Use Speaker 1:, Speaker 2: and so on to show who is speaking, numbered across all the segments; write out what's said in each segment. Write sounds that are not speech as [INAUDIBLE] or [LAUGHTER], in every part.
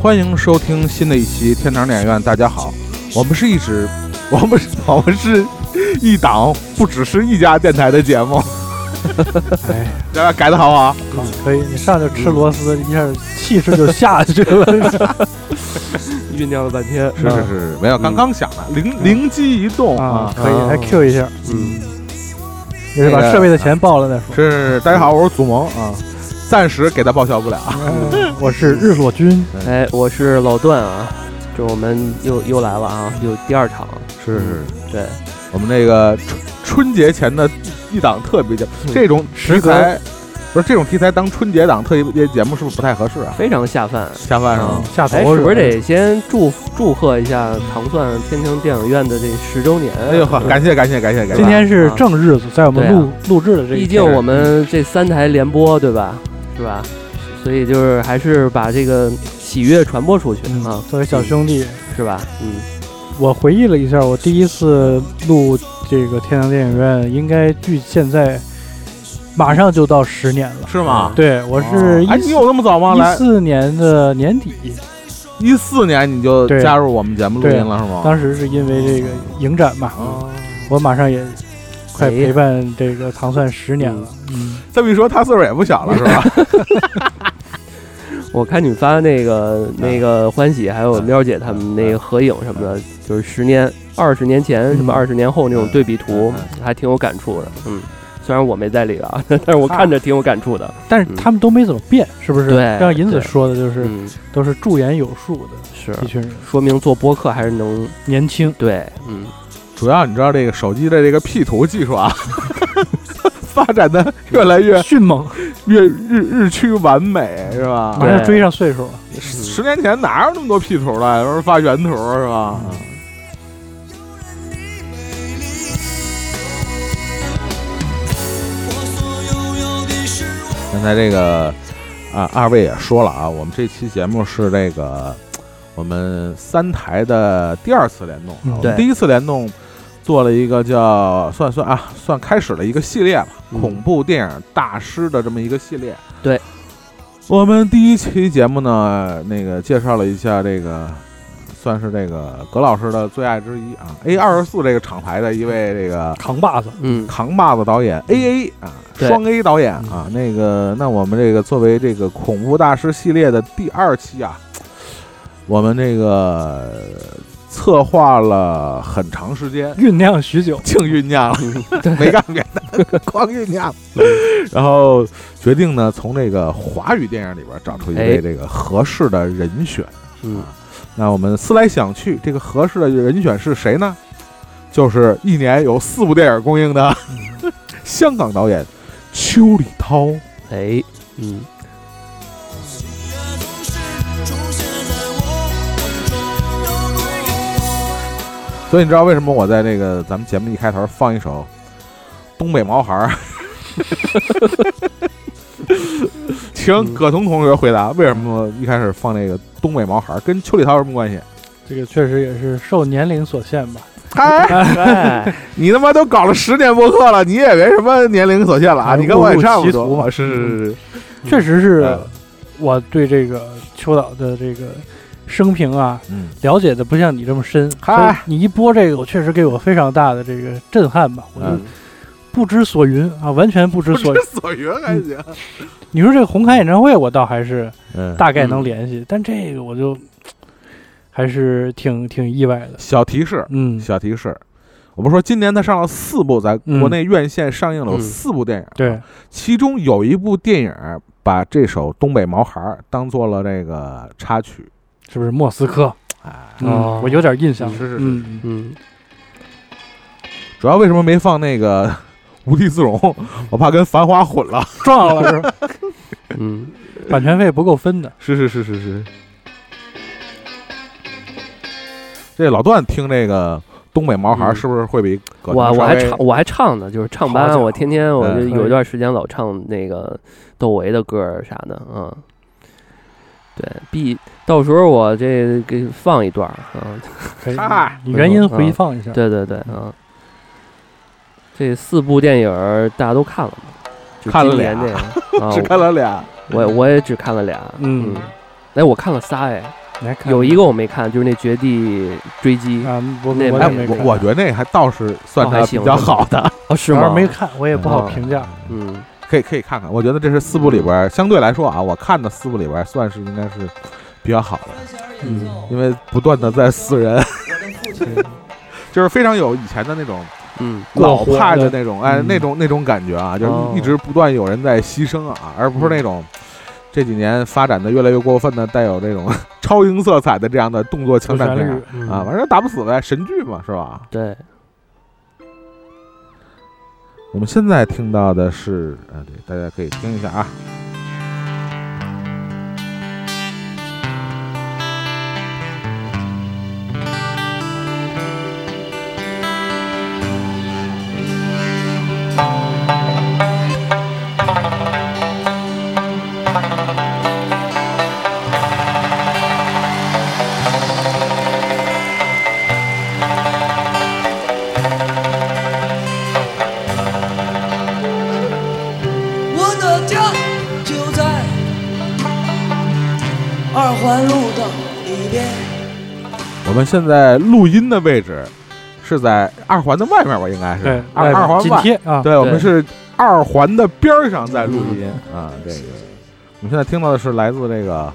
Speaker 1: 欢迎收听新的一期《天堂电影院》。大家好，我们是一直，我们是我们是一档不只是一家电台的节目。
Speaker 2: 哎，
Speaker 1: [LAUGHS] 大家改的好啊不好？
Speaker 2: 嗯可以，你上去吃螺丝，一下气势就下去了。嗯
Speaker 3: 酝酿了半天，
Speaker 1: 是是是，没有，刚刚想的，灵灵机一动
Speaker 2: 啊
Speaker 1: 啊，。
Speaker 2: 可以，还
Speaker 3: 啊
Speaker 2: Q 一下，
Speaker 3: 嗯，
Speaker 2: 也是把
Speaker 1: 那个
Speaker 2: 设备的钱报了再说。
Speaker 1: 是嗯是是，大家好，我是祖萌啊，暂时给他报销不了。啊
Speaker 2: 嗯我是日落君，
Speaker 3: 哎，我是老段啊，这我们又又来了啊，有第二场，
Speaker 1: 是是，
Speaker 3: 对，
Speaker 1: 我们这个春春节前的一档特别节目，
Speaker 3: 嗯
Speaker 1: 这种题
Speaker 3: 时隔
Speaker 1: 材，不是这种题材当春节档特别节目是不是不太合适啊？
Speaker 3: 非常下饭。
Speaker 1: 下饭上
Speaker 3: 嗯
Speaker 2: 下
Speaker 3: 哎，
Speaker 2: 头
Speaker 3: 是不是
Speaker 2: 得
Speaker 3: 得先祝祝贺一下糖蒜天津电影院的这十周年？啊
Speaker 1: 哎呦呵，感谢感谢感谢感
Speaker 2: 今
Speaker 1: 谢！
Speaker 2: 天是正日子，在我们
Speaker 3: 对啊
Speaker 2: 录录制的这一
Speaker 3: 毕
Speaker 2: 天，
Speaker 3: 竟我们这三台联播，对吧？是吧？所以就是还是把这个喜悦传播出去啊
Speaker 2: 嗯，，作为小兄弟，
Speaker 3: 是吧？嗯，
Speaker 2: 我回忆了一下，我第一次录这个天堂电影院，应该距现在马上就到十年了。
Speaker 1: 是吗？
Speaker 2: 对，我是
Speaker 1: 哦哎，
Speaker 2: 一
Speaker 1: 你
Speaker 2: 四
Speaker 1: 有那么早吗？
Speaker 2: 一
Speaker 1: 来，
Speaker 2: 四年的年底，
Speaker 1: 一四年你就
Speaker 2: 对
Speaker 1: 加入我们节目录
Speaker 2: 对
Speaker 1: 音了是吗？
Speaker 2: 当时是因为这个影展嘛，
Speaker 1: 哦，
Speaker 2: 我马上也快
Speaker 3: 哎呀
Speaker 2: 陪伴这个糖蒜十年了。嗯，
Speaker 1: 这么一说，他岁数也不小了是
Speaker 2: [LAUGHS]
Speaker 1: 吧？
Speaker 3: 我看你发那个那个欢喜，还有喵姐他们那个合影什么的，就是十年、二十年前什么
Speaker 2: 嗯
Speaker 3: 二十年后那种对比图
Speaker 1: 嗯嗯，
Speaker 3: 还挺有感触的。嗯，虽然我没在里边啊， [LAUGHS] 但是我看着挺有感触的。
Speaker 2: 但是他们都没怎么变，是不是？
Speaker 3: 对
Speaker 2: 像银子
Speaker 3: 对
Speaker 2: 说的，就是
Speaker 3: 嗯，
Speaker 2: 都是驻颜有术的
Speaker 3: 是，
Speaker 2: 一群人，
Speaker 3: 说明做播客还是能
Speaker 2: 年轻。
Speaker 3: 对，嗯，
Speaker 1: 主要你知道这个手机的这个 P 图技术啊， [LAUGHS] 发展的越来越
Speaker 2: 迅猛，
Speaker 1: 越日日趋完美是吧？
Speaker 2: 马上追上岁数了。
Speaker 1: 十年前哪有那么多 P 图了？都是发原图是吧？刚才这个啊，二位也说了啊，我们这期节目是这个我们三台的第二次联动啊，
Speaker 2: 嗯
Speaker 1: 我
Speaker 3: 对
Speaker 1: 们第一次联动做了一个叫算算啊，算开始了一个系列吧，
Speaker 3: 嗯
Speaker 1: 恐怖电影大师的这么一个系列。
Speaker 3: 对，
Speaker 1: 我们第一期节目呢，那个介绍了一下这个。算是这个葛老师的最爱之一啊，A 二十四这个厂牌的一位这个
Speaker 2: 扛把子，
Speaker 3: 嗯，
Speaker 1: 扛把子导演 A A 啊，
Speaker 3: 对嗯
Speaker 1: 双 A 导演啊，那个那我们这个作为这个恐怖大师系列的第二期啊，我们这个策划了很长时间，
Speaker 2: 酝酿许久。
Speaker 1: 净酝酿了，
Speaker 3: 嗯
Speaker 1: [LAUGHS] 没干别的，光酝酿， [LAUGHS] 然后决定呢从这个华语电影里边找出一位
Speaker 3: 哎
Speaker 1: 这个合适的人选。
Speaker 3: 嗯，
Speaker 1: 那我们思来想去，这个合适的人选是谁呢？就是一年有四部电影公映的 [LAUGHS] 香港导演邱礼涛。
Speaker 3: 哎，嗯，
Speaker 1: 所以你知道为什么我在那个咱们节目一开头放一首《东北毛孩儿》？ [LAUGHS] 请葛彤同学回答，为什么一开始放那个《东北毛孩儿》跟邱礼涛有什么关系？
Speaker 2: 这个确实也是受年龄所限吧。
Speaker 1: 嗨，
Speaker 3: [LAUGHS] 哎，
Speaker 1: [LAUGHS] 你他妈都搞了十年播客了，你也没什么年龄所限了啊！
Speaker 2: 哎
Speaker 1: 你跟我也
Speaker 2: 误入
Speaker 1: [LAUGHS] 差不
Speaker 2: 歧途
Speaker 1: 多，
Speaker 2: 嘛
Speaker 1: 是是是是，
Speaker 2: 确实是
Speaker 1: 嗯
Speaker 2: 我对这个秋岛的这个生平啊，
Speaker 1: 嗯，
Speaker 2: 了解的不像你这么深。
Speaker 1: 嗨，
Speaker 2: 你一播这个，我确实给我非常大的这个震撼吧，我就
Speaker 1: 嗯
Speaker 2: 不知所云啊，完全不知
Speaker 1: [LAUGHS]
Speaker 2: 所
Speaker 1: 不
Speaker 2: 云
Speaker 1: 知。所云还行。
Speaker 2: [LAUGHS] 你说这个红磡演唱会，我倒还是
Speaker 1: 嗯，
Speaker 2: 大概能联系，但这个我就还是挺挺意外的。
Speaker 1: 小提示，
Speaker 2: 嗯，
Speaker 1: 小提示，我们说今年他上了四部，在国内院线上映了有
Speaker 3: 嗯
Speaker 1: 四部电影，
Speaker 2: 对，
Speaker 1: 其中有一部电影把这首《东北毛孩儿》当做了这个插曲，
Speaker 2: 是不是莫斯科？
Speaker 1: 哎，
Speaker 2: 嗯，
Speaker 3: 哦
Speaker 2: 我有点印象。
Speaker 1: 是是是
Speaker 2: 嗯，
Speaker 3: 嗯，
Speaker 1: 主要为什么没放那个《无地自容》， [LAUGHS] 我怕跟《繁花》混了。
Speaker 2: 撞了是吧？ [LAUGHS]
Speaker 3: 嗯，
Speaker 2: 版权费不够分的。
Speaker 1: 是是是是是。这老段听这个东北毛孩儿
Speaker 3: 嗯
Speaker 1: 是不是会比葛
Speaker 3: 我
Speaker 1: 大
Speaker 3: 我还
Speaker 1: 稍微
Speaker 3: 唱我还唱呢，就是唱
Speaker 2: 好家
Speaker 3: 班，
Speaker 2: 伙
Speaker 3: 我天天我就
Speaker 1: 嗯
Speaker 3: 有一段时间老唱那个窦唯的歌儿啥的，嗯，对，必到时候我这给放一段儿，嗯，
Speaker 2: 可以
Speaker 1: 嗨，
Speaker 2: 你原音回放一下。
Speaker 3: 对对对，嗯，这四部电影儿大家都看了吗？就
Speaker 1: 看了
Speaker 3: 今
Speaker 1: 俩 [LAUGHS]
Speaker 3: 年这个啊，
Speaker 1: 只看了俩，
Speaker 3: 我我也只看了俩，
Speaker 2: 嗯
Speaker 3: 嗯，哎，我看了仨哎，
Speaker 2: 你还看
Speaker 3: 有一个我没看，就是那《绝地追击》
Speaker 2: 啊，我
Speaker 3: 那
Speaker 2: 我
Speaker 1: 哎
Speaker 2: 也
Speaker 3: 版
Speaker 2: 没
Speaker 1: 我
Speaker 2: 看，
Speaker 1: 我觉得那还倒是算
Speaker 3: 哦
Speaker 1: 它
Speaker 3: 还
Speaker 1: 比
Speaker 3: 行
Speaker 1: 较好的，
Speaker 3: 哦，是
Speaker 2: 主要
Speaker 3: 吗？
Speaker 2: 是没看，我也不好
Speaker 3: 嗯
Speaker 2: 评
Speaker 1: 啊
Speaker 2: 价。
Speaker 3: 嗯，
Speaker 1: 可以可以看看。我觉得这是四部里边儿相对来说啊，我看的四部里边儿算是应该是比较好的，
Speaker 3: 嗯
Speaker 1: 因为不断的在死人， [LAUGHS] 嗯就是非常有以前的那种
Speaker 3: 嗯，
Speaker 1: 老
Speaker 2: 活
Speaker 1: 派的
Speaker 2: 的
Speaker 1: 那种哎
Speaker 2: 嗯
Speaker 1: 那种那种感觉啊，就是
Speaker 3: 哦
Speaker 1: 一直不断有人在牺牲啊，而不是
Speaker 3: 嗯
Speaker 1: 那种。这几年发展的越来越过分的，带有这种 [LAUGHS] 超英色彩的这样的动作
Speaker 2: 主
Speaker 1: 枪战
Speaker 2: 旋
Speaker 1: 片
Speaker 2: 律嗯
Speaker 1: 啊，啊，反正打不死呗，神剧嘛，是吧？
Speaker 3: 对，
Speaker 1: 我们现在听到的是，啊，对，大家可以听一下啊。
Speaker 4: 我的家就在二环路的里边。
Speaker 1: 我们现在录音的位置是在二环的外面吧？应该是
Speaker 2: 对，
Speaker 1: 二
Speaker 2: 外
Speaker 1: 二
Speaker 2: 边
Speaker 1: 环
Speaker 2: 紧
Speaker 1: 外。
Speaker 2: 贴啊，
Speaker 1: 对，我们
Speaker 3: 对
Speaker 1: 是二环的边儿上在录音
Speaker 2: 嗯
Speaker 1: 啊。这个，我们现在听到的是来自这个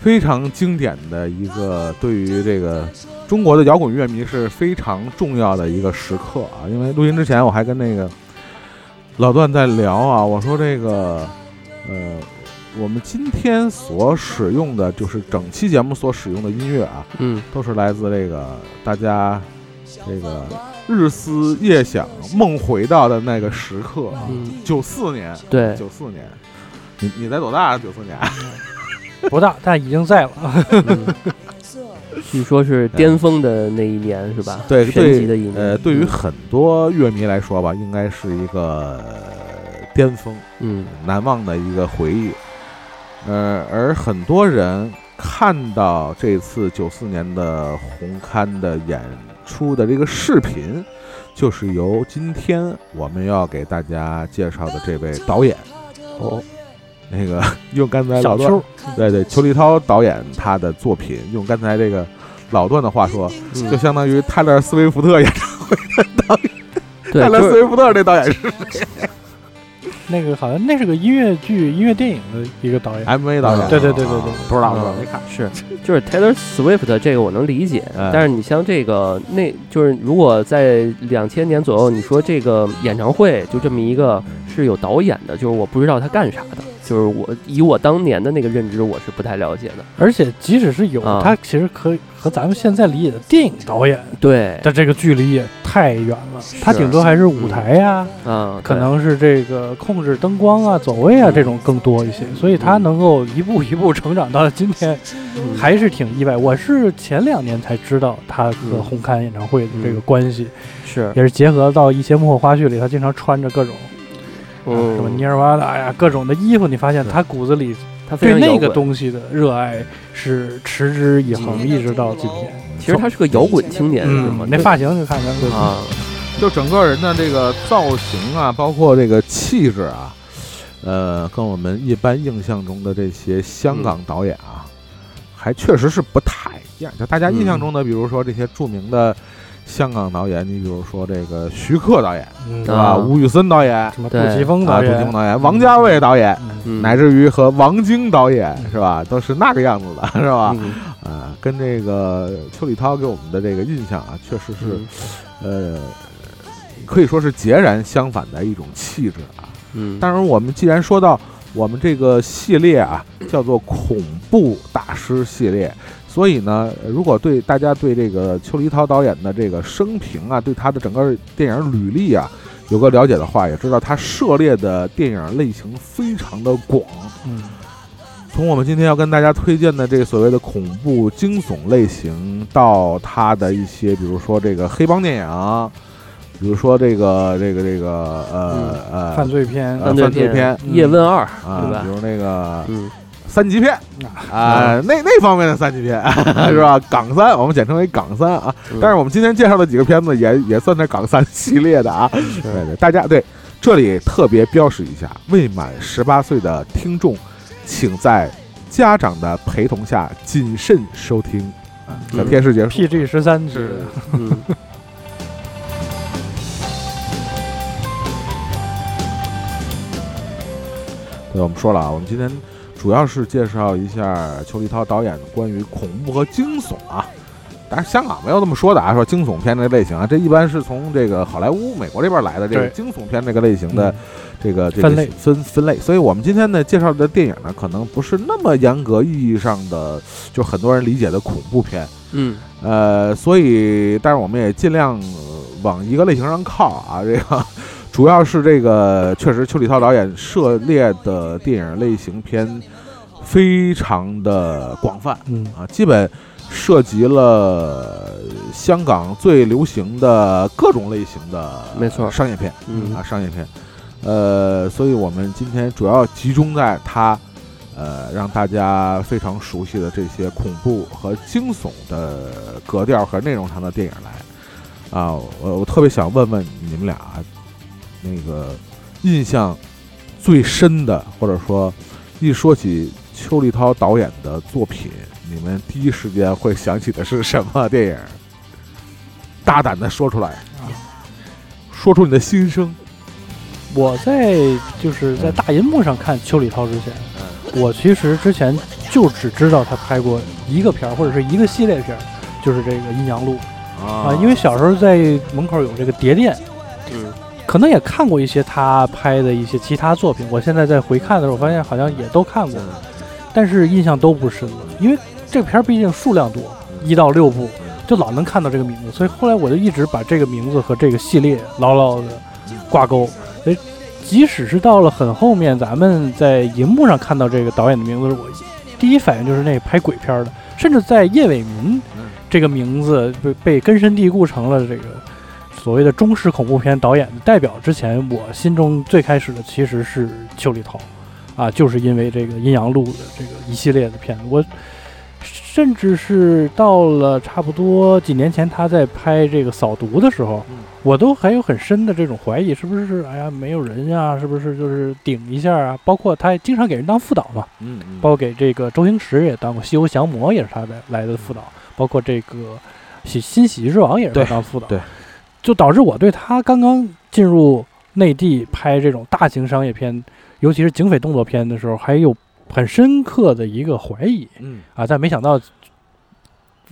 Speaker 1: 非常经典的一个对于这个呃中国的摇滚乐迷是非常重要的一个时刻啊。因为录音之前我还跟那个老段在聊啊，我说这个呃。我们今天所使用的，就是整期节目所使用的音乐啊，
Speaker 3: 嗯
Speaker 1: 都是来自这个大家这个日思夜想、梦回到的那个时刻啊。
Speaker 3: 嗯，
Speaker 1: 九四年，
Speaker 3: 对，
Speaker 1: 九四年，你你才多大啊？九四年，
Speaker 2: [LAUGHS] 不大，但已经在了。
Speaker 3: 嗯据说是巅峰的那一年是吧？
Speaker 1: 对
Speaker 3: 全集的一
Speaker 1: 对，
Speaker 3: 年，嗯
Speaker 1: 呃，对于很多乐迷来说吧，应该是一个呃巅峰、
Speaker 3: 嗯
Speaker 1: 难忘的一个回忆。呃，而很多人看到这次九四年的红勘的演出的这个视频，就是由今天我们要给大家介绍的这位导演，
Speaker 3: 哦，
Speaker 1: 那个 [LAUGHS] 用刚才老
Speaker 2: 小
Speaker 1: 段
Speaker 2: 秋，
Speaker 1: 对对，邱立涛导演他的作品，用刚才这个老段的话说，
Speaker 3: 嗯
Speaker 1: 就相当于泰勒·斯威夫特演唱泰，勒·斯
Speaker 3: 对就是
Speaker 1: 威夫特这导演是
Speaker 2: 那个好像那是个音乐剧、音乐电影的一个导演，
Speaker 1: MV 哎导演，
Speaker 2: 对对对对对
Speaker 1: 啊不知道不知道
Speaker 3: 嗯
Speaker 1: 没看，
Speaker 3: 是就是 Taylor Swift 这个我能理解，
Speaker 1: 哎
Speaker 3: 但是你像这个那就是如果在两千年左右，你说这个演唱会就这么一个是有导演的，就是我不知道他干啥的，就是我以我当年的那个认知，我是不太了解的。
Speaker 2: 而且即使是有
Speaker 3: 啊，
Speaker 2: 他其实可以和咱们现在理解的电影导演
Speaker 3: 对，
Speaker 2: 的这个距离也太远了，
Speaker 1: 啊
Speaker 2: 他顶多还是舞台呀、
Speaker 3: 嗯，
Speaker 2: 可
Speaker 3: 对
Speaker 2: 能是这个控制灯光啊、走位啊这种更多一些，所以他能够一步一步成长到今天，
Speaker 3: 嗯
Speaker 2: 还是挺意外。我是前两年才知道他和
Speaker 3: 嗯
Speaker 2: 红勘演唱会的
Speaker 1: 嗯
Speaker 2: 这个关系，
Speaker 3: 是
Speaker 2: 也是结合到一些幕后花絮里，他经常穿着各种啊什么
Speaker 3: 嗯，
Speaker 2: 尼尔瓦达呀、各种的衣服，你发现他骨子里
Speaker 3: 他非
Speaker 2: 对
Speaker 3: 常摇
Speaker 2: 那
Speaker 3: 滚
Speaker 2: 个东西的热爱是持之以恒，一直到今天。
Speaker 1: 嗯
Speaker 3: 其实他是个摇滚青年，是吗
Speaker 2: 嗯，？那发型就看看
Speaker 3: 啊，
Speaker 1: 就整个人的这个造型啊，包括这个气质啊，呃，跟我们一般印象中的这些香港导演啊，还确实是不太一样。就大家印象中的，比如说这些著名的香港导演，你比如说这个徐克导演，
Speaker 2: 嗯
Speaker 1: 对吧？
Speaker 3: 啊
Speaker 1: 吴宇森导演啊，
Speaker 2: 什么杜
Speaker 3: 对
Speaker 2: 琪峰
Speaker 1: 杜
Speaker 2: 导
Speaker 1: 琪
Speaker 2: 演，
Speaker 1: 峰导演，王家卫导演，
Speaker 2: 嗯
Speaker 3: 嗯，
Speaker 1: 乃至于和王晶导演是吧，都是那个样子的，是吧？
Speaker 3: 嗯
Speaker 1: 啊，跟这个邱礼涛给我们的这个印象啊，确实是。
Speaker 3: 嗯
Speaker 2: 嗯
Speaker 1: 呃，可以说是截然相反的一种气质啊。
Speaker 3: 嗯，
Speaker 1: 当然，我们既然说到我们这个系列啊，叫做恐怖大师系列，所以呢，呃如果对大家对这个邱黎涛导演的这个生平啊，对他的整个电影履历啊。有个了解的话，也知道他涉猎的电影类型非常的广。
Speaker 2: 嗯
Speaker 1: 从我们今天要跟大家推荐的这个所谓的恐怖惊悚类型，到他的一些，比如说这个黑帮电影，比如说这个这个这个呃、呃
Speaker 2: 犯罪片，
Speaker 3: 啊
Speaker 1: 呃犯罪片
Speaker 2: 嗯
Speaker 3: 叶问二，对
Speaker 1: 啊，
Speaker 3: 吧
Speaker 1: 比？如那个
Speaker 3: 嗯，
Speaker 1: 三级片啊、那那方面的三级片 [LAUGHS] 是吧？港三，我们简称为港三啊。但是我们今天介绍的几个片子也也算是港三系列的啊。对对，大家对这里特别标识一下，未满十八岁的听众，请在家长的陪同下谨慎收听。啊，小
Speaker 3: 嗯
Speaker 1: 天使结束。
Speaker 2: PG 十三
Speaker 3: 是
Speaker 2: 是，
Speaker 3: 嗯，
Speaker 1: 对，我们说了啊，我们今天主要是介绍一下邱立涛导演关于恐怖和惊悚啊。但是香港没有这么说的啊，说惊悚片这类型啊，这一般是从这个好莱坞、美国这边来的这个
Speaker 2: 对嗯
Speaker 1: 惊悚片这个类型的这个这个
Speaker 2: 分类
Speaker 1: 分分类。所以我们今天呢介绍的电影呢，可能不是那么严格意义上的，就很多人理解的恐怖片。 [LAUGHS]
Speaker 3: 嗯，
Speaker 1: 呃，所以但是我们也尽量呃往一个类型上靠啊，这个主要是这个确实邱礼涛导演涉猎的电影类型片非常的广泛
Speaker 2: 嗯
Speaker 1: 啊，基本涉及了香港最流行的各种类型的
Speaker 3: 没错
Speaker 1: 商业片
Speaker 3: 嗯
Speaker 1: 啊商业片，呃，所以我们今天主要集中在它。呃，让大家非常熟悉的这些恐怖和惊悚的格调和内容上的电影来啊，我我特别想问问你们俩，那个印象最深的，或者说一说起邱立涛导演的作品，你们第一时间会想起的是什么电影？大胆的说出来，说出你的心声。
Speaker 2: 我在就是在大银幕上看邱礼涛之前，我其实之前就只知道他拍过一个片儿或者是一个系列片儿，就是这个《阴阳路》
Speaker 1: 啊
Speaker 2: 啊，因为小时候在门口有这个碟店，
Speaker 3: 嗯，
Speaker 2: 可能也看过一些他拍的一些其他作品。我现在在回看的时候，发现好像也都看过，但是印象都不深了，因为这片儿毕竟数量多，一到六部，就老能看到这个名字，所以后来我就一直把这个名字和这个系列牢牢的挂钩。所以即使是到了很后面，咱们在荧幕上看到这个导演的名字，我第一反应就是那拍鬼片儿的，甚至在叶伟民
Speaker 1: 嗯
Speaker 2: 这个名字被被根深蒂固成了这个所谓的中式恐怖片导演的代表之前，我心中最开始的其实是邱礼涛，啊，就是因为这个《阴阳路》的这个一系列的片子，我甚至是到了差不多几年前他在拍这个《扫毒》的时候，我都还有很深的这种怀疑，是不是哎呀没有人呀、是不是就是顶一下啊？包括他经常给人当副导嘛，
Speaker 1: 嗯嗯
Speaker 2: 包括给这个周星驰也当过，《西游降魔》也是他来来的副导，包括这个喜新喜剧之王也是
Speaker 1: 嗯
Speaker 2: 他
Speaker 1: 对
Speaker 2: 当副导，
Speaker 1: 对
Speaker 2: 就导致我对他刚刚进入内地拍这种大型商业片，尤其是警匪动作片的时候，还有很深刻的一个怀疑
Speaker 1: 嗯，
Speaker 2: 啊，但没想到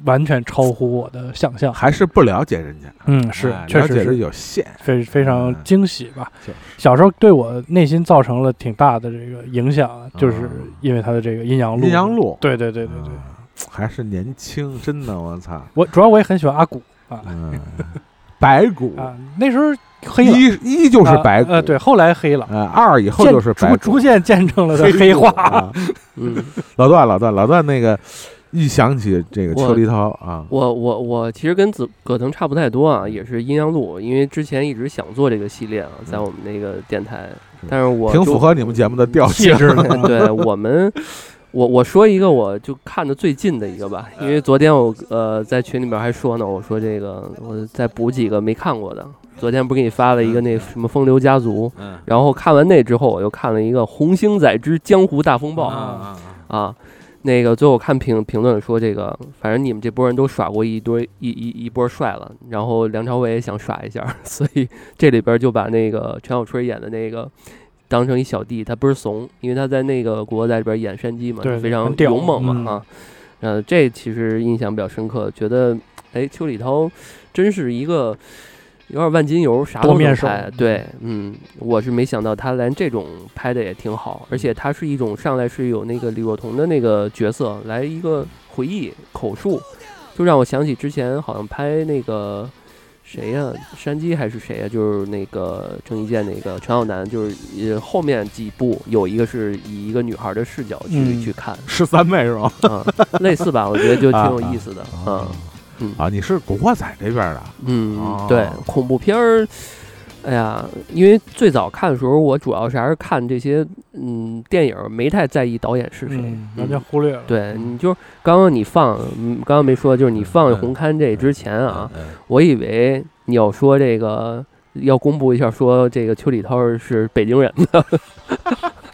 Speaker 2: 完全超乎我的想象，
Speaker 1: 还是不了解人家，
Speaker 2: 嗯，是，
Speaker 1: 啊
Speaker 2: 确
Speaker 1: 了
Speaker 2: 实
Speaker 1: 解的
Speaker 2: 是
Speaker 1: 有限。
Speaker 2: 非非常
Speaker 1: 嗯
Speaker 2: 惊喜吧。
Speaker 1: 就是
Speaker 2: 小时候对我内心造成了挺大的这个影响，就是
Speaker 1: 嗯
Speaker 2: 因为他的这个阴阳路，
Speaker 1: 阴阳路，
Speaker 2: 对对对对对。
Speaker 1: 啊还是年轻，真的，我操，
Speaker 2: 我主要我也很喜欢阿古啊 [LAUGHS]
Speaker 1: 嗯，白骨
Speaker 2: 啊，那时候黑了，
Speaker 1: 一一嗯就是白
Speaker 2: 啊
Speaker 1: 骨，
Speaker 2: 呃，对，后来黑了，
Speaker 1: 呃，二以后
Speaker 2: 见
Speaker 1: 就是白骨
Speaker 2: 逐逐渐见证了他
Speaker 1: 黑
Speaker 2: 黑化。 [LAUGHS]
Speaker 1: 啊
Speaker 3: 嗯，
Speaker 1: 老段，老段，老段，那个一想起这个
Speaker 3: 我
Speaker 1: 邱立涛啊，
Speaker 3: 我我我其实跟子葛腾差不太多啊，也是阴阳路，因为之前一直想做这个系列啊，在我们那个电台，但是我
Speaker 1: 嗯挺
Speaker 3: 就
Speaker 1: 符合你们节目的调性
Speaker 2: 气质
Speaker 3: [LAUGHS] 对我们，我我说一个我就看的最近的一个吧，因为昨天我呃在群里面还说呢，我说这个我再补几个没看过的。昨天不是给你发了一个那什么《风流家族》，
Speaker 1: [LAUGHS]
Speaker 2: [LAUGHS]
Speaker 1: 嗯
Speaker 3: 然后看完那之后，我又看了一个《红星仔之江湖大
Speaker 1: 嗯
Speaker 3: 风暴》
Speaker 2: 啊
Speaker 3: 啊。那个最后看评评论说这个，反正你们这波人都耍过一堆一一一波帅了，然后梁朝伟也想耍一下， [LAUGHS] 所以这里边就把那个陈小春演的那个当成一小弟，他不是怂，因为他在那个国在里边演山鸡嘛，
Speaker 2: 对
Speaker 3: 非常
Speaker 2: 很屌
Speaker 3: 勇猛嘛、
Speaker 2: 嗯
Speaker 3: 啊。呃，这其实印象比较深刻，觉得哎，邱礼涛真是一个有点万金油，啥都
Speaker 2: 多面
Speaker 3: 能
Speaker 2: 手
Speaker 3: 拍。对，嗯，我是没想到他连这种拍的也挺好，而且他是一种上来是有那个李若彤的那个角色来一个回忆口述，就让我想起之前好像拍那个谁呀、山鸡还是谁呀、就是那个郑伊健那个陈浩南，就是呃后面几部有一个是以一个女孩的视角去、
Speaker 2: 嗯
Speaker 3: 去看
Speaker 1: 十三妹是吗？
Speaker 3: 啊，类似吧，我觉得就挺有意思的啊
Speaker 1: 啊啊，你是古惑仔这边的哦
Speaker 3: 嗯，对，恐怖片儿，哎呀，因为最早看的时候，我主要是还是看这些嗯电影儿，没太在意导演是谁。
Speaker 2: 嗯，
Speaker 3: 嗯
Speaker 2: 完全忽略了。
Speaker 3: 对，你就是刚刚你放，嗯，刚刚没说，就是你放
Speaker 1: 嗯
Speaker 3: 红勘这之前啊，，
Speaker 1: 嗯嗯
Speaker 3: 我以为你要说这个要公布一下，说这个邱礼涛是北京人的，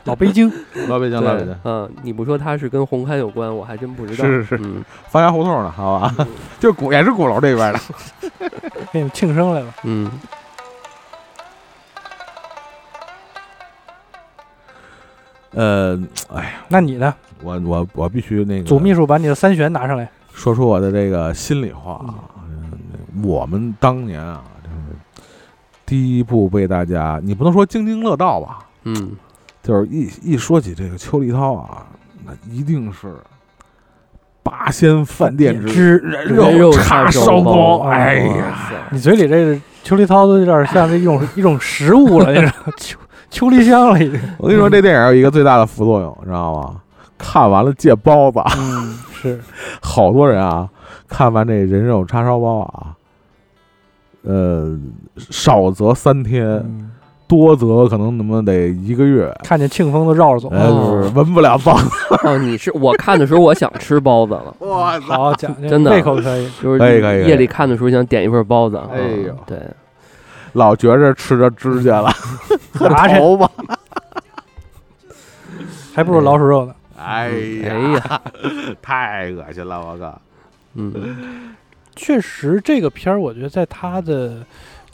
Speaker 2: 老北京，
Speaker 1: 老北京，老北
Speaker 3: 对
Speaker 1: 京，，
Speaker 3: 嗯，你不说它是跟红勘有关，我还真不知道。
Speaker 1: 是是是
Speaker 3: 嗯
Speaker 1: 方家胡同呢，好吧， [LAUGHS] 就鼓也是鼓楼这边的。
Speaker 2: 给你们庆生来了。
Speaker 3: 嗯，
Speaker 1: [LAUGHS] 呃，哎，
Speaker 2: 那你呢，
Speaker 1: 我我我必须那个
Speaker 2: 组秘书把你的三弦拿上来。
Speaker 1: 说出我的这个心里话啊，嗯我们当年啊，就是第一部被大家，你不能说津津乐道吧，
Speaker 3: 嗯，
Speaker 1: 就是一一说起这个邱立涛啊，那一定是八仙饭店
Speaker 2: 之
Speaker 1: 人
Speaker 3: 人肉
Speaker 1: 叉
Speaker 3: 叉
Speaker 1: 烧
Speaker 3: 烧
Speaker 1: 包，
Speaker 3: 包
Speaker 1: 哎呀，
Speaker 3: 哇塞，
Speaker 2: 你嘴里这个秋梨涛都有点像这一种 [LAUGHS] 一种食物了，
Speaker 1: [LAUGHS]
Speaker 2: 那种秋秋梨香了已经。
Speaker 1: 我跟你说，这电影有一个最大的副作用，知道吗？看完了借包子，
Speaker 2: 嗯，是
Speaker 1: 好多人啊，看完这人肉叉烧包啊，呃，少则三天，
Speaker 2: 嗯
Speaker 1: 多则可能他妈得一个月，
Speaker 2: 看见庆丰都绕着走。
Speaker 1: 哎，就是闻不了包子。
Speaker 3: 哦，你是我看的时候，我想吃包子了，
Speaker 1: 我操！
Speaker 2: 好讲究，
Speaker 3: 真的啊
Speaker 2: 胃口可
Speaker 1: [LAUGHS]
Speaker 2: 以。
Speaker 3: 就是
Speaker 1: 可以可以
Speaker 3: 夜里看的时候想点一份包子。
Speaker 1: 哎呦
Speaker 3: 嗯对，
Speaker 1: [LAUGHS] 老觉着吃着指甲了，恨
Speaker 2: 拿去
Speaker 1: 头 [LAUGHS] 发。
Speaker 2: 还不如老鼠肉呢。
Speaker 1: 哎
Speaker 3: 哎
Speaker 1: 呀，
Speaker 3: 呀，
Speaker 1: 太恶心了，我靠！
Speaker 3: 嗯
Speaker 2: 确实，这个片儿我觉得在它的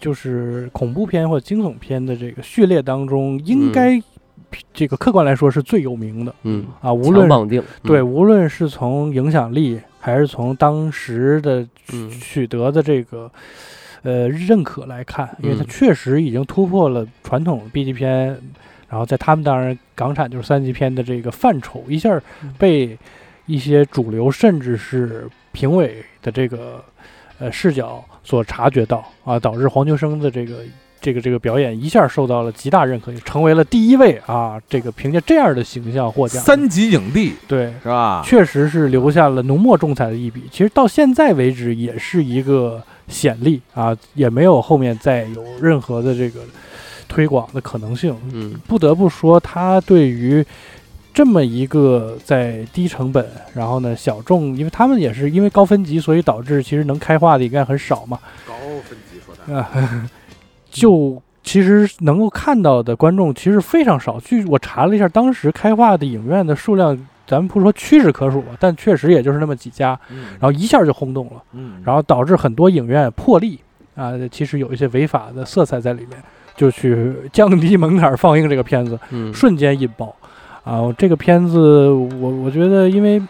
Speaker 2: 就是恐怖片或惊悚片的这个序列当中，应该这个客观来说是最有名的
Speaker 3: 嗯，
Speaker 2: 啊。无
Speaker 3: 强
Speaker 2: 论
Speaker 3: 绑定，
Speaker 2: 对，无论是从影响力，还是从当时的
Speaker 3: 嗯
Speaker 2: 取得的这个呃认可来看，因为它
Speaker 3: 嗯
Speaker 2: 确实已经突破了传统 B 级片，然后在他们当然港产就是三级片的这个范畴，一下儿
Speaker 3: 嗯
Speaker 2: 被一些主流甚至是评委的这个呃视角所察觉到啊，导致黄秋生的这个。这个这个表演一下儿受到了极大认可，也成为了第一位啊！这个凭借这样的形象获奖的，
Speaker 1: 三级影帝
Speaker 2: 对
Speaker 1: 是吧？
Speaker 2: 确实是留下了浓墨重彩的一笔。其实到现在为止，也是一个显例啊，也没有后面再有任何的这个推广的可能性。
Speaker 3: 嗯
Speaker 2: 不得不说，他对于这么一个在低成本，然后呢小众，因为他们也是因为高分级，所以导致其实能开化的应该很少嘛。
Speaker 1: 高分级说他
Speaker 2: 就其实能够看到的观众其实非常少。据我查了一下，当时开化的影院的数量，咱们不说屈指可数吧，但确实也就是那么几家，然后一下就轰动了，
Speaker 1: 嗯
Speaker 2: 然后导致很多影院破例啊，其实有一些违法的色彩在里面，就去降低门槛放映这个片子，
Speaker 3: 嗯，
Speaker 2: 瞬间引爆啊！我这个片子我我觉得因为。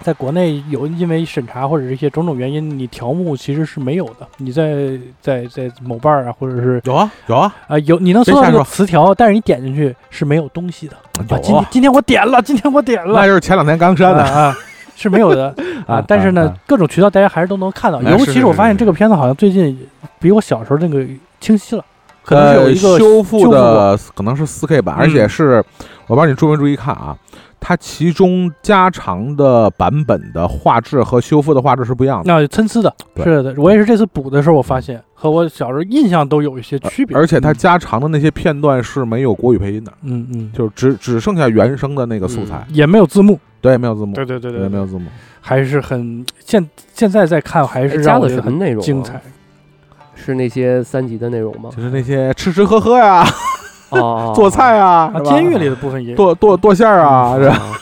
Speaker 2: 在国内有因为审查或者是一些种种原因，你条目其实是没有的。你在在在某瓣儿啊，或者是
Speaker 1: 有啊有啊
Speaker 2: 啊、有你能搜
Speaker 1: 别
Speaker 2: 到
Speaker 1: 瞎
Speaker 2: 这
Speaker 1: 说
Speaker 2: 个词条，但是你点进去是没有东西的。
Speaker 1: 有
Speaker 2: 啊，今天
Speaker 1: 啊，
Speaker 2: 今天我点了，今天我点了
Speaker 1: 那，就是前两天刚删的
Speaker 2: 啊啊 [LAUGHS] 是没
Speaker 1: [LAUGHS]
Speaker 2: 有的啊。但是呢，，各种渠道大家还是都能看到。
Speaker 1: 哎
Speaker 2: 尤
Speaker 1: 是
Speaker 2: 其
Speaker 1: 是
Speaker 2: 是我
Speaker 1: 是
Speaker 2: 发现
Speaker 1: 是
Speaker 2: 这个片子好像最近比我小时候那个清晰了，可能是有
Speaker 1: 呃，
Speaker 2: 一个
Speaker 1: 修复
Speaker 2: 过嗯
Speaker 1: 的可能是四 K 版，而且是我帮你注没注意看啊，它其中加长的版本的画质和修复的画质是不一样的，
Speaker 2: 那啊参差的，
Speaker 1: 对
Speaker 2: 是的。我也是这次补的时候，我发现和我小时候印象都有一些区别。
Speaker 1: 呃而且它加长的那些片段是没有国语配音的，
Speaker 2: 嗯嗯，
Speaker 1: 就是只只剩下原声的那个素材，
Speaker 2: 也没有字幕。
Speaker 1: 对，没有字幕，
Speaker 2: 嗯对对对
Speaker 1: 对，没有字幕。
Speaker 2: 还是很现现在再看还
Speaker 3: 哎
Speaker 2: 是
Speaker 3: 加
Speaker 2: 让我
Speaker 3: 的
Speaker 2: 觉
Speaker 3: 什
Speaker 2: 得
Speaker 3: 么
Speaker 2: 很
Speaker 3: 内容啊？
Speaker 2: 精彩。
Speaker 3: 是那些三级的内容
Speaker 2: [LAUGHS] 哦
Speaker 3: 吗？
Speaker 1: 就是那些吃吃喝喝呀，
Speaker 3: 哦哦，哦
Speaker 1: 做菜啊，
Speaker 2: 啊，
Speaker 1: 是吧
Speaker 2: 监狱里的部分也有。
Speaker 1: 剁剁剁馅儿啊，
Speaker 2: [LAUGHS]
Speaker 1: 是吧
Speaker 3: 啊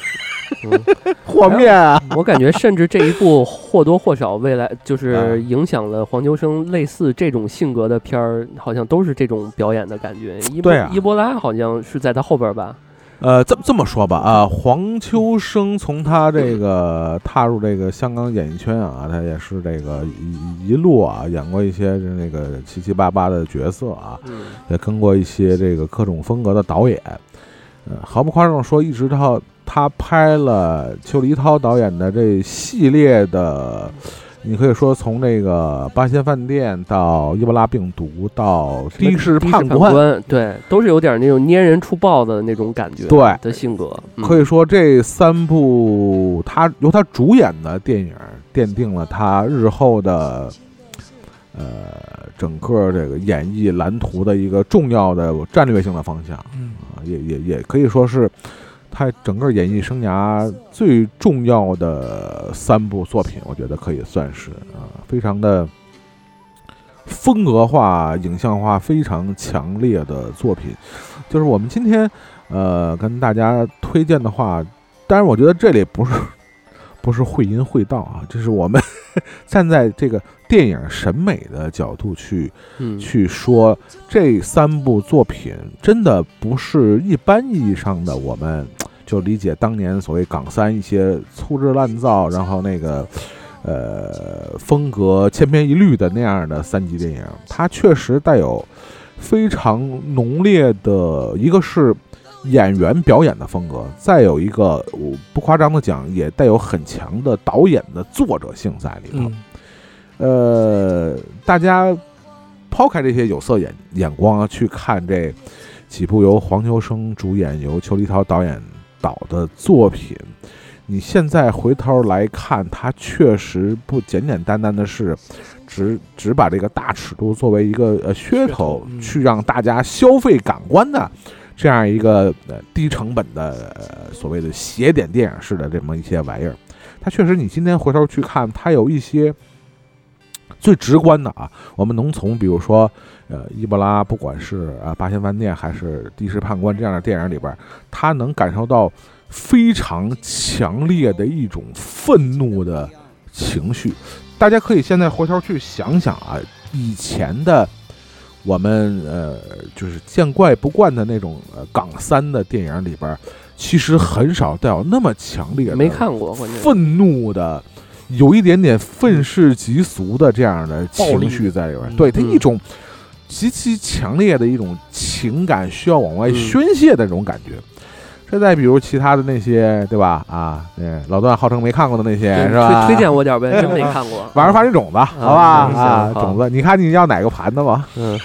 Speaker 3: 嗯
Speaker 1: 和面啊，
Speaker 3: 我感觉，甚至这一部或多或少未来
Speaker 1: 啊
Speaker 3: 就是影响了黄秋生类似这种性格的片儿，好像都是这种表演的感觉。伊波、
Speaker 1: 对啊
Speaker 3: 伊波拉好像是在他后边吧？
Speaker 1: 呃，这么这么说吧啊，黄秋生从他这个踏入这个香港演艺圈啊，他也是这个一一路啊演过一些那个七七八八的角色啊，
Speaker 3: 嗯
Speaker 1: 也跟过一些这个各种风格的导演。呃，毫不夸张地说，一直到他拍了邱黎涛导演的这系列的，你可以说从这个八仙饭店到伊波拉病毒到的士
Speaker 3: 判
Speaker 1: 判官，
Speaker 3: 对，都是有点那种捏人出豹的那种感觉，
Speaker 1: 对
Speaker 3: 的性格，嗯
Speaker 1: 可以说这三部他由他主演的电影奠定了他日后的呃整个这个演艺蓝图的一个重要的战略性的方向啊，
Speaker 2: 嗯，
Speaker 1: 也也也可以说是他整个演艺生涯最重要的三部作品，我觉得可以算是啊，非常的。风格化、影像化非常强烈的作品。就是我们今天呃跟大家推荐的话，当然我觉得这里不是不是会淫会道啊，这是我们 [LAUGHS] 站在这个电影审美的角度去
Speaker 3: 嗯，
Speaker 1: 去说这三部作品，真的不是一般意义上的我们就理解当年所谓港三一些粗制滥造，然后那个呃风格千篇一律的那样的三级电影，它确实带有非常浓烈的，一个是。演员表演的风格，再有一个我不夸张的讲，也带有很强的导演的作者性在里头。
Speaker 2: 嗯，
Speaker 1: 呃，大家抛开这些有色眼眼光啊，去看这几部由黄秋生主演、由邱立涛导演导的作品，你现在回头来看，它确实不简简单单的是只只把这个大尺度作为一个呃噱
Speaker 2: 噱
Speaker 1: 头
Speaker 2: 头，嗯
Speaker 1: 去让大家消费感官的。这样一个呃低成本的、呃、所谓的斜点电影式的这么一些玩意儿，它确实你今天回头去看，它有一些最直观的啊，我们能从比如说，呃，伊布拉不管是啊《八仙饭店》还是《地势判官》这样的电影里边儿，他能感受到非常强烈的一种愤怒的情绪。大家可以现在回头去想想啊，以前的我们呃，就是见怪不怪的那种呃港三的电影里边儿，其实很少带有那么强烈的
Speaker 3: 没看过，关键是
Speaker 1: 愤怒的，有一点点愤世嫉俗的这样的情绪在里边儿，
Speaker 2: 嗯
Speaker 1: 对他
Speaker 3: 嗯
Speaker 1: 一种极其强烈的一种情感需要往外
Speaker 3: 嗯
Speaker 1: 宣泄的那种感觉。这再比如其他的那些，对吧？啊，那老段号称没看过的那些，是吧？
Speaker 3: 推推荐我点儿呗，真没看过。
Speaker 1: 晚上发这种子，好吧？
Speaker 3: 行
Speaker 1: 啊，
Speaker 3: 好
Speaker 1: 种子，你看你要哪个盘的吧？
Speaker 3: 嗯，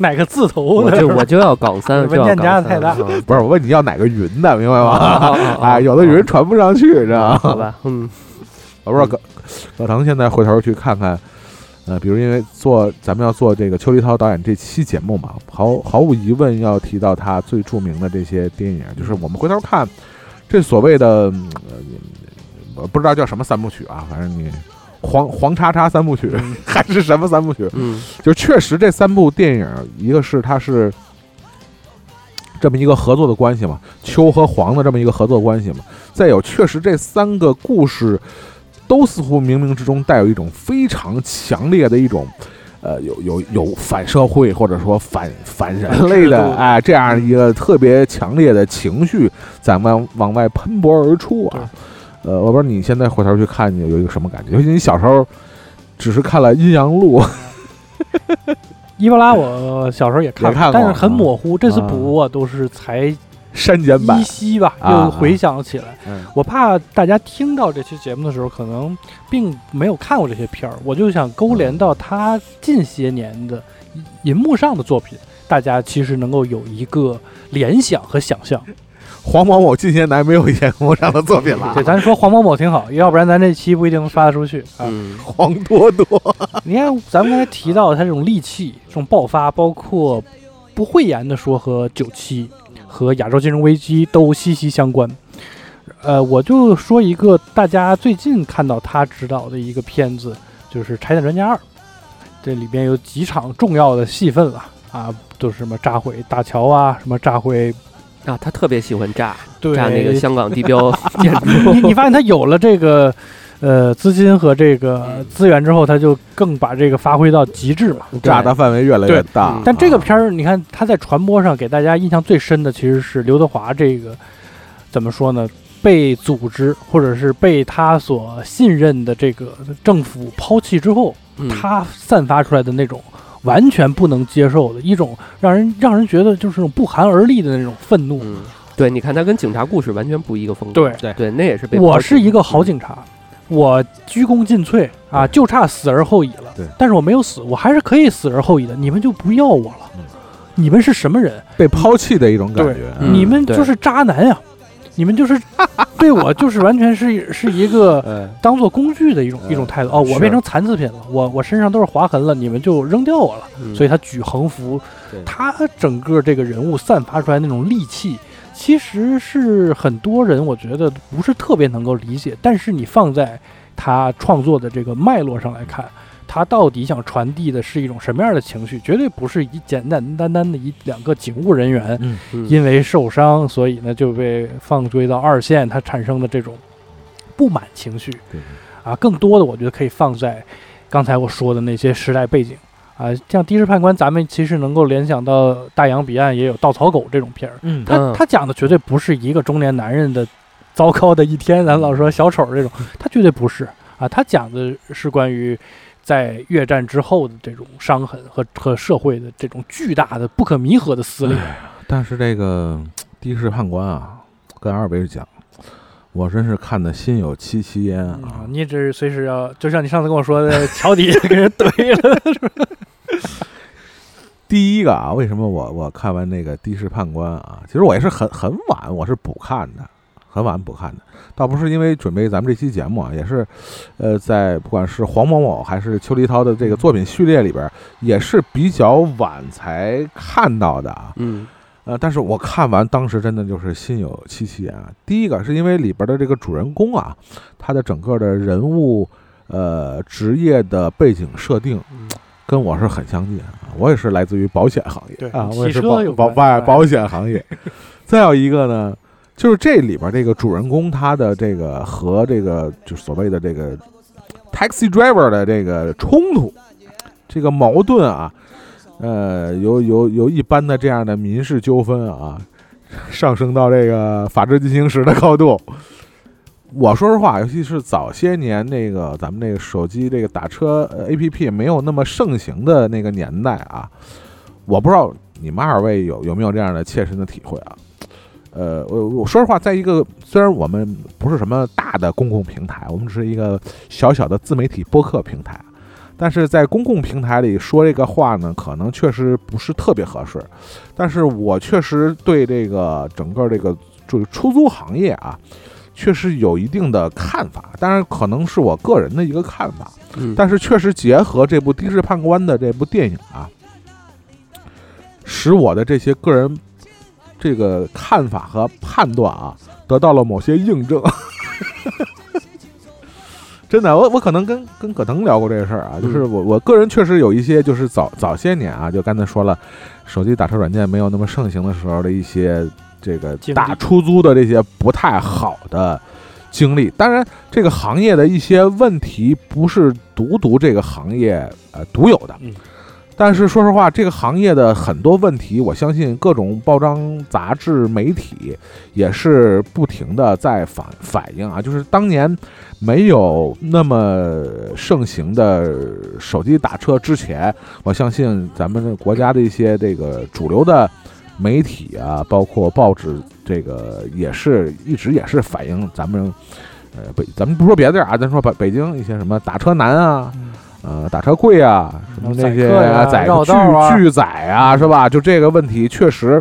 Speaker 2: 哪个字头
Speaker 3: 我
Speaker 2: 的？
Speaker 3: 就我就要港三，
Speaker 2: 文
Speaker 3: 就要
Speaker 2: 件
Speaker 3: 港
Speaker 2: 夹
Speaker 3: 三。
Speaker 2: 太大
Speaker 3: 嗯
Speaker 1: 不是，我问你要哪个云的，明白吗？
Speaker 3: 好啊好好
Speaker 1: 哎，有的云传不上去，知道吗？
Speaker 3: 好吧，嗯，
Speaker 1: 我不知道葛葛腾现在回头去看看，呃，比如因为做咱们要做这个邱立涛导演这期节目嘛，毫毫无疑问要提到他最著名的这些电影，就是我们回头看这所谓的，嗯呃我不知道叫什么三部曲啊，反正你黄黄叉叉三部曲、 [LAUGHS] 还是什么三部曲，
Speaker 3: 嗯
Speaker 1: 就确实这三部电影，一个是它是这么一个合作的关系嘛，秋和黄的这么一个合作关系嘛，再有确实这三个故事都似乎冥冥之中带有一种非常强烈的一种。呃，有有有反社会或者说反反人类
Speaker 3: 制
Speaker 1: 的
Speaker 3: 度
Speaker 1: 哎，这样一个特别强烈的情绪，咱们往外喷薄而出啊。呃，我不知道你现在回头去看你有一个什么感觉，尤其你小时候只是看了《阴阳路》，
Speaker 2: [LAUGHS] 伊布拉我小时候也看
Speaker 1: 也看过
Speaker 2: 但是很模糊。这次
Speaker 1: 啊
Speaker 2: 补我都是才
Speaker 1: 删减版
Speaker 2: 依稀吧，
Speaker 1: 啊
Speaker 2: 又回想起来。
Speaker 1: 嗯
Speaker 2: 我怕大家听到这期节目的时候，可能并没有看过这些片儿，我就想勾连到他近些年的银幕上的作品，大家其实能够有一个联想和想象。
Speaker 1: 黄某某近些来没有演过这样的作品了
Speaker 2: 对，咱说黄某某挺好，要不然咱这期不一定发得出去啊。
Speaker 3: 嗯，
Speaker 1: 黄多多，
Speaker 2: 你看，咱们刚才提到他这种戾气、这种爆发，包括不讳言的说和九七和亚洲金融危机都息息相关。呃，我就说一个大家最近看到他执导的一个片子，就是《拆弹专家二》，这里边有几场重要的戏份了啊，就是什么炸毁大桥啊，什么炸毁
Speaker 3: 啊，他特别喜欢炸
Speaker 2: 对
Speaker 3: 炸那个香港地标建筑，
Speaker 2: 你你发现他有了这个呃资金和这个
Speaker 3: 嗯
Speaker 2: 资源之后，他就更把这个发挥到极致嘛。
Speaker 1: 炸的范围越来越大啊
Speaker 3: 对嗯。
Speaker 2: 但这个片儿，你看他在传播上给大家印象最深的其实是刘德华这个怎么说呢？被组织或者是被他所信任的这个政府抛弃之后，
Speaker 3: 嗯
Speaker 2: 他散发出来的那种完全不能接受的一种让人让人觉得就是那种不寒而栗的那种愤怒。
Speaker 3: 嗯，对，你看他跟警察故事完全不一个风格。
Speaker 2: 对
Speaker 3: 对，那也是被
Speaker 2: 我
Speaker 3: 抛弃
Speaker 2: 是一个好警察，我鞠躬尽瘁啊，
Speaker 3: 嗯
Speaker 1: 对
Speaker 2: 就差死而后已了。
Speaker 1: 对
Speaker 2: 但是我没有死，我还是可以死而后已的。你们就不要我了
Speaker 1: 嗯，
Speaker 2: 你们是什么人？
Speaker 1: 被抛弃的一种感觉，
Speaker 3: 嗯
Speaker 2: 你们
Speaker 3: 对
Speaker 2: 就是渣男呀、你们就是 [LAUGHS] 对我就是完全是是一个
Speaker 1: [LAUGHS] 嗯，
Speaker 2: 当做工具的一种
Speaker 1: 嗯
Speaker 2: 一种态度。哦，我
Speaker 1: 是
Speaker 2: 变成残次品了，我我身上都是划痕了，你们就扔掉我了。
Speaker 3: 嗯
Speaker 2: 所以他举横幅
Speaker 1: 对，
Speaker 2: 他整个这个人物散发出来那种戾气，其实是很多人我觉得不是特别能够理解，但是你放在他创作的这个脉络上来看，他到底想传递的是一种什么样的情绪，绝对不是一简简单单的一两个警务人员
Speaker 1: 嗯
Speaker 3: 嗯
Speaker 2: 因为受伤，所以呢就被放归到二线，他产生的这种不满情绪
Speaker 1: 对
Speaker 2: 啊，更多的我觉得可以放在刚才我说的那些时代背景啊，像《的士判官》，咱们其实能够联想到大洋彼岸也有《稻草狗》这种片儿，
Speaker 1: 嗯
Speaker 2: 他
Speaker 3: 嗯
Speaker 2: 他讲的绝对不是一个中年男人的糟糕的一天，咱老说小丑这种，
Speaker 3: 嗯
Speaker 2: 他绝对不是啊，他讲的是关于在越战之后的这种伤痕和和社会的这种巨大的不可弥合的撕裂。
Speaker 1: 但是这个的士判官啊，跟二位讲，我真是看的心有戚戚焉
Speaker 2: 啊
Speaker 1: 啊，。
Speaker 2: 你这是随时要，就像你上次跟我说的，桥底下跟人怼了，
Speaker 1: 第一个啊，为什么我我看完那个《的士判官》啊，其实我也是很很晚，我是补看的，很晚补看的，倒不是因为准备咱们这期节目啊，也是，呃，在不管是黄某某还是邱黎涛的这个作品序列里边，也是比较晚才看到的啊。
Speaker 3: 嗯
Speaker 1: 呃，但是我看完当时真的就是心有戚戚焉啊。第一个是因为里边的这个主人公啊，他的整个的人物呃职业的背景设定
Speaker 2: [LAUGHS] 嗯。
Speaker 1: 跟我是很相近啊，我也是来自于保险行业
Speaker 2: 对
Speaker 1: 啊，
Speaker 2: 汽
Speaker 1: 我也是
Speaker 2: 车
Speaker 1: 保
Speaker 2: 有
Speaker 1: 保
Speaker 2: 关
Speaker 1: 保保险行业。再有一个呢，就是这里边这个主人公他的这个和这个就所谓的这个 taxi driver 的这个冲突，这个矛盾啊，呃，由由由一般的这样的民事纠纷啊，上升到这个法治进行时的高度。我说实话，尤其是早些年那个咱们那个手机这个打车呃 A P P 没有那么盛行的那个年代啊，我不知道你们二位有有没有这样的切身的体会啊？呃，我我说实话，在一个虽然我们不是什么大的公共平台，我们只是一个小小的自媒体播客平台，但是在公共平台里说这个话呢，可能确实不是特别合适。但是我确实对这个整个这个这个出租行业啊，确实有一定的看法，当然可能是我个人的一个看法。
Speaker 3: 嗯，
Speaker 1: 但是确实结合这部《的士判官》的这部电影啊，使我的这些个人这个看法和判断啊，得到了某些印证。 [LAUGHS] 真的，我我可能跟跟葛腾聊过这个事儿啊，就是我我个人确实有一些，就是早早些年啊，就刚才说了，手机打车软件没有那么盛行的时候的一些这个
Speaker 2: 经历
Speaker 1: 打出租的这些不太好的经历。当然，这个行业的一些问题不是独独这个行业呃独有的，
Speaker 2: 嗯
Speaker 1: 但是说实话，这个行业的很多问题，我相信各种报章、杂志、媒体也是不停的在反反映啊，就是当年没有那么盛行的手机打车之前，我相信咱们的国家的一些这个主流的媒体啊，包括报纸，这个也是一直也是反映咱们，呃，北咱们不说别的地儿啊，咱说北北京一些什么打车难啊，
Speaker 3: 嗯
Speaker 1: 呃，打车贵啊，什么那些
Speaker 2: 嗯宰客呀
Speaker 1: 宰
Speaker 2: 绕
Speaker 1: 巨
Speaker 2: 道啊
Speaker 1: 巨宰啊，是吧？就这个问题确实。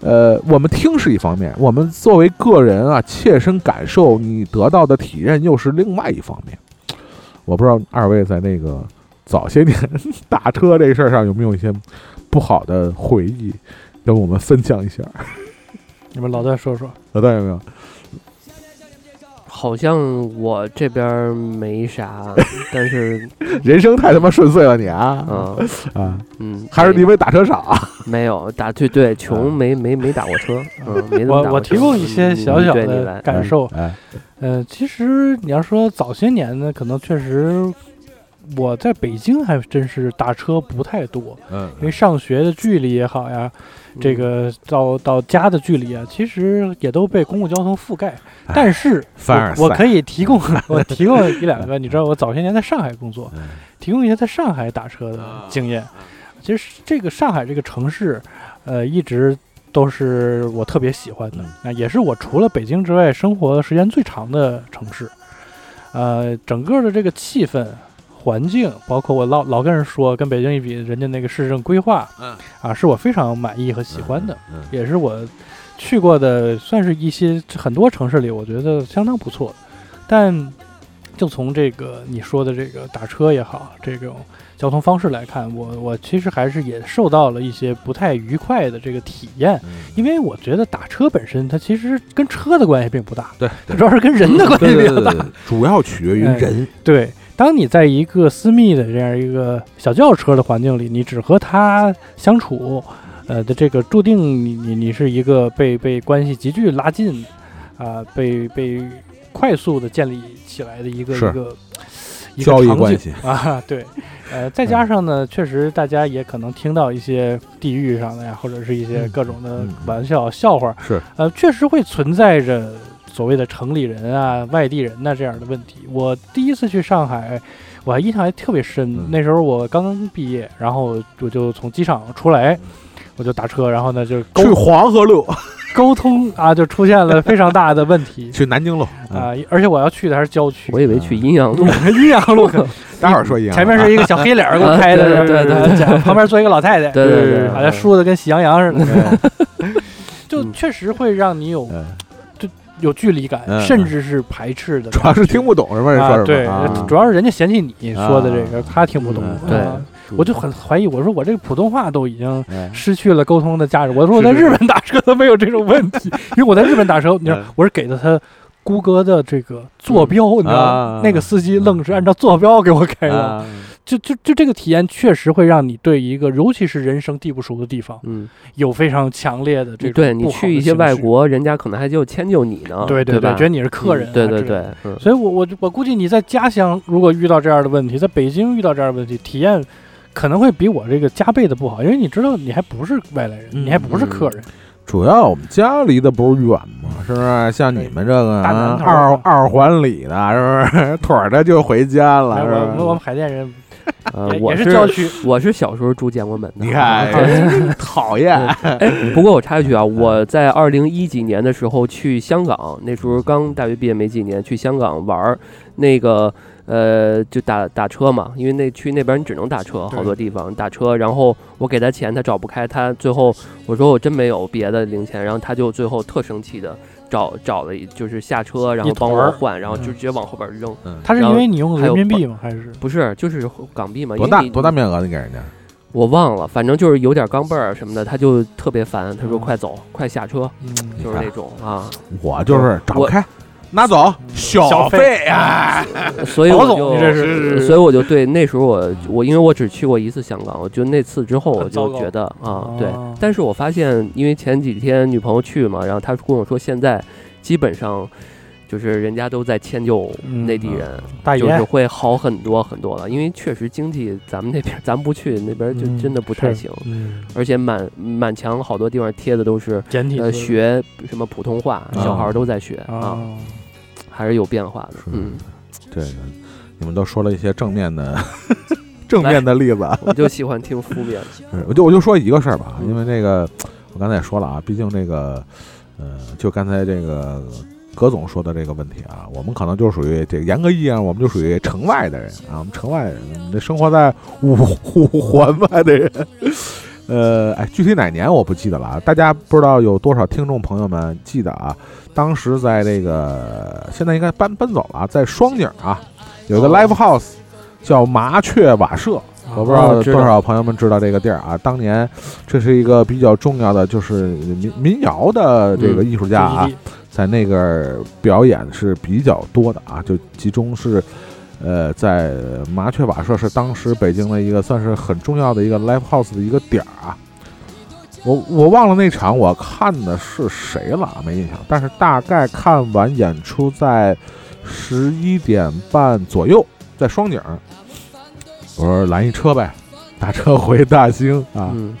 Speaker 1: 呃，我们听是一方面，我们作为个人啊，切身感受你得到的体验又是另外一方面。我不知道二位在那个早些年 [LAUGHS] 打车这事儿上有没有一些不好的回忆，跟我们分享一下？
Speaker 2: 你们老段说说，
Speaker 1: 老段有没有？
Speaker 3: 好像我这边儿没啥，
Speaker 2: [LAUGHS]
Speaker 3: 但是
Speaker 1: 人生太他妈顺遂了你啊！
Speaker 3: 嗯
Speaker 1: 啊，
Speaker 3: 嗯，
Speaker 1: 还是
Speaker 3: 没
Speaker 1: 因为打车少啊？
Speaker 3: 没有打对对穷
Speaker 1: 嗯
Speaker 3: 没没没打过车，
Speaker 2: [LAUGHS]
Speaker 3: 嗯，没怎么
Speaker 2: 我
Speaker 3: 打过
Speaker 2: 我
Speaker 3: 车
Speaker 2: 提供一些
Speaker 3: 嗯
Speaker 2: 小小
Speaker 3: 对你
Speaker 2: 的
Speaker 3: 来
Speaker 2: 感受。
Speaker 1: 哎，
Speaker 2: 呃，其实你要说早些年呢，可能确实我在北京还真是打车不太多，
Speaker 1: 嗯
Speaker 2: 因为上学的距离也好呀，
Speaker 3: 嗯
Speaker 2: 这个到到家的距离啊，其实也都被公共交通覆盖。但是
Speaker 1: 哎凡尔
Speaker 2: 我，
Speaker 1: 赛
Speaker 2: 我可以提供 [LAUGHS] 我提供一两个，你知道我早些年在上海工作
Speaker 1: 嗯，啊
Speaker 2: 提供一些在上海打车的经验。其实这个上海这个城市，呃，一直都是我特别喜欢的
Speaker 1: 嗯，
Speaker 2: 那、也是我除了北京之外生活时间最长的城市。呃，整个的这个气氛、环境，包括我老老跟人说，跟北京一比，人家那个市政规划，
Speaker 1: 嗯，
Speaker 2: 啊，是我非常满意和喜欢的。
Speaker 1: 嗯，
Speaker 2: 也是我去过的，算是一些很多城市里，我觉得相当不错的。但就从这个你说的这个打车也好，这种交通方式来看，我我其实还是也受到了一些不太愉快的这个体验，
Speaker 1: 嗯
Speaker 2: 因为我觉得打车本身它其实跟车的关系并不大，
Speaker 1: 对
Speaker 2: 它主要是跟人的关系
Speaker 1: 对
Speaker 2: 比
Speaker 1: 对
Speaker 2: 较
Speaker 1: 对
Speaker 2: 大。
Speaker 1: 对，主要取决于
Speaker 2: 哎
Speaker 1: 人，
Speaker 2: 对，当你在一个私密的这样一个小轿车的环境里，你只和他相处，呃的这个注定你你你是一个被被关系急剧拉近，啊、被被快速的建立起来的一个一
Speaker 1: 是
Speaker 2: 个一个
Speaker 1: 交易
Speaker 2: 场
Speaker 1: 关
Speaker 2: 景
Speaker 1: 系，嗯
Speaker 2: 啊，对，呃，再加上呢，确实大家也可能听到一些地域上的呀，或者是一些
Speaker 1: 嗯
Speaker 2: 各种的
Speaker 1: 嗯
Speaker 2: 玩笑、笑话，
Speaker 1: 是
Speaker 2: 呃，确实会存在着所谓的城里人啊、外地人呐、这样的问题。我第一次去上海，我还印象还特别深，
Speaker 1: 嗯
Speaker 2: 那时候我刚刚毕业，然后我就从机场出
Speaker 3: 嗯
Speaker 2: 来。我就打车，然后呢，就沟
Speaker 1: 去黄河路，
Speaker 2: 沟通啊，就出现了非常大的问
Speaker 3: [LAUGHS]
Speaker 2: 题
Speaker 1: 去南京路
Speaker 2: 啊、，而且我要去的还是郊区
Speaker 3: 嗯我，以为去阴阳路，
Speaker 2: [LAUGHS] 阴阳路
Speaker 3: [LAUGHS]
Speaker 2: 可
Speaker 1: 待会儿说一样。啊
Speaker 2: 前面是一个小黑脸儿给我开的，
Speaker 3: 啊 [LAUGHS] 对对对
Speaker 2: 对对，旁边坐一个老太太，
Speaker 3: 对对对对嗯
Speaker 2: 把她梳的跟喜羊羊似的，
Speaker 1: 对，
Speaker 2: 就确实会让你有 [LAUGHS]
Speaker 1: 嗯
Speaker 2: 有距离感，
Speaker 1: 嗯
Speaker 2: 甚至是排斥的感觉，
Speaker 1: 主要是听不懂什么人
Speaker 2: 啊，
Speaker 1: 说什
Speaker 2: 对
Speaker 1: 么啊，
Speaker 2: 主要是人家嫌弃你说的这个，他听不懂
Speaker 1: 嗯，
Speaker 3: 啊对
Speaker 2: 啊我就很怀疑，我说我这个普通话都已经。
Speaker 1: 哎
Speaker 2: 失去了沟通的价值。我说我在
Speaker 1: 是是
Speaker 2: 日本打车都没有这种问
Speaker 3: [LAUGHS]
Speaker 2: 题，因为我在日本打车，你知道
Speaker 1: 嗯，
Speaker 2: 我是给的他谷歌的这个
Speaker 3: 嗯
Speaker 2: 坐标，你知道
Speaker 1: 啊
Speaker 2: 吗？那个司机愣是按照坐标给我开的，
Speaker 1: 啊
Speaker 2: 就就就这个体验确实会让你对一个，尤其是人生地不熟的地方，
Speaker 3: 嗯，
Speaker 2: 有非常强烈的这种
Speaker 3: 你对你
Speaker 2: 不好的
Speaker 3: 去一些
Speaker 2: 情绪
Speaker 3: 外，国，人家可能还就迁就你呢，
Speaker 2: 对
Speaker 3: 对
Speaker 2: 对，
Speaker 3: 吧
Speaker 2: 觉得你是客人啊
Speaker 3: 嗯对对
Speaker 2: 之类的 [LAUGHS]
Speaker 3: 对，嗯
Speaker 2: 所以我我我估计你在家乡如果遇到这样的问题，在北京遇到这样的问题，体验可能会比我这个加倍的不好，因为你知道你还不是外来人，
Speaker 1: 嗯
Speaker 2: 你还不是客人，
Speaker 1: 主要我们家离得不是远嘛，是不是？像你们这个
Speaker 2: 大南
Speaker 1: 啊
Speaker 2: 头
Speaker 1: 二二环里的，是不是？腿儿着就回家了，
Speaker 2: 来
Speaker 1: 是
Speaker 2: 哎我我我
Speaker 1: 吧？
Speaker 2: 们海淀人
Speaker 3: 呃
Speaker 2: 也
Speaker 3: 我
Speaker 2: 也是郊区，
Speaker 3: 我是小时候住建国门的，啊
Speaker 1: 你
Speaker 2: 啊
Speaker 1: 看，
Speaker 3: 对
Speaker 1: 真讨厌，嗯
Speaker 3: 哎，不过我插一句啊，我在二零一几年的时候去香港，那时候刚大学毕业没几年，去香港玩儿，那个呃，就打打车嘛，因为那去那边你只能打车，
Speaker 2: 对
Speaker 3: 好多地方打车。然后我给他钱，他找不开，他最后我说我真没有别的零钱，然后他就最后特生气的找找了一，就是下车，然后
Speaker 2: 一
Speaker 3: 帮
Speaker 2: 团
Speaker 3: 我
Speaker 2: 儿
Speaker 3: 换，然后就
Speaker 2: 嗯
Speaker 3: 直接往后边扔。
Speaker 2: 他是因为你用
Speaker 3: 还有
Speaker 2: 人民币吗？还是
Speaker 3: 不是，就是港币嘛，因
Speaker 1: 多
Speaker 3: 为
Speaker 1: 大
Speaker 3: 你
Speaker 1: 多大面额？你给人家？
Speaker 3: 我忘了，反正就是有点钢镚儿什么的，他就特别烦，
Speaker 1: 嗯
Speaker 3: 他说快走，快下车，
Speaker 2: 嗯，
Speaker 3: 就是那种啊。
Speaker 1: 我就是找不开，拿走小
Speaker 2: 小
Speaker 1: 费啊！
Speaker 3: 所以
Speaker 2: 呃保
Speaker 3: 我
Speaker 2: 总
Speaker 3: 就
Speaker 2: 你这是
Speaker 3: 所以我就对那时候我我因为我只去过一次香港，我就那次之后我就觉得啊
Speaker 2: 很糟糕
Speaker 3: 对
Speaker 2: 哦，
Speaker 3: 但是我发现因为前几天女朋友去嘛，然后她跟我说现在基本上就是人家都在迁就内地人，
Speaker 2: 嗯大
Speaker 3: 就是
Speaker 2: 爷，
Speaker 3: 会好很多很多了，因为确实经济咱们那边咱不去那边就
Speaker 2: 嗯
Speaker 3: 真的不太
Speaker 2: 是
Speaker 3: 行，
Speaker 2: 嗯，
Speaker 3: 而且满满墙好多地方贴的都是。
Speaker 2: 简体
Speaker 3: 呃，
Speaker 2: 字
Speaker 3: 学什么普通话，小孩儿都在学啊，
Speaker 2: 啊，
Speaker 3: 还是有变化的
Speaker 1: 是。
Speaker 3: 嗯，
Speaker 1: 对，你们都说了一些正面的 [LAUGHS] 正面的例子啊，
Speaker 3: 我就喜欢听负面的。
Speaker 1: 是嗯我就我就说一个事儿吧，
Speaker 3: 嗯
Speaker 1: 因为那个我刚才也说了啊，毕竟这个呃，就刚才这个葛总说的这个问题啊，我们可能就属于这个严格意义上，我们就属于城外的人啊，我们城外人，我们这生活在五五环外的人。呃，哎，具体哪年我不记得了啊，大家不知道有多少听众朋友们记得啊？当时在这个现在应该搬搬走了啊，在双井啊，有一个
Speaker 3: 哦
Speaker 1: live house 叫麻雀瓦舍，
Speaker 2: 啊
Speaker 1: 我不知道
Speaker 3: 哦知
Speaker 1: 呃多
Speaker 3: 道
Speaker 1: 少朋友们知道这个地儿啊。当年这是一个比较重要的，就是民民谣的这个艺术家啊，在那个儿表演是比较多的啊，就集中是。呃，在麻雀瓦舍是当时北京的一个算是很重要的一个 live house 的一个点儿啊。我我忘了那场我看的是谁了，没印象。但是大概看完演出在十一点半左右，在双井儿，我说拦一车呗，打车回大兴啊。
Speaker 3: 嗯，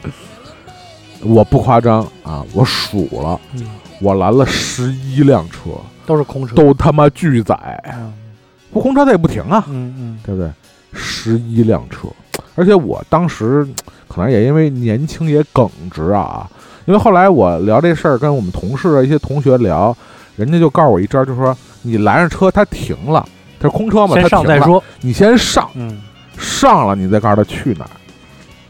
Speaker 1: 我不夸张啊，我数了，
Speaker 2: 嗯
Speaker 1: 我拦了十一辆车，
Speaker 2: 都是空车，
Speaker 1: 都他妈拒载，
Speaker 2: 嗯
Speaker 1: 不空车它也不停啊。
Speaker 2: 嗯
Speaker 1: 对不对？十一辆车，而且我当时可能也因为年轻也耿直啊，因为后来我聊这事儿跟我们同事啊一些同学聊，人家就告诉我一招，就说你拦着车它停了，它是空车
Speaker 2: 嗯，
Speaker 1: 嘛，
Speaker 2: 先
Speaker 1: 它
Speaker 2: 上
Speaker 1: 停了
Speaker 2: 再，说，
Speaker 1: 你先上，
Speaker 2: 嗯，
Speaker 1: 上了你再告诉他去哪儿。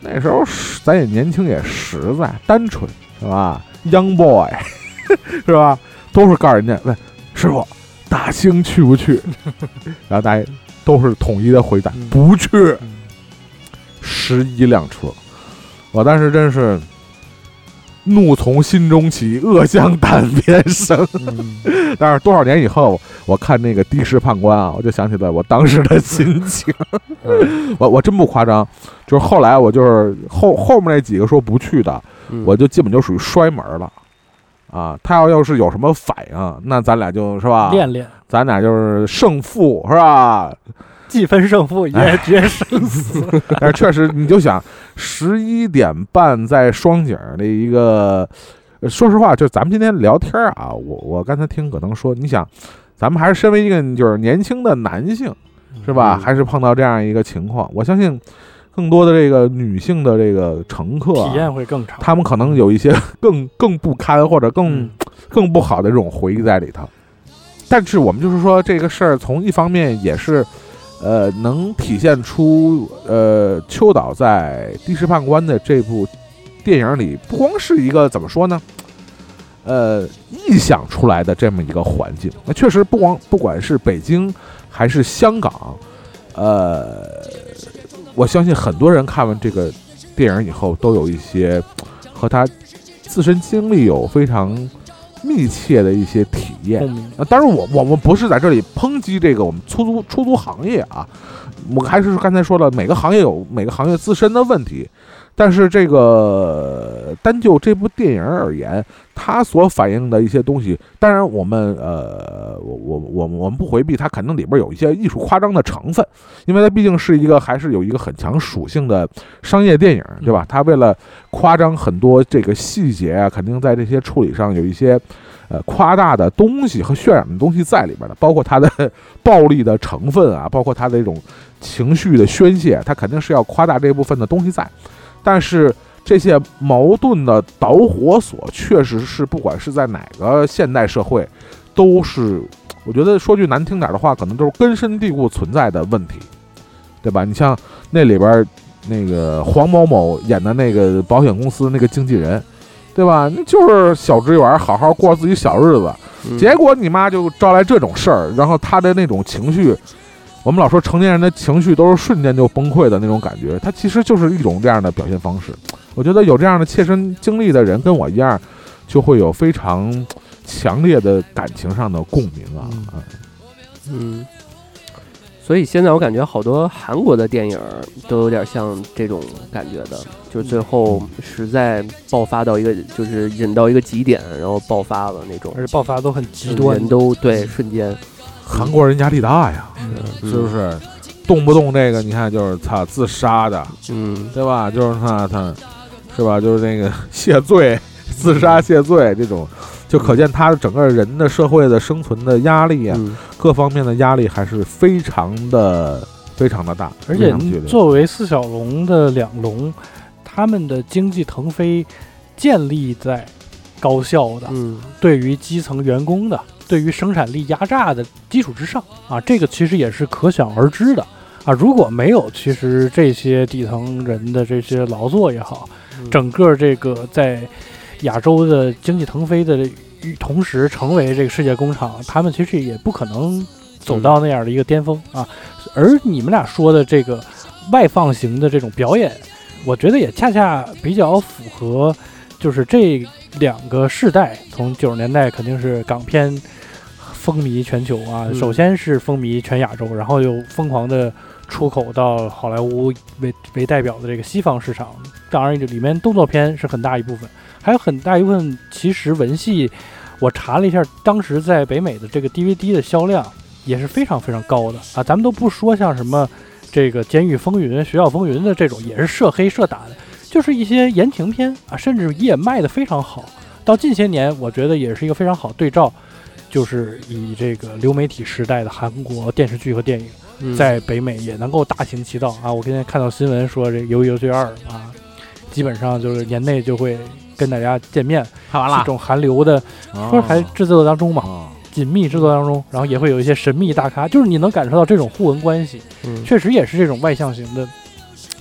Speaker 1: 那时候是咱也年轻也实在单纯是吧？Young boy [LAUGHS] 是吧？都是告诉人家问师傅大兴去不去， [LAUGHS] 然后大家都是统一的回答
Speaker 2: 嗯
Speaker 1: 不去，
Speaker 2: 嗯
Speaker 1: 十一辆车，我当时真是怒从心中起，恶向胆边生。
Speaker 2: 嗯
Speaker 1: [LAUGHS] 但是多少年以后，我看那个《的士判官》啊，我就想起了我当时的心情。
Speaker 3: 嗯
Speaker 1: [LAUGHS] 我我真不夸张，就是后来我就是后后面那几个说不去的，
Speaker 3: 嗯
Speaker 1: 我就基本就属于摔门了。啊，他要要是有什么反应，那咱俩就是吧，
Speaker 2: 练练，
Speaker 1: 咱俩就是胜负是吧？
Speaker 2: 既分胜负，
Speaker 1: 哎
Speaker 2: 也决生死。
Speaker 1: [LAUGHS] 但是确实，你就想十一点半在双井儿的一个，呃说实话，就是咱们今天聊天儿啊，我我刚才听葛能说，你想，咱们还是身为一个就是年轻的男性，是吧？
Speaker 3: 嗯
Speaker 1: 还是碰到这样一个情况，我相信更多的这个女性的这个乘客、
Speaker 2: 体验
Speaker 1: 啊，
Speaker 2: 会更长。
Speaker 1: 他们可能有一些 [LAUGHS] 更更不堪或者更、
Speaker 2: 嗯
Speaker 1: 更不好的这种回忆在里头。但是我们就是说，这个事儿从一方面也是，呃，能体现出呃秋岛在《的士判官》的这部电影里，不光是一个怎么说呢，呃，臆想出来的这么一个环境。那确实不光不管是北京还是香港，呃，我相信很多人看完这个电影以后，都有一些和他自身经历有非常密切的一些体验。
Speaker 2: 共鸣。
Speaker 1: 啊，当然我我们不是在这里抨击这个我们出租出租行业啊，我还是刚才说了，每个行业有每个行业自身的问题，但是这个单就这部电影而言，它所反映的一些东西，当然我们呃，我我我我们不回避，它肯定里边有一些艺术夸张的成分，因为它毕竟是一个还是有一个很强属性的商业电影，对吧？它为了夸张很多这个细节啊，肯定在这些处理上有一些。呃夸大的东西和渲染的东西在里边的，包括它的 [LAUGHS] 暴力的成分啊，包括它的一种情绪的宣泄，它肯定是要夸大这部分的东西在。但是这些矛盾的导火索，确实是不管是在哪个现代社会，都是我觉得说句难听点的话，可能都是根深蒂固存在的问题，对吧？你像那里边儿那个黄某某演的那个保险公司那个经纪人。对吧？那就是小职员，好好过自己小日子。
Speaker 3: 嗯
Speaker 1: 结果你妈就招来这种事儿，然后他的那种情绪，我们老说成年人的情绪都是瞬间就崩溃的那种感觉，他其实就是一种这样的表现方式。我觉得有这样的切身经历的人，跟我一样，就会有非常强烈的感情上的共鸣啊
Speaker 2: 嗯！
Speaker 1: 啊
Speaker 3: 嗯，所以现在我感觉好多韩国的电影儿都有点像这种感觉的，就是最后实在爆发到一个，就是忍到一个极点，然后爆发了那种，
Speaker 2: 而且爆发都很极端
Speaker 3: 人，都对瞬间，
Speaker 1: 韩国人压力大呀，
Speaker 3: 嗯
Speaker 1: 是不是？动不动这个，你看就是操自杀的，
Speaker 3: 嗯
Speaker 1: 对吧？就是他他，是吧？就是那个 [LAUGHS] 谢罪、自杀谢罪这种，就可见他整个人的社会的生存的压力啊，
Speaker 3: 嗯
Speaker 1: 各方面的压力还是非常的、非常的大，
Speaker 2: 而
Speaker 1: 非
Speaker 2: 且
Speaker 1: 常剧烈
Speaker 2: 作为四小龙的两龙，他们的经济腾飞建立在高效的、
Speaker 3: 嗯
Speaker 2: 对于基层员工的、对于生产力压榨的基础之上啊，这个其实也是可想而知的啊。如果没有其实这些底层人的这些劳作也好，
Speaker 3: 嗯
Speaker 2: 整个这个在亚洲的经济腾飞的与同时，成为这个世界工厂，他们其实也不可能走到那样的一个巅峰啊。而你们俩说的这个外放型的这种表演，我觉得也恰恰比较符合，就是这两个世代，从九十年代肯定是港片风靡全球啊，
Speaker 3: 嗯
Speaker 2: 首先是风靡全亚洲，然后又疯狂的出口到好莱坞为为代表的这个西方市场。当然，里面动作片是很大一部分，还有很大一部分其实文戏，我查了一下，当时在北美的这个 DVD 的销量也是非常非常高的啊。咱们都不说像什么这个《监狱风云》《学校风云》的这种，也是涉黑涉打的，就是一些言情片啊，甚至也卖得非常好。到近些年，我觉得也是一个非常好对照，就是以这个流媒体时代的韩国电视剧和电影。
Speaker 3: 嗯
Speaker 2: 在北美也能够大行其道啊！我今天看到新闻说，这《鱿鱼游戏二》啊，基本上就是年内就会跟大家见面，
Speaker 1: 看完
Speaker 2: 这种韩流的，
Speaker 1: 哦
Speaker 2: 说还制作当中嘛，
Speaker 1: 啊，
Speaker 2: 紧密制作当中，然后也会有一些神秘大咖，就是你能感受到这种互文关系，
Speaker 3: 嗯
Speaker 2: 确实也是这种外向型的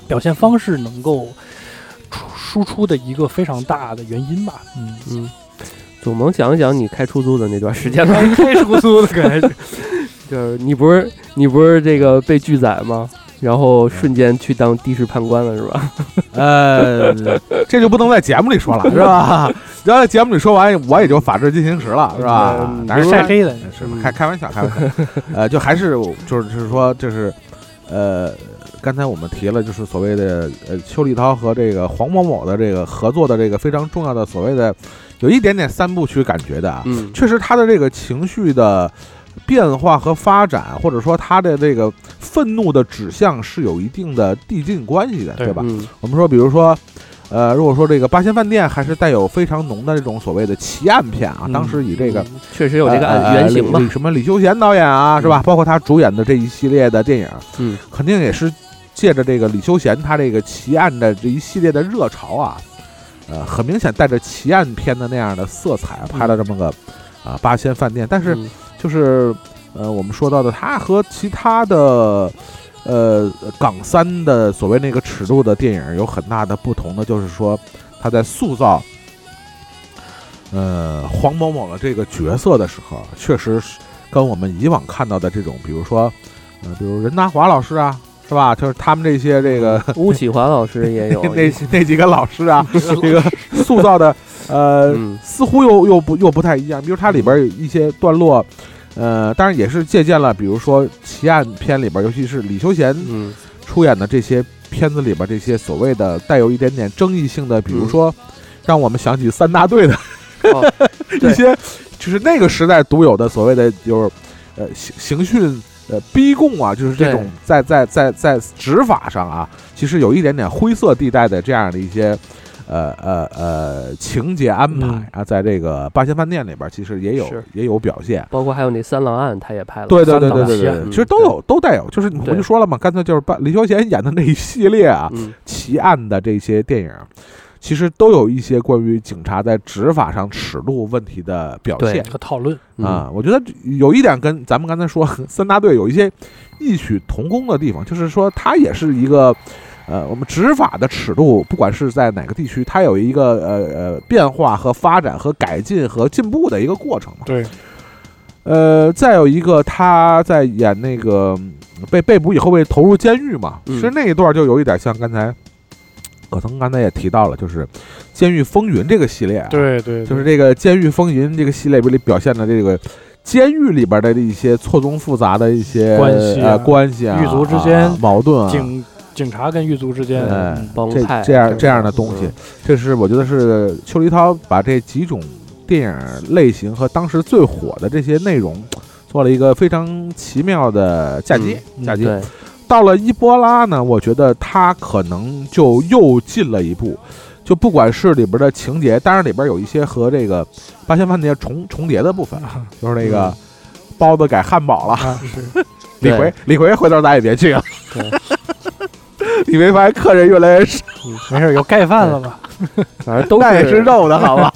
Speaker 2: 表现方式能够出输出的一个非常大的原因吧。嗯，
Speaker 3: 嗯，祖萌讲一讲你开出租的那段
Speaker 2: [LAUGHS]
Speaker 3: 时间吧， [LAUGHS]
Speaker 2: 开出租的感觉，
Speaker 3: 就是你不是你不是这个被拒载吗？然
Speaker 1: 嗯
Speaker 3: 后瞬间去当地市判官了，是吧？
Speaker 1: 呃，这就不能在节目里说了，是吧？ [LAUGHS] 要在节目里说完，我也就法治进行时了，是吧
Speaker 3: 嗯？
Speaker 1: 但
Speaker 2: 是
Speaker 1: 是
Speaker 2: 晒黑的，
Speaker 1: 是开开玩笑，开玩笑。呃，就还是就是就是说，就是呃，刚才我们提了，就是所谓的呃邱立涛和这个黄某某的这个合作的这个非常重要的所谓的有一点点三部曲感觉的啊，
Speaker 3: 嗯，
Speaker 1: 确实他的这个情绪的。变化和发展，或者说他的这个愤怒的指向是有一定的递进关系的，
Speaker 2: 对
Speaker 1: 对吧？
Speaker 3: 嗯
Speaker 1: 我们说，比如说，呃，如果说这个八仙饭店还是带有非常浓的这种所谓的奇案片啊，
Speaker 2: 嗯
Speaker 1: 当时以这个
Speaker 3: 确实有这个
Speaker 1: 呃
Speaker 3: 案原型嗯吧
Speaker 1: 李？什么李修贤导演啊，是吧？包括他主演的这一系列的电影，
Speaker 3: 嗯，
Speaker 1: 肯定也是借着这个李修贤他这个奇案的这一系列的热潮啊，呃，很明显带着奇案片的那样的色彩拍了这么个啊、八仙饭店，但是
Speaker 3: 嗯
Speaker 1: 就是呃，我们说到的，它和其他的呃港三的所谓那个尺度的电影有很大的不同的，就是说他在塑造呃黄某某的这个角色的时候，确实是跟我们以往看到的这种，比如说呃，比如任达华老师啊，是吧？就是他们这些这个。
Speaker 3: 吴启华老师也有
Speaker 1: [LAUGHS] 那那几个老师啊，这
Speaker 3: [LAUGHS]
Speaker 1: 个塑造的呃、
Speaker 3: 嗯
Speaker 1: 似乎又又不又不太一样。比如它里边有一些段落，呃，当然也是借鉴了，比如说奇案片里边，尤其是李修贤
Speaker 3: 嗯
Speaker 1: 出演的这些片子里边这些所谓的带有一点点争议性的，比如说让我们想起三大队的、
Speaker 3: 嗯
Speaker 1: [LAUGHS]
Speaker 3: 哦对
Speaker 1: 一些，就是那个时代独有的所谓的就是呃刑刑讯。呃，逼供啊，就是这种
Speaker 3: 对
Speaker 1: 在在在在执法上啊，其实有一点点灰色地带的这样的一些，呃呃呃情节安排
Speaker 2: 嗯
Speaker 1: 啊，在这个八仙饭店里边，其实也有
Speaker 3: 是
Speaker 1: 也有表现。
Speaker 3: 包括还有那三郎案，他也拍了。
Speaker 1: 对对对
Speaker 2: 三
Speaker 1: 对
Speaker 2: 档
Speaker 1: 对
Speaker 2: 期
Speaker 1: 对
Speaker 2: 啊
Speaker 1: 对，
Speaker 3: 嗯
Speaker 1: 其实都有都带有，就是我
Speaker 3: 对
Speaker 1: 就说了嘛，干脆就是把李修贤演的那一系列啊
Speaker 3: 嗯
Speaker 1: 奇案的这些电影，其实都有一些关于警察在执法上尺度问题的表
Speaker 3: 对
Speaker 1: 现
Speaker 2: 和讨论，
Speaker 3: 嗯
Speaker 1: 啊。我觉得有一点跟咱们刚才说三大队有一些异曲同工的地方，就是说它也是一个。呃，我们执法的尺度，不管是在哪个地区，它有一个呃呃变化和发展和改进和进步的一个过程嘛。
Speaker 2: 对，
Speaker 1: 呃，再有一个，他在演那个嗯被被捕以后被投入监狱嘛，
Speaker 3: 嗯
Speaker 1: 其实那一段就有一点像刚才葛腾刚才也提到了，就是《监狱风云》这个系列、啊，，
Speaker 2: 对对，
Speaker 1: 就是这个《监狱风云》这个系列里表现的这个监狱里边的一些错综复杂的一些
Speaker 2: 关系啊
Speaker 1: 呃、关系啊，
Speaker 2: 狱卒之间
Speaker 1: 啊矛盾啊，
Speaker 2: 警警察跟狱卒之间，
Speaker 1: 哎
Speaker 2: 嗯
Speaker 3: 帮派啊
Speaker 1: 这这样这样的东
Speaker 3: 嗯
Speaker 1: 西，啊这是我觉得是邱黎涛把这几种电影类型和当时最火的这些内容做了一个非常奇妙的嫁接。
Speaker 2: 嗯
Speaker 1: 嫁接
Speaker 3: 对，
Speaker 1: 到了伊波拉呢，我觉得他可能就又进了一步。就不管是里边的情节，当然里边有一些和这个《八仙饭店》重重叠的部分，
Speaker 3: 嗯
Speaker 1: 啊，就是那个包子改汉堡了。
Speaker 2: [LAUGHS] 啊是，
Speaker 1: 李
Speaker 3: 对
Speaker 1: 逵，李逵回头咱也别去了
Speaker 3: 对。
Speaker 1: [LAUGHS] 你没发现客人越来越少，
Speaker 2: 没事有盖饭了吧？
Speaker 3: 反正都
Speaker 1: 那也是肉的好吧？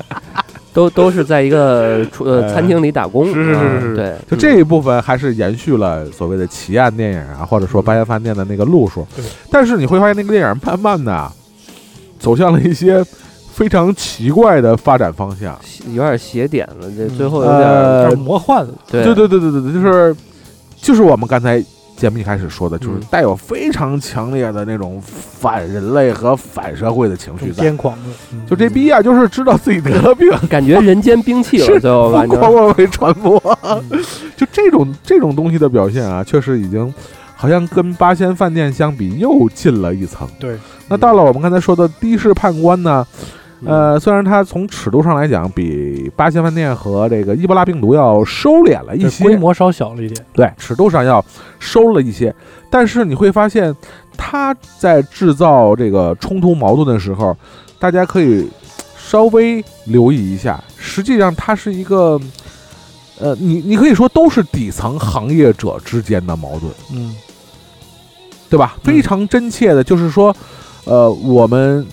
Speaker 3: 都都是在一个厨呃
Speaker 1: 呃
Speaker 3: 餐厅里打工，
Speaker 1: 是是是
Speaker 3: 嗯
Speaker 1: 是是
Speaker 3: 对，
Speaker 1: [LAUGHS] 就这一部分还是延续了所谓的奇案电影啊，或者说八仙饭店的那个路数
Speaker 2: 嗯对，
Speaker 1: 但是你会发现那个电影慢慢的啊走向了一些非常奇怪的发展方向。
Speaker 3: 嗯有点邪点了，这
Speaker 2: 嗯
Speaker 3: 最后有点
Speaker 1: 呃
Speaker 2: 有点魔幻了，
Speaker 3: 对
Speaker 1: 对对对对对对，就是就是我们刚才节目一开始说的，就是
Speaker 3: 嗯
Speaker 1: 带有非常强烈的那种反人类和反社会的情
Speaker 2: 挺
Speaker 1: 绪在。
Speaker 2: 癫狂的，嗯
Speaker 1: 就这逼啊，就是知道自己得了病，
Speaker 3: 感觉人间兵器了，
Speaker 1: 是
Speaker 3: 最后
Speaker 1: 疯
Speaker 3: 反
Speaker 1: 狂
Speaker 3: 正
Speaker 1: 往回传播。
Speaker 2: 嗯
Speaker 1: 就这种这种东西的表现啊，确实已经好像跟八仙饭店相比又进了一层。
Speaker 2: 对，
Speaker 1: 那到了我们刚才说的的士判官呢，
Speaker 3: 嗯
Speaker 1: 呃，虽然它从尺度上来讲比八仙饭店和这个伊波拉病毒要收敛了一
Speaker 2: 对
Speaker 1: 些，
Speaker 2: 规模稍小了一点，
Speaker 1: 对尺度上要收了一些，但是你会发现，他在制造这个冲突矛盾的时候，大家可以稍微留意一下，实际上它是一个。呃，你你可以说都是底层行业者之间的矛盾，
Speaker 2: 嗯，
Speaker 1: 对吧？非常真切的，就是说，呃，我们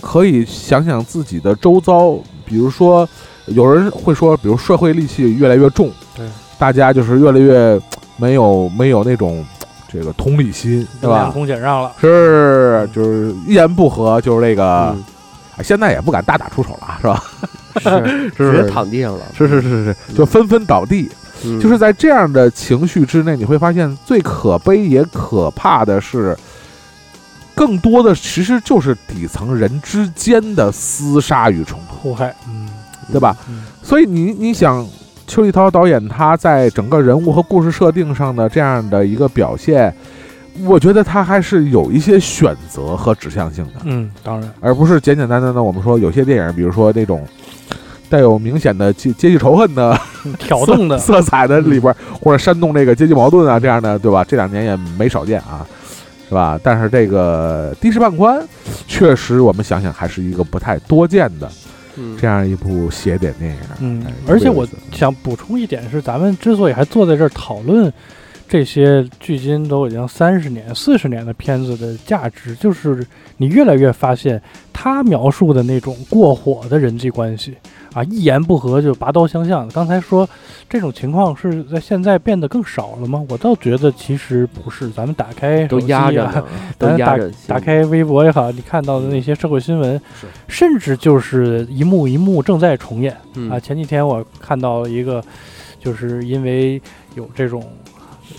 Speaker 1: 可以想想自己的周遭，比如说，有人会说，比如社会戾气越来越重，
Speaker 2: 对，
Speaker 1: 大家就是越来越没有没有那种这个同理心，对啊吧？
Speaker 2: 公俭让了，
Speaker 1: 是，就是一言不合就是这个，
Speaker 3: 嗯
Speaker 1: 哎现在也不敢啊大打出手了，是吧？
Speaker 3: 是直接
Speaker 1: [LAUGHS] 是
Speaker 3: 躺地上了，
Speaker 1: [LAUGHS] 是是是是，
Speaker 3: 嗯
Speaker 1: 就纷纷倒地。
Speaker 3: 嗯
Speaker 1: 就是在这样的情绪之内，你会发现最可悲也可怕的是，更多的其实就是底层人之间的厮杀与冲突，
Speaker 2: 祸害，嗯
Speaker 1: 对吧？
Speaker 2: 嗯
Speaker 1: 所以你你想，邱立涛导演他在整个人物和故事设定上的这样的一个表现，我觉得他还是有一些选择和指向性的，
Speaker 2: 嗯，当然，
Speaker 1: 而不是简简单单的我们说有些电影，比如说那种带有明显的阶阶级仇恨的
Speaker 2: [LAUGHS] 挑
Speaker 1: [LAUGHS]
Speaker 2: 动的，嗯
Speaker 1: 色色彩的里边儿，或者煽动这个阶级矛盾啊这样的，对吧？这两年也没少见啊，是吧？但是这个《的士半宽》确实，我们想想还是一个不太多见的
Speaker 3: 嗯
Speaker 1: 这样一部邪典电影。
Speaker 2: 嗯
Speaker 1: 哎，
Speaker 2: 而且我
Speaker 1: 特别有意思
Speaker 2: 想补充一点是，咱们之所以还坐在这儿讨论这些距今都已经三十年、四十年的片子的价值，就是你越来越发现，他描述的那种过火的人际关系啊，一言不合就拔刀相向。刚才说这种情况是在现在变得更少了吗？我倒觉得其实不是，咱们打开
Speaker 3: [LAUGHS] 都
Speaker 2: 手机
Speaker 3: 压着
Speaker 2: 啊
Speaker 3: 呢，都压着。
Speaker 2: 打开微博也好，你看到的那些社会新
Speaker 3: 嗯
Speaker 2: 闻
Speaker 1: 是，
Speaker 2: 甚至就是一幕一幕正在重演。
Speaker 3: 嗯
Speaker 2: 啊，前几天我看到一个，就是因为有这种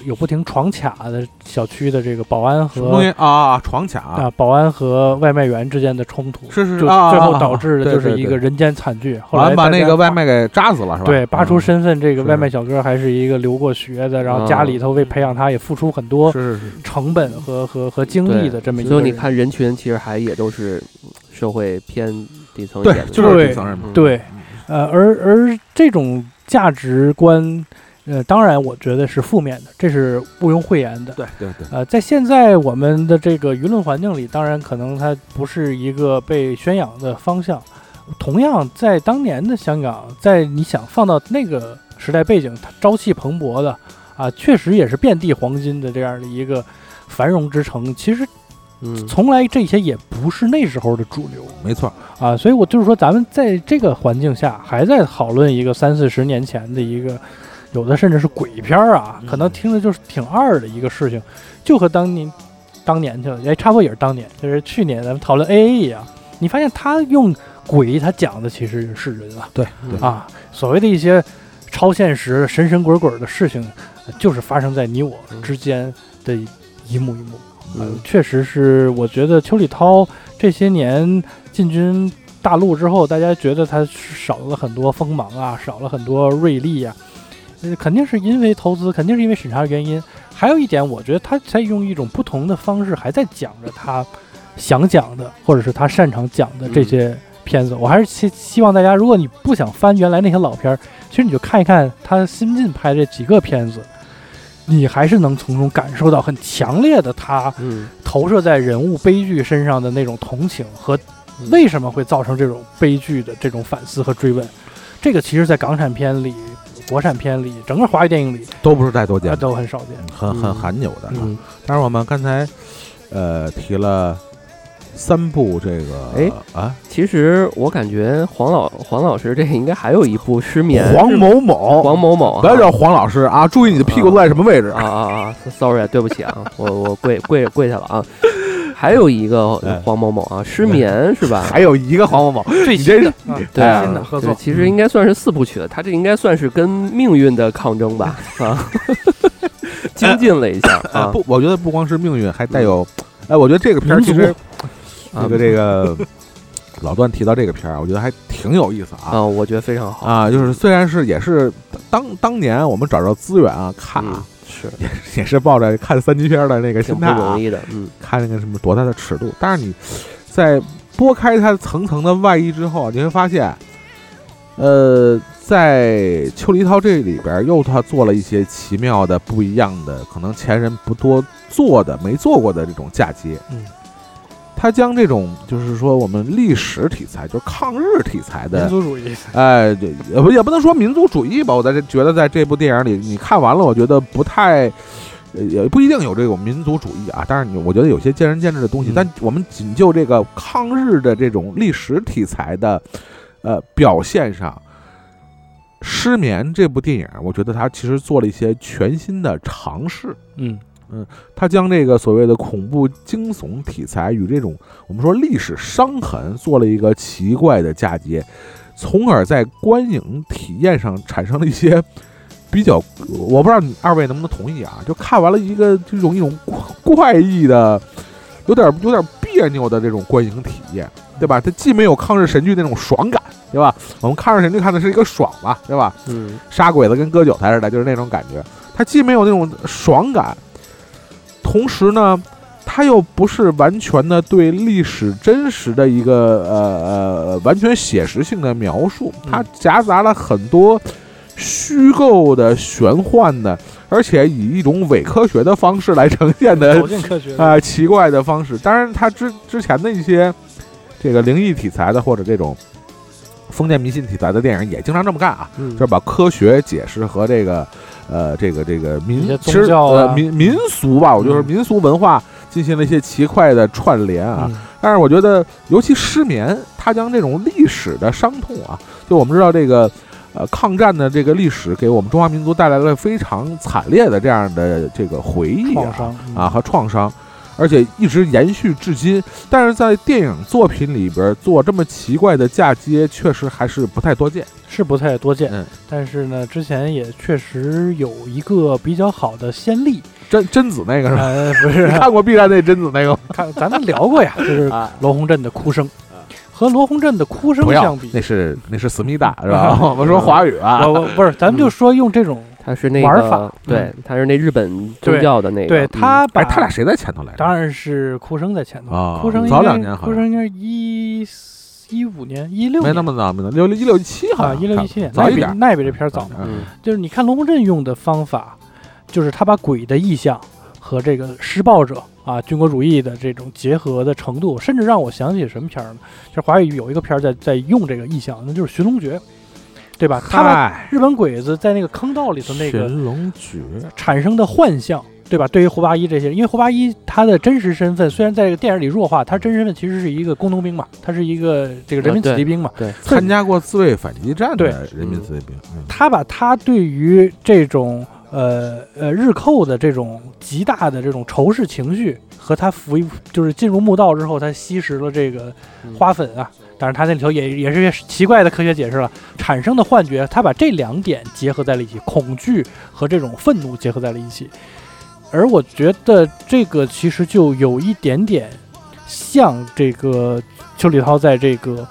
Speaker 2: 有不停闯卡的小区的这个保安
Speaker 1: 什么东
Speaker 2: 和
Speaker 1: 西啊？床卡啊
Speaker 2: 啊保安和外卖员之间的冲突，
Speaker 1: 是是
Speaker 2: 就
Speaker 1: 啊
Speaker 2: 最
Speaker 1: 啊
Speaker 2: 后
Speaker 1: 啊
Speaker 2: 导致的
Speaker 1: 对
Speaker 2: 就是
Speaker 1: 对
Speaker 2: 一
Speaker 1: 对
Speaker 2: 个人间惨剧。后
Speaker 1: 保
Speaker 2: 来
Speaker 1: 安把
Speaker 2: 大
Speaker 1: 那
Speaker 2: 家
Speaker 1: 个外卖给扎死了是吧？嗯
Speaker 2: 对扒出身份，这个
Speaker 1: 是
Speaker 2: 外卖小哥还是一个留过学的，然后家
Speaker 3: 啊
Speaker 2: 里头为培养他也付出很
Speaker 1: 嗯
Speaker 2: 多
Speaker 1: 是是是，
Speaker 2: 成本和和和精力的这么一个
Speaker 3: 所以
Speaker 2: 人。
Speaker 3: 你看人群其实还也都是嗯社会偏底层一
Speaker 1: 对
Speaker 3: 点的，
Speaker 1: 就是
Speaker 2: 对
Speaker 1: 底层人嘛。
Speaker 2: 对，
Speaker 1: 嗯
Speaker 2: 呃，而而这种价值观，呃，当然我觉得是负面的，这是毋庸讳言的。
Speaker 1: 对对对，
Speaker 2: 呃，在现在我们的这个舆论环境里，当然可能它不是一个被宣扬的方向。同样，在当年的香港，在你想放到那个时代背景，它朝气蓬勃的啊，确实也是遍地黄金的这样的一个繁荣之城。其实
Speaker 3: 嗯，
Speaker 2: 从来这些也不是那时候的主流。
Speaker 1: 没错。
Speaker 2: 啊，所以我就是说，咱们在这个环境下，还在讨论一个三四十年前的一个，有的甚至是鬼片儿啊，可能听着就是挺二的一个事情，就和当年当年去了，哎，差不多也是当年，就是去年咱们讨论 A A 一样，你发现他用鬼，他讲的其实是人啊，
Speaker 1: 对
Speaker 3: 对
Speaker 2: 啊，所谓的一些超现实、神神鬼鬼的事情，呃就是发生在你我之间的一幕一幕。呃
Speaker 3: 嗯
Speaker 2: 确实是，我觉得邱礼涛这些年进军大陆之后，大家觉得他少了很多锋芒啊，少了很多锐利啊，呃，肯定是因为投资，肯定是因为审查原因。还有一点，我觉得他在用一种不同的方式，还在讲着他想讲的，或者是他擅长讲的这些片子。我还是希希望大家，如果你不想翻原来那些老片儿，其实你就看一看他新近拍这几个片子，你还是能从中感受到很强烈的他
Speaker 3: 嗯，
Speaker 2: 投射在人物悲剧身上的那种同情和
Speaker 3: 嗯
Speaker 2: 为什么会造成这种悲剧的这种反思和追问。这个其实，在港产片里、国产片里、整个华语电影里，
Speaker 1: 都不是太多
Speaker 2: 它
Speaker 1: 见，
Speaker 2: 啊都
Speaker 1: [LAUGHS]
Speaker 2: 很少见。
Speaker 1: 很很
Speaker 3: 嗯
Speaker 1: 罕有的啊。
Speaker 3: 嗯
Speaker 1: 但是我们刚才呃提了三部这个
Speaker 3: 哎
Speaker 1: 啊，
Speaker 3: 其实我感觉黄老黄老师这个应该还有一部失眠，
Speaker 1: 黄某某，
Speaker 3: 黄某某啊，
Speaker 1: 不要叫黄老师啊，注意你的屁股坐在什么位置
Speaker 3: 啊。啊啊！Sorry，对不起啊，我我跪跪跪下了啊。还有一个
Speaker 1: 哎
Speaker 3: 黄某某啊，失眠是吧？
Speaker 1: 还有一个黄某某，
Speaker 2: 最
Speaker 1: 你这
Speaker 2: 新
Speaker 1: 是
Speaker 2: 的啊，
Speaker 3: 对
Speaker 1: 哎
Speaker 3: 啊
Speaker 2: 新的合，
Speaker 3: 对
Speaker 2: 作，
Speaker 3: 其实应该算是四部曲了，他这应该算是跟命运的抗争吧，
Speaker 2: [LAUGHS]
Speaker 3: 啊，精进了一下
Speaker 2: 哎
Speaker 1: 呃
Speaker 3: 啊
Speaker 1: 不，我觉得不光是命运，还带有，哎，我觉得这个片儿其实
Speaker 3: 啊
Speaker 1: 这个这个老段提到这个片儿，我觉得还挺有意思啊
Speaker 3: 啊，我觉得非常好，
Speaker 1: 啊，就是虽然是也是当当年我们找着资源啊看
Speaker 3: 嗯
Speaker 1: 啊，，
Speaker 3: 是
Speaker 1: 也 [LAUGHS] 也是抱着看三级片儿的那个心
Speaker 3: 挺不
Speaker 1: 态啊
Speaker 3: 容，易的，嗯
Speaker 1: 看那个什么多大的尺度，但是你在拨开它层层的外衣之后，你会发现，呃，在邱黎涛这里边儿又他做了一些奇妙的、不一样的，可能前人不多做的、没做过的这种嫁接。
Speaker 2: 嗯，
Speaker 1: 他将这种就是说我们历史题材，就是抗日题材
Speaker 2: 民
Speaker 1: 的，
Speaker 2: 族主
Speaker 1: [LAUGHS]
Speaker 2: 义。
Speaker 1: 哎，对也不也不能说民族主义吧，我在这觉得在这部电影里，你看完了，我觉得不太。呃也不一定有这种民族主义啊，但是你我觉得有些见仁见智的东西。
Speaker 2: 嗯
Speaker 1: 但我们仅就这个抗日的这种历史题材的，呃，表现上，《失眠》这部电影，我觉得它其实做了一些全新的尝试。
Speaker 2: 嗯，
Speaker 1: 它将这个所谓的恐怖惊悚题材与这种我们说历史伤痕做了一个奇怪的嫁接，从而在观影体验上产生了一些比较，我不知道你二位能不能同意啊？就看完了一个这种一种怪怪异的，有点有点别扭的这种观影体验，对吧？它既没有抗日神剧那种爽感，对吧？我们抗日神剧看的是一个爽嘛，对吧？
Speaker 3: 嗯，
Speaker 1: 杀鬼子跟割韭菜似的，就是那种感觉。它既没有那种爽感，同时呢，它又不是完全的对历史真实的一个呃呃完全写实性的描述，它夹杂了很多虚构的、玄幻的，而且以一种伪科学的方式来呈现的
Speaker 2: 走进科学
Speaker 1: 啊、奇怪的方式。当然，它之之前的一些这个灵异题材的或者这种封建迷信题材的电影也经常这么干啊。
Speaker 3: 嗯
Speaker 1: 就是把科学解释和这个呃这个这个
Speaker 2: 一
Speaker 1: 民
Speaker 2: 些
Speaker 1: 其
Speaker 2: 宗
Speaker 1: 实
Speaker 2: 教啊
Speaker 1: 呃民民俗吧，我就是
Speaker 2: 嗯
Speaker 1: 民俗文化进行了一些奇快的串联啊。
Speaker 2: 嗯
Speaker 1: 但是我觉得，尤其失眠，它将这种历史的伤痛啊，就我们知道这个。呃，抗战的这个历史给我们中华民族带来了非常惨烈的这样的这个回忆啊
Speaker 2: 创伤嗯
Speaker 1: 啊和创伤，而且一直延续至今。但是在电影作品里边做这么奇怪的嫁接，确实还是不太多见。
Speaker 2: 是不太多见
Speaker 1: 嗯，
Speaker 2: 但是呢，之前也确实有一个比较好的
Speaker 1: [LAUGHS]
Speaker 2: 先例，
Speaker 1: 贞贞子那个是吧？ [LAUGHS]
Speaker 2: 呃，不是
Speaker 1: 你看过 B 站那贞子那个吗？
Speaker 2: 看咱们聊过呀，就是
Speaker 1: 啊，
Speaker 2: 罗洪镇的哭声，和罗洪镇的哭声
Speaker 1: 不要
Speaker 2: 相，比
Speaker 1: 那，是那是思密 [LAUGHS] 达是吧？我们说华语啊
Speaker 2: [LAUGHS] 我，我不是，咱们就说用这种，
Speaker 3: 他是那个
Speaker 2: 玩法嗯
Speaker 3: 对，他是那日本宗教的那个，
Speaker 2: 对
Speaker 3: 嗯
Speaker 2: 他把
Speaker 1: 哎，他俩谁在前头来着？
Speaker 2: 当然是哭声在前头，
Speaker 1: 啊
Speaker 2: 哭声应
Speaker 1: 早
Speaker 2: 该
Speaker 1: 两年好像
Speaker 2: 哭声应该是一一五年、一六
Speaker 1: 没
Speaker 2: 年
Speaker 1: 那么早，没那么六一六一七好
Speaker 2: 啊，
Speaker 1: 像
Speaker 2: 一六一七年，
Speaker 1: 早
Speaker 2: 那
Speaker 1: 一
Speaker 2: 比
Speaker 1: 点
Speaker 2: 那比这片儿早嘛。
Speaker 1: 嗯
Speaker 3: 嗯
Speaker 2: 就是你看龙宫镇用的方法，就是他把鬼的意象和这个施暴者啊军国主义的这种结合的程度，甚至让我想起什么片儿呢？就是华语有一个片儿在在用这个意象，那就是《寻龙诀》，对吧？他把
Speaker 1: 嗨，
Speaker 2: 日本鬼子在那个坑道里头那个
Speaker 1: 神龙诀，
Speaker 2: 产生的幻象，对吧？对于胡八一这些人，因为胡八一他的真实身份虽然在这个电影里弱化，他真实身份其实是一个工农兵嘛，他是一个这个人民
Speaker 3: 啊对
Speaker 2: 子弟兵嘛。
Speaker 3: 对，
Speaker 1: 参加过自卫反击战的人民自卫兵，嗯
Speaker 2: 他把他对于这种呃呃日寇的这种极大的这种仇视情绪，和他服就是进入墓道之后，他吸食了这个
Speaker 3: 嗯
Speaker 2: 花粉啊，当然他那里头也也是些奇怪的科学解释了，产生的幻觉，他把这两点结合在了一起，恐惧和这种愤怒结合在了一起，而我觉得这个其实就有一点点像这个邱礼涛在这个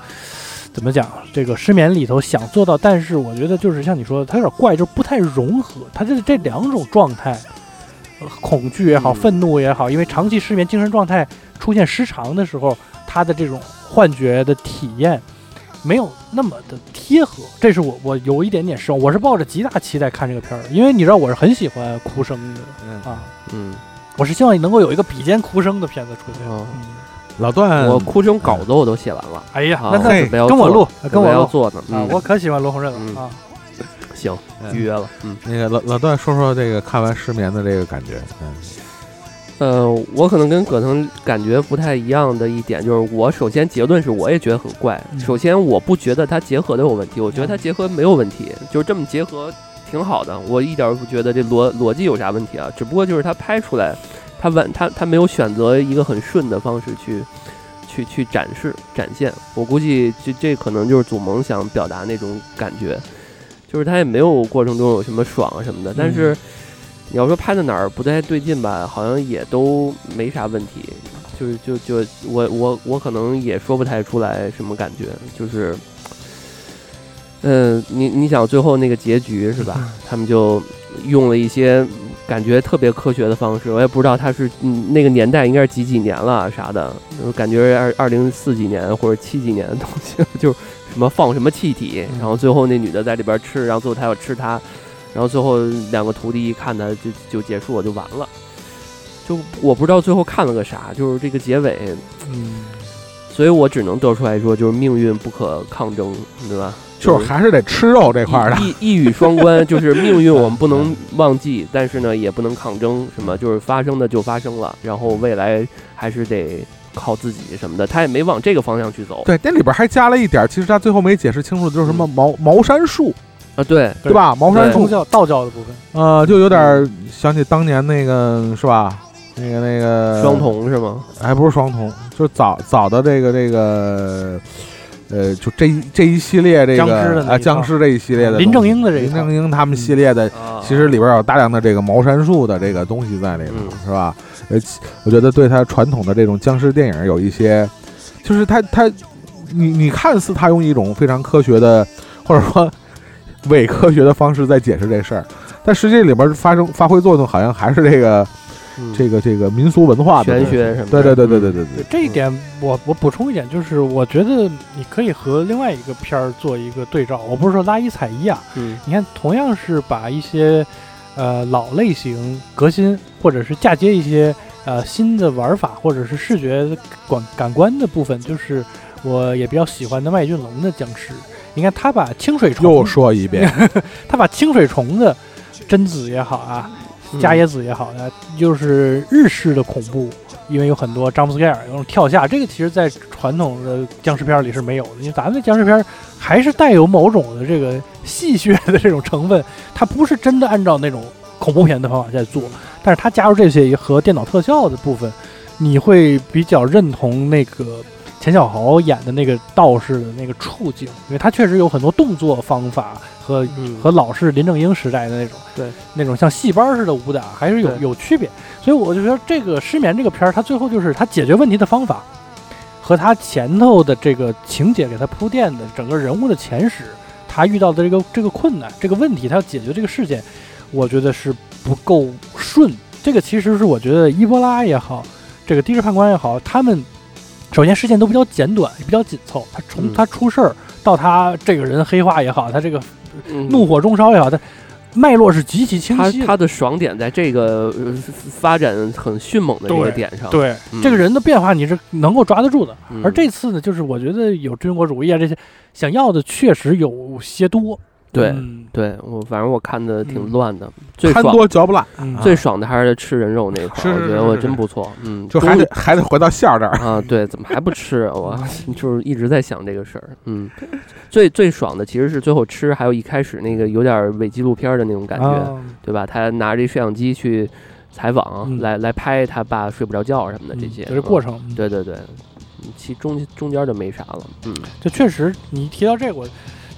Speaker 2: 怎么讲这个失眠里头想做到，但是我觉得就是像你说的，他有点怪，就是不太融合，他这这两种状态。呃恐惧也好，
Speaker 3: 嗯
Speaker 2: 愤怒也好，因为长期失眠，精神状态出现失常的时候，他的这种幻觉的体验没有那么的贴合，这是我我有一点点失望。我是抱着极大期待看这个片儿的，因为你知道我是很喜欢哭声的
Speaker 1: 嗯
Speaker 2: 啊，
Speaker 3: 嗯，
Speaker 2: 我是希望能够有一个比肩哭声的片子出现。
Speaker 3: 哦
Speaker 2: 嗯
Speaker 1: 老段，
Speaker 3: 我哭声稿子我都写完了，
Speaker 2: 哎呀
Speaker 3: 啊，
Speaker 2: 那
Speaker 3: 我
Speaker 2: 那
Speaker 1: 嘿
Speaker 3: 准备要
Speaker 2: 跟我
Speaker 3: 做
Speaker 2: 录
Speaker 3: 准，备
Speaker 2: 跟我
Speaker 3: 要
Speaker 2: 录
Speaker 3: 做呢，
Speaker 2: 啊
Speaker 3: 嗯，，
Speaker 2: 我可喜欢罗红镇了、
Speaker 3: 嗯
Speaker 2: 啊。
Speaker 3: 行
Speaker 1: 嗯
Speaker 3: 预约了，嗯。
Speaker 1: 那个老老段说说这个看完失眠的这个感觉，嗯
Speaker 3: 呃，我可能跟葛腾感觉不太一样的一点就是，我首先结论是我也觉得很怪。
Speaker 2: 嗯
Speaker 3: 首先，我不觉得它结合的有问题，我觉得它结合没有问题，就是这么结合挺好的，我一点儿不觉得这逻逻辑有啥问题啊。只不过就是它拍出来，它完它它没有选择一个很顺的方式去去去展示展现。我估计这这可能就是祖萌想表达那种感觉，就是他也没有过程中有什么爽啊什么的，但是。你要说拍到哪儿不太对劲吧，好像也都没啥问题，就是就就我我我可能也说不太出来什么感觉，就是，嗯、你你想最后那个结局是吧？他们就用了一些感觉特别科学的方式，我也不知道他是嗯那个年代应该是几几年了啥的，我感觉二二零四几年或者七几年的 [LAUGHS] 东西，就是什么放什么气体，然后最后那女的在里边吃，然后最后他要吃她，然后最后两个徒弟一看他就就结束了就完了，就我不知道最后看了个啥，就是这个结尾，
Speaker 2: 嗯，
Speaker 3: 所以我只能得出来说就是命运不可抗争，对吧？
Speaker 1: 就是嗯还是得吃肉这块儿的，
Speaker 3: 一一一语双关，就是命运我们不能忘记，但是呢也不能抗争，什么就是发生的就发生了，然后未来还是得靠自己什么的，他也没往这个方向去走
Speaker 1: 对，那里边还加了一点，其实他最后没解释清楚，就是什么茅茅山术，
Speaker 3: 啊，对，
Speaker 2: 对
Speaker 1: 嗯对吧？茅山术
Speaker 2: 宗教道教的部分，
Speaker 1: 呃，就有点儿想起当年那个是吧？那个那个
Speaker 3: 双瞳是吗？
Speaker 1: 还不是双瞳，就是早早的这个这个呃，就这一这一系列这
Speaker 2: 僵尸的
Speaker 1: 个
Speaker 2: 那一
Speaker 1: 啊僵尸这一系列的
Speaker 2: 林
Speaker 1: 东西
Speaker 2: 正英的这一
Speaker 1: 林
Speaker 2: 套
Speaker 1: 正英他们系列的
Speaker 2: 呃
Speaker 3: 啊
Speaker 1: 其实里边有大量的这个茅山术的这个东西在里面，
Speaker 3: 嗯
Speaker 1: 是吧？呃，其我觉得对他传统的这种僵尸电影有一些，就是他他，你你看似他用一种非常科学的，或者说伪科学的方式在解释这事儿，但实际里边发生发挥作用好像还是这个
Speaker 3: 嗯
Speaker 1: 这个这个民俗文化的
Speaker 3: 玄
Speaker 1: 东西
Speaker 3: 学什么
Speaker 1: 对
Speaker 3: 的
Speaker 1: 对对对对对对，
Speaker 3: 嗯
Speaker 2: 这一点我我补充一点，就是我觉得你可以和另外一个片儿做一个对照。我不是说拉一踩一啊，
Speaker 3: 嗯
Speaker 2: 你看同样是把一些呃老类型革新，或者是嫁接一些呃新的玩法，或者是视觉感感官的部分，就是我也比较喜欢的麦浚龙的僵尸。你看他把清水虫
Speaker 1: 又，说一遍，
Speaker 2: 他把清水虫的贞子也好啊，
Speaker 3: 嗯
Speaker 2: 伽椰子也好呢，就是日式的恐怖，因为有很多 jump scare，有种跳下，这个其实在传统的僵尸片儿里是没有的，因为咱们的僵尸片儿还是带有某种的这个戏谑的这种成分，它不是真的按照那种恐怖片的方法在做，但是它加入这些和电脑特效的部分，你会比较认同那个。钱小豪演的那个道士的那个处境，因为他确实有很多动作方法和
Speaker 3: 嗯
Speaker 2: 和老式林正英时代的那种，
Speaker 3: 对
Speaker 2: 那种像戏班儿似的武打，还是有
Speaker 3: 对
Speaker 2: 有区别。所以我就觉得这个《失眠》这个片儿，它最后就是它解决问题的方法，和它前头的这个情节给它铺垫的整个人物的前史，他遇到的这个这个困难、这个问题，他要解决这个事件，我觉得是不够顺。这个其实是我觉得伊波拉也好，这个《地质判官》也好，他们首先事件都比较简短，也比较紧凑。他从
Speaker 3: 嗯
Speaker 2: 他出事儿到他这个人黑化也好，他这个
Speaker 3: 嗯
Speaker 2: 怒火中烧也好，它脉络是极其清
Speaker 3: 他
Speaker 2: 晰的。
Speaker 3: 他的爽点在这个呃发展很迅猛的这个
Speaker 2: 对
Speaker 3: 点上，
Speaker 2: 对、
Speaker 3: 嗯
Speaker 2: 这个人的变化，你是能够抓得住的。
Speaker 3: 嗯，
Speaker 2: 而这次呢，就是我觉得有军国主义啊这些想要的确实有些多。
Speaker 3: 对
Speaker 2: 嗯
Speaker 3: 对我反正我看的挺
Speaker 2: 嗯
Speaker 3: 乱的， [LAUGHS] 最
Speaker 1: 贪
Speaker 3: 爽
Speaker 1: 多嚼不烂，
Speaker 2: 嗯
Speaker 3: 最爽的还是吃人肉那一块儿，
Speaker 1: 是
Speaker 3: 我
Speaker 1: 是
Speaker 3: 觉
Speaker 1: 是
Speaker 3: 得我
Speaker 1: 是
Speaker 3: 真
Speaker 1: 是
Speaker 3: 不错，嗯，
Speaker 1: 就
Speaker 3: 终
Speaker 1: 还
Speaker 3: 于
Speaker 1: 得还得回到馅儿这儿。
Speaker 3: 啊，对，怎么还不吃？我
Speaker 2: [LAUGHS] 嗯
Speaker 3: 就是一直在想这个事儿。嗯，最最爽的其实是最后吃，还有一开始那个有点伪纪录片儿的那种 [LAUGHS] 感觉，
Speaker 2: 啊
Speaker 3: 对吧？他拿着一摄像机去采访，
Speaker 2: 嗯
Speaker 3: 来来拍他爸睡不着觉什么的这
Speaker 2: 嗯
Speaker 3: 些，
Speaker 2: 就这过
Speaker 3: 程。
Speaker 2: 程，嗯
Speaker 3: 对对对，嗯其中中间就没啥了。嗯
Speaker 2: 就确实你提到这个，我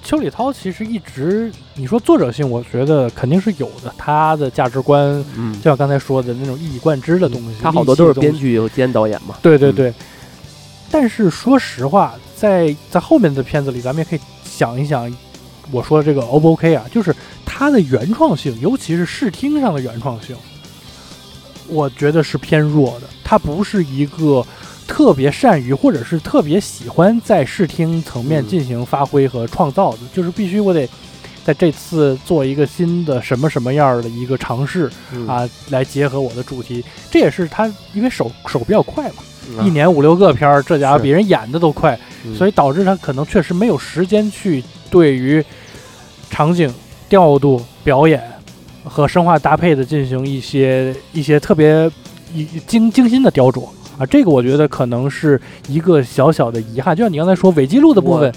Speaker 2: 邱礼涛其实一直你说作者性，我觉得肯定是有的，他的价值观
Speaker 3: 嗯
Speaker 2: 就，像刚才说的那种一以贯之的东西，
Speaker 3: 他好多
Speaker 2: 戾气
Speaker 3: 都
Speaker 2: 的
Speaker 3: 是
Speaker 2: 东西
Speaker 3: 编剧兼导演嘛。
Speaker 2: 对对
Speaker 3: 嗯
Speaker 2: 对。但是说实话，在在后面的片子里，咱们也可以想一想，我说的这个 O 不 OK 啊，就是它的原创性，尤其是视听上的原创性，我觉得是偏弱的。它不是一个特别善于或者是特别喜欢在视听层面
Speaker 3: 嗯
Speaker 2: 进行发挥和创造的，就是必须我得在这次做一个新的什么什么样儿的一个尝试
Speaker 3: 嗯，
Speaker 2: 啊，来结合我的主题。这也是他因为手手比较快嘛。
Speaker 3: 嗯
Speaker 2: 一年五六个片儿，这家伙
Speaker 3: 是
Speaker 2: 比人演的都快，
Speaker 3: 嗯
Speaker 2: 所以导致他可能确实没有时间去对于场景、调度、表演和生化搭配的进行一些一些特别一精精心的雕琢啊。这个我觉得可能是一个小小的遗憾，就像你刚才说伪记录的部分
Speaker 3: 嗯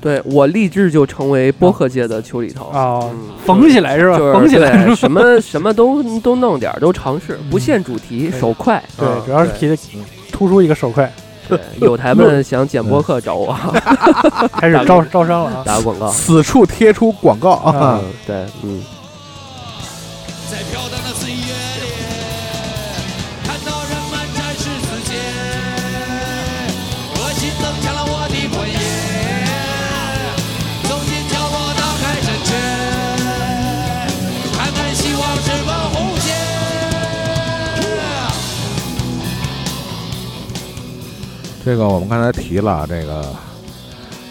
Speaker 3: 对我立志就成为播客界的邱礼涛
Speaker 2: 啊，
Speaker 3: 嗯
Speaker 2: 缝起来是吧？
Speaker 3: 就是
Speaker 2: 缝起来。
Speaker 3: 对什么什么都都弄点儿，都尝试，不限主题，
Speaker 2: 对
Speaker 3: 手快。嗯
Speaker 2: [LAUGHS] 对，主要是提的突出一个手快，
Speaker 3: 对有台们想剪播客找我
Speaker 2: 开始
Speaker 3: [LAUGHS]
Speaker 2: 招招商了啊。
Speaker 3: 打广告。
Speaker 1: 此处贴出广告啊
Speaker 2: 啊！
Speaker 3: 嗯，对，嗯，
Speaker 4: 在飘荡的岁月里，看到人们展示自己，我心增强了我的火焰，走进角落，打开神阙，看看希望是个红线。
Speaker 1: 这个我们刚才提了，啊这个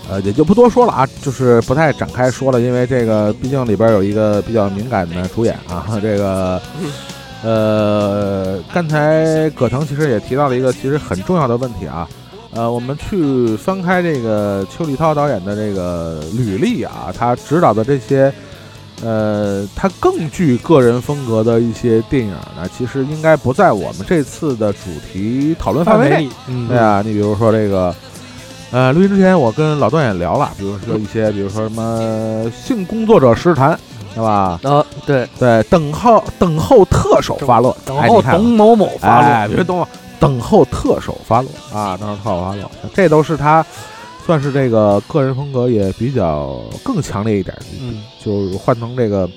Speaker 1: 呃也就不多说了啊，就是不太展开说了，因为这个毕竟里边有一个比较敏感的主演啊，这个呃，刚才葛腾其实也提到了一个其实很重要的问题啊。呃，我们去翻开这个邱礼涛导演的这个履历啊，他执导的这些，呃，他更具个人风格的一些电影呢，其实应该不在我们这次的主题讨论范围内。
Speaker 2: 里，嗯，
Speaker 1: 对啊，你比如说这个，呃，录音之前我跟老段也聊了，比如说一些，比如说什么性工作者诗坛，对吧？
Speaker 3: 啊，对，
Speaker 1: 对，等候等候特首发落，
Speaker 2: 等
Speaker 1: 哎
Speaker 2: 候
Speaker 1: 你看
Speaker 2: 董某某发
Speaker 1: 哎，
Speaker 2: 落，
Speaker 1: 别等我，等候特首发落啊，等候特首发落，这都是他算是这个个人风格也比较更强烈一点，
Speaker 2: 嗯
Speaker 1: 就是换成这个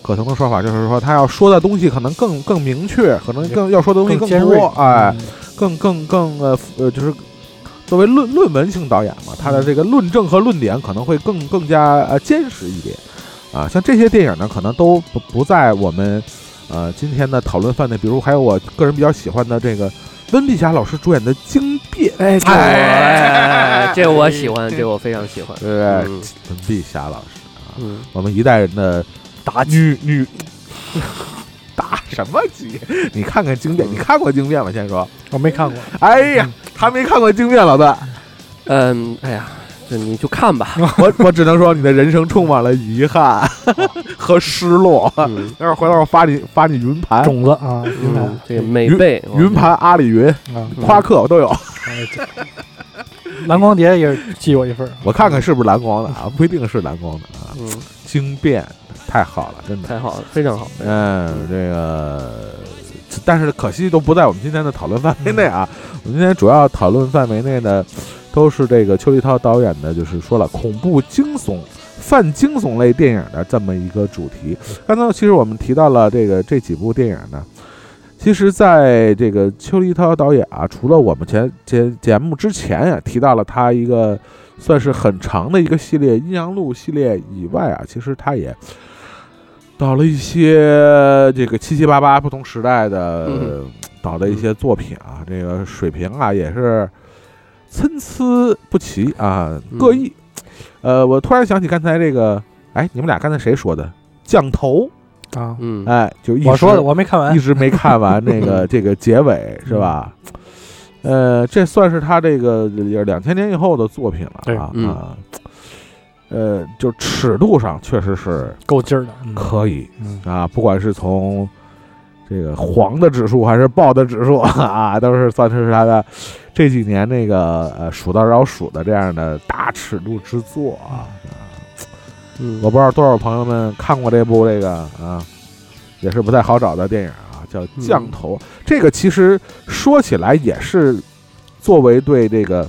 Speaker 1: 可能的说法，就是说他要说的东西可能更更明确，可能更要说的东西
Speaker 2: 尖锐嗯
Speaker 1: 多，哎，，更更更呃呃，就是作为论论文型导演嘛，他的这个论证和论点可能会更更加呃坚实一点啊。像这些电影呢，可能都不不在我们呃今天的讨论范围，比如还有我个人比较喜欢的这个温碧霞老师主演的《惊变》，
Speaker 3: 哎，这我
Speaker 1: 哎 [LAUGHS]
Speaker 3: 哎这我喜欢，这我非常喜欢。
Speaker 1: 对不对？
Speaker 3: 嗯
Speaker 1: 温碧霞老师，
Speaker 3: 嗯，
Speaker 1: 我们一代人的打女女。 [LAUGHS] 打什么鸡？你看看《惊变》，你看过《惊变》吗？先说。
Speaker 2: 我没看过，
Speaker 1: [LAUGHS] 哎呀，他没看过《惊变》，老段。
Speaker 3: 嗯，哎呀，这你就看吧。
Speaker 1: [LAUGHS] 我我只能说，你的人生充满了遗憾 [LAUGHS] 和失落。
Speaker 3: 嗯
Speaker 1: 待会儿回头我发你发你云盘，
Speaker 2: 种子啊，明白
Speaker 3: 嗯，这个美背
Speaker 1: 云盘阿里云、
Speaker 2: 啊，
Speaker 1: 夸克我都有，
Speaker 2: 哎这 [LAUGHS] 蓝光碟也是寄我一份儿啊，
Speaker 1: [LAUGHS] 我看看是不是蓝光的啊？不一定是蓝光的啊。
Speaker 3: 嗯，
Speaker 1: 惊变太好了，真的。
Speaker 3: 太好了，非常好。
Speaker 1: 嗯，这个，但是可惜都不在我们今天的讨论范围内啊。我们今天主要讨论范围内呢，都是这个邱立涛导演的，就是说了恐怖惊悚。泛惊悚类电影的这么一个主题。刚才其实我们提到了这个这几部电影呢，其实在这个邱立涛导演啊，除了我们前节节目之前啊提到了他一个算是很长的一个系列《阴阳路》系列以外啊，其实他也。导了一些这个七七八八不同时代的、
Speaker 3: 嗯
Speaker 1: 导的一些作品啊，这个水平啊也是参差不齐啊，
Speaker 3: 嗯
Speaker 1: 各异。
Speaker 2: 嗯
Speaker 1: 呃，我突然想起刚才这个，哎，你们俩刚才谁说的？降头，
Speaker 2: 啊，
Speaker 3: 嗯，
Speaker 1: 哎，就一直
Speaker 2: 我说的我没嗯看完
Speaker 1: 一，直没看完那个 [LAUGHS] 这个结尾是吧？呃，这算是他这个也是两千年以后的作品了
Speaker 2: 对
Speaker 1: 啊
Speaker 3: 嗯
Speaker 1: 啊。呃，就尺度上确实是
Speaker 2: 够劲儿的，嗯
Speaker 1: 可以
Speaker 2: 嗯
Speaker 1: 啊，不管是从这个黄的指数还是豹的指数 [LAUGHS] 啊，都是算是他的这几年那个呃数到饶数的这样的大尺度之作啊。
Speaker 3: 嗯
Speaker 1: 我不知道多少朋友们看过这部这个啊，也是不太好找的电影啊，叫
Speaker 3: 嗯
Speaker 1: 《降头》。这个其实说起来也是作为对这个，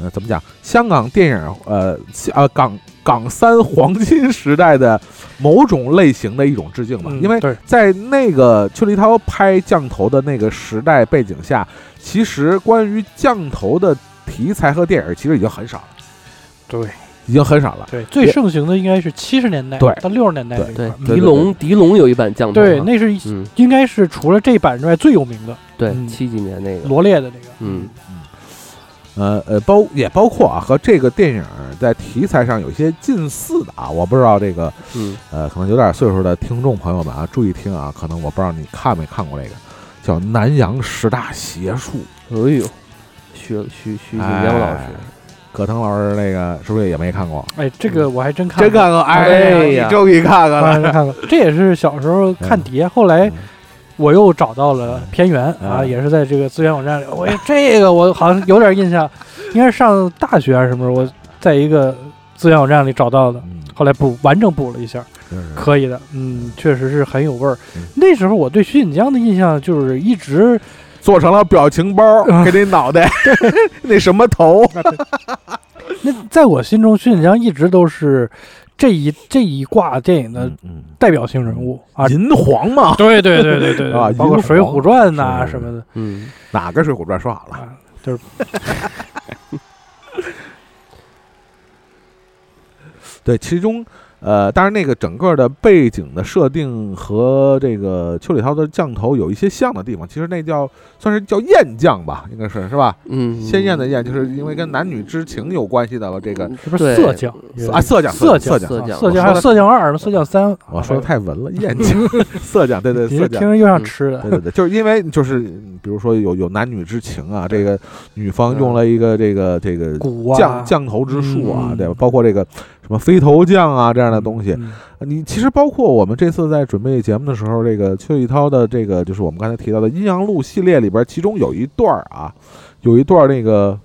Speaker 1: 呃，怎么讲，香港电影呃西呃港港三黄金时代的某种类型的一种致敬吧，
Speaker 2: 嗯
Speaker 1: 因为
Speaker 2: 对
Speaker 1: 在那个邱立涛拍降头的那个时代背景下，其实关于降头的题材和电影其实已经很少了，
Speaker 2: 对
Speaker 1: 已经很少了。
Speaker 2: 对，最盛行的应该是七十年代
Speaker 1: 对
Speaker 2: 到六十年代
Speaker 1: 对
Speaker 2: 这
Speaker 3: 对
Speaker 2: 块儿，
Speaker 1: 对
Speaker 3: 狄龙，狄龙有一版降头啊。
Speaker 2: 对，那是一
Speaker 3: 嗯，
Speaker 2: 应该是除了这版之外最有名的
Speaker 3: 对，
Speaker 2: 嗯
Speaker 3: 七几年那个，
Speaker 2: 罗列的那个，
Speaker 3: 嗯
Speaker 1: 呃呃，包也包括啊，和这个电影在题材上有些近似的啊。我不知道这个
Speaker 3: 嗯
Speaker 1: 呃，可能有点岁数的听众朋友们啊，注意听啊，可能我不知道你看没看过这个叫《南洋十大邪术》，
Speaker 3: 哎呦，徐徐徐锦江老师
Speaker 1: 哎，葛腾老师那个是不是也没看过？
Speaker 2: 哎，这个我还真看
Speaker 1: 真
Speaker 2: 过
Speaker 1: 看过，哎
Speaker 3: 哎呀
Speaker 1: 你终于看过
Speaker 2: 我还
Speaker 1: 了。
Speaker 2: 真看过，这也是小时候看碟，后来
Speaker 1: 嗯
Speaker 2: 我又找到了片源啊，
Speaker 1: 嗯
Speaker 2: 也是在这个资源网站里，我这个我好像有点印象，应该是上大学还啊是什么时候，我在一个资源网站里找到的。
Speaker 1: 嗯，
Speaker 2: 后来补完整补了一下，
Speaker 1: 真是
Speaker 2: 可以的，嗯，确实是很有味儿
Speaker 1: 嗯。
Speaker 2: 那时候我对徐锦江的印象就是一直
Speaker 1: 做成了表情包，给你脑袋 [LAUGHS] 那什么头，
Speaker 2: 那在我心中，徐锦江一直都是这一这一挂电影的
Speaker 1: 嗯嗯，
Speaker 2: 代表性人物啊。 [LAUGHS]
Speaker 1: 银皇嘛，
Speaker 2: 对对对对对
Speaker 1: 啊
Speaker 2: 对，包括
Speaker 1: 银
Speaker 2: 《水浒
Speaker 1: 皇
Speaker 2: 传》呐
Speaker 1: 是
Speaker 2: 什么的
Speaker 3: 嗯，
Speaker 1: 哪个《水浒传》说好了？
Speaker 2: 啊，就是
Speaker 1: 对，其中呃，当然那个整个的背景的设定和这个邱礼涛的降头有一些像的地方，其实那叫算是叫艳降吧，应该是是吧？
Speaker 3: 嗯，
Speaker 1: 鲜艳的艳，就是因为跟男女之情有关系的了。这个
Speaker 3: 嗯
Speaker 2: 是不是
Speaker 3: 对
Speaker 2: 色将？
Speaker 1: 啊，色降，
Speaker 2: 嗯色
Speaker 1: 降，色
Speaker 2: 将
Speaker 1: 降，
Speaker 3: 色
Speaker 2: 啊
Speaker 3: 将
Speaker 2: 色
Speaker 1: 我
Speaker 2: 将，
Speaker 1: 说
Speaker 2: 还有
Speaker 1: 的
Speaker 2: 色将二、色将三。啊
Speaker 1: 嗯我说的太文了，艳
Speaker 2: [LAUGHS]
Speaker 1: 降，色降，对对，
Speaker 2: 你
Speaker 1: 色
Speaker 2: 这
Speaker 1: 降
Speaker 2: 听。着又像吃的
Speaker 1: 对对对，就是因为就是比如说有有男女之情啊，这个女方用了一个这个这个
Speaker 2: 蛊啊，
Speaker 1: 降降头之术啊，
Speaker 2: 嗯
Speaker 1: 对吧？包括这个什么飞头降啊这样的东西，
Speaker 2: 嗯
Speaker 1: 呃你其实包括我们这次在准备节目的时候，这个邱玉涛的这个就是我们刚才提到的《阴阳路》系列里边，其中有一段儿啊，有一段儿那个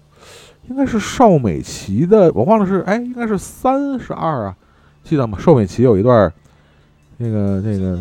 Speaker 1: 应该是邵美琪的，我忘了是哎，应该是三十二啊，记得吗？邵美琪有一段儿那个那个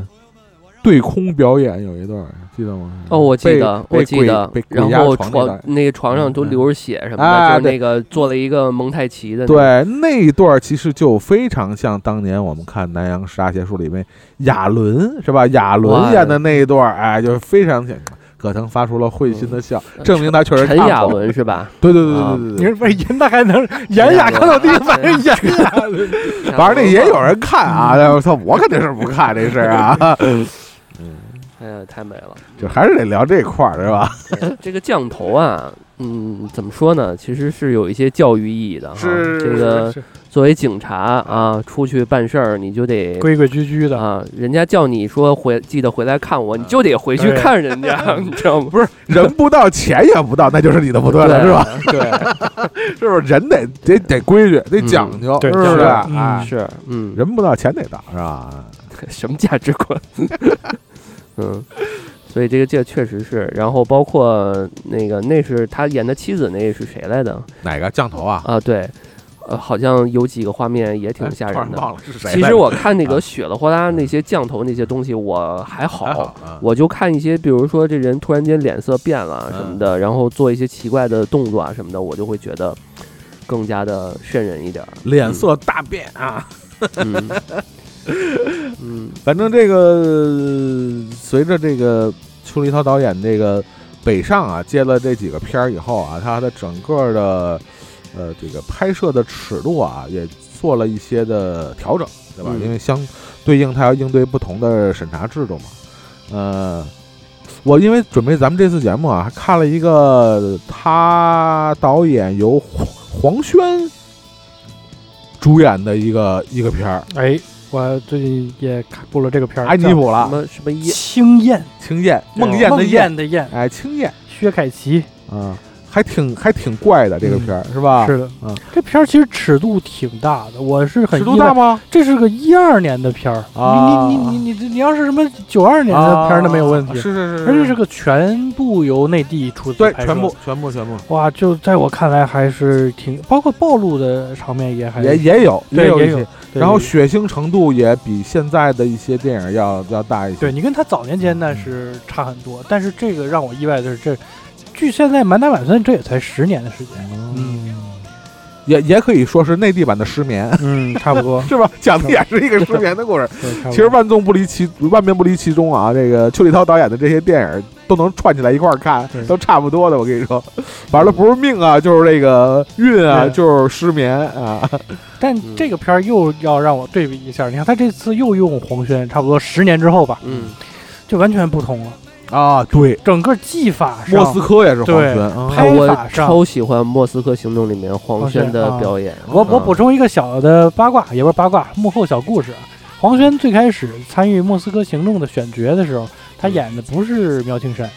Speaker 1: 对空表演有一段，记得吗？
Speaker 3: 哦，我记
Speaker 1: 被
Speaker 3: 得，
Speaker 1: 被
Speaker 3: 我记
Speaker 1: 鬼
Speaker 3: 得
Speaker 1: 被。鬼
Speaker 3: 然
Speaker 1: 压
Speaker 3: 后
Speaker 1: 床那
Speaker 3: 床
Speaker 1: 段
Speaker 3: 那个床上都流着血什么的，
Speaker 1: 哎
Speaker 3: 就是
Speaker 1: 对
Speaker 3: 那个做了一个蒙太奇的、那个。
Speaker 1: 对那一段其实就非常像当年我们看《南洋十大邪术》里面亚伦是吧？亚伦
Speaker 3: 哇
Speaker 1: 演的那一段，哎，就是非常像。葛腾发出了会心的笑，
Speaker 3: 嗯
Speaker 1: 证明他确实
Speaker 3: 陈
Speaker 1: 看
Speaker 3: 亚
Speaker 1: 过
Speaker 3: 伦
Speaker 1: [LAUGHS]
Speaker 3: 是吧？
Speaker 1: 对对对
Speaker 3: 啊
Speaker 1: 对对
Speaker 2: 你
Speaker 1: 对
Speaker 2: 说不是人他还能严雅看到第一反
Speaker 3: 哎
Speaker 2: 应严雅，
Speaker 1: [LAUGHS] 对，反正那也有人看啊！但是我操，我肯定是不看这事儿啊， [LAUGHS]
Speaker 3: 哎呀，太美了。
Speaker 1: 就还是得聊这块儿是吧？ [LAUGHS]
Speaker 3: 对这个降头啊，嗯，怎么说呢？其实是有一些教育意义的哈。
Speaker 1: 是
Speaker 3: 这个作为警察啊，出去办事儿你就得
Speaker 2: 规规矩矩的，
Speaker 3: 啊，人家叫你说回记得回来看
Speaker 1: 嗯
Speaker 3: 我，你就得回去
Speaker 2: 对
Speaker 3: 看
Speaker 1: [LAUGHS]
Speaker 3: 人家，你知道吗？啊
Speaker 1: 不是人不到，钱也不到，那就是你的不对了，是吧？
Speaker 3: 吧？
Speaker 2: 对，
Speaker 1: [LAUGHS] 是不是人得得得规矩，得讲究，
Speaker 2: 嗯对
Speaker 1: 是不是？
Speaker 2: 讲究
Speaker 1: 哎，
Speaker 3: 是，嗯，
Speaker 1: 人不到，钱得到，是吧？
Speaker 3: 什么价值观？ [LAUGHS] 嗯，所以这个这确实是，然后包括那个那是他演的妻子，那是谁来的
Speaker 1: 哪个降头啊？
Speaker 3: 啊？对，呃，好像有几个画面也挺吓
Speaker 1: 哎突
Speaker 3: 人
Speaker 1: 然
Speaker 3: 的。
Speaker 1: 忘了是谁来着。
Speaker 3: 其实我看那个
Speaker 1: 啊
Speaker 3: 血了哗啦那些降头那些东西，我
Speaker 1: 还
Speaker 3: 还
Speaker 1: 好
Speaker 3: 好。
Speaker 1: 啊，
Speaker 3: 我就看一些，比如说这人突然间脸色变了啊什
Speaker 2: 嗯
Speaker 3: 么的，然后做一些奇怪的动作啊什么的，我就会觉得更加的瘆人一点儿。
Speaker 1: 脸色大变啊！
Speaker 2: [LAUGHS]
Speaker 3: 嗯嗯，
Speaker 1: 反正这个随着这个邱礼涛导演这个北上啊，接了这几个片儿以后啊，他的整个的呃这个拍摄的尺度啊，也做了一些的调整，对吧？
Speaker 3: 嗯
Speaker 1: 因为相对应他要应对不同的审查制度嘛。呃，我因为准备咱们这次节目啊，还看了一个他导演由黄黄轩主演的一个一个片儿，
Speaker 2: 哎，我最近也看布了这个片儿，
Speaker 1: 埃尼
Speaker 2: 哎叫
Speaker 1: 普
Speaker 3: 什
Speaker 1: 了，
Speaker 3: 么什么一
Speaker 2: 青燕，
Speaker 1: 青燕，哎哦梦魇
Speaker 2: 魇
Speaker 1: 的魇，
Speaker 2: 魇的魇，
Speaker 1: 哎，青燕
Speaker 2: 薛凯琪
Speaker 1: 啊，还挺还挺怪的这个片儿是吧？
Speaker 2: 是的
Speaker 1: 嗯，
Speaker 2: 这片儿其实尺度挺大的，我是很
Speaker 1: 尺
Speaker 2: 意
Speaker 1: 度大
Speaker 2: 外，
Speaker 1: 吗？
Speaker 2: 这是个一二年的片儿，
Speaker 1: 啊
Speaker 2: 你你你你你要是什么九二年的片儿那没有问题
Speaker 1: 啊，是是是，
Speaker 2: 而且这个全部由内地出资
Speaker 1: 对，
Speaker 2: 拍摄
Speaker 1: 全部全部全部
Speaker 2: 哇，就在我看来还是挺，包括暴露的场面也还
Speaker 1: 也也有
Speaker 2: 对
Speaker 1: 有
Speaker 2: 也
Speaker 1: 一些，然后血腥程度也比现在的一些电影要要大一些。
Speaker 2: 对你跟他早年间那是差很多，但是这个让我意外的是，这距现在满打满算这也才十年的时间，
Speaker 1: 嗯，也也可以说是内地版的《失眠》，
Speaker 2: 嗯，差不 [LAUGHS] 多
Speaker 1: [LAUGHS] 。是吧？讲的也是一个失眠的故事。
Speaker 2: 对差不多
Speaker 1: 其实万众不离其万变不离其宗啊，这个邱礼涛导演的这些电影都能串起来一块儿看
Speaker 2: 对，
Speaker 1: 都差不多的。我跟你说，完了不是命啊，就是这个运啊，
Speaker 2: 对
Speaker 1: 就是失眠啊。
Speaker 2: 但这个片儿又要让我对比一下，你看他这次又用黄轩，差不多十年之后吧，
Speaker 3: 嗯，
Speaker 2: 就完全不同了，
Speaker 1: 啊，对，
Speaker 2: 整个技法上
Speaker 1: 莫斯科也是黄
Speaker 2: 对
Speaker 1: 轩啊。
Speaker 2: 拍
Speaker 3: 我
Speaker 2: 法上
Speaker 3: 超喜欢《莫斯科行动》里面黄轩的表演。
Speaker 2: 啊
Speaker 1: 啊
Speaker 2: 我我
Speaker 3: 嗯
Speaker 2: 补充一个小的八卦，也不是八卦，幕后小故事啊。黄轩最开始参与莫斯科行动的选角的时候，他演的不是苗青山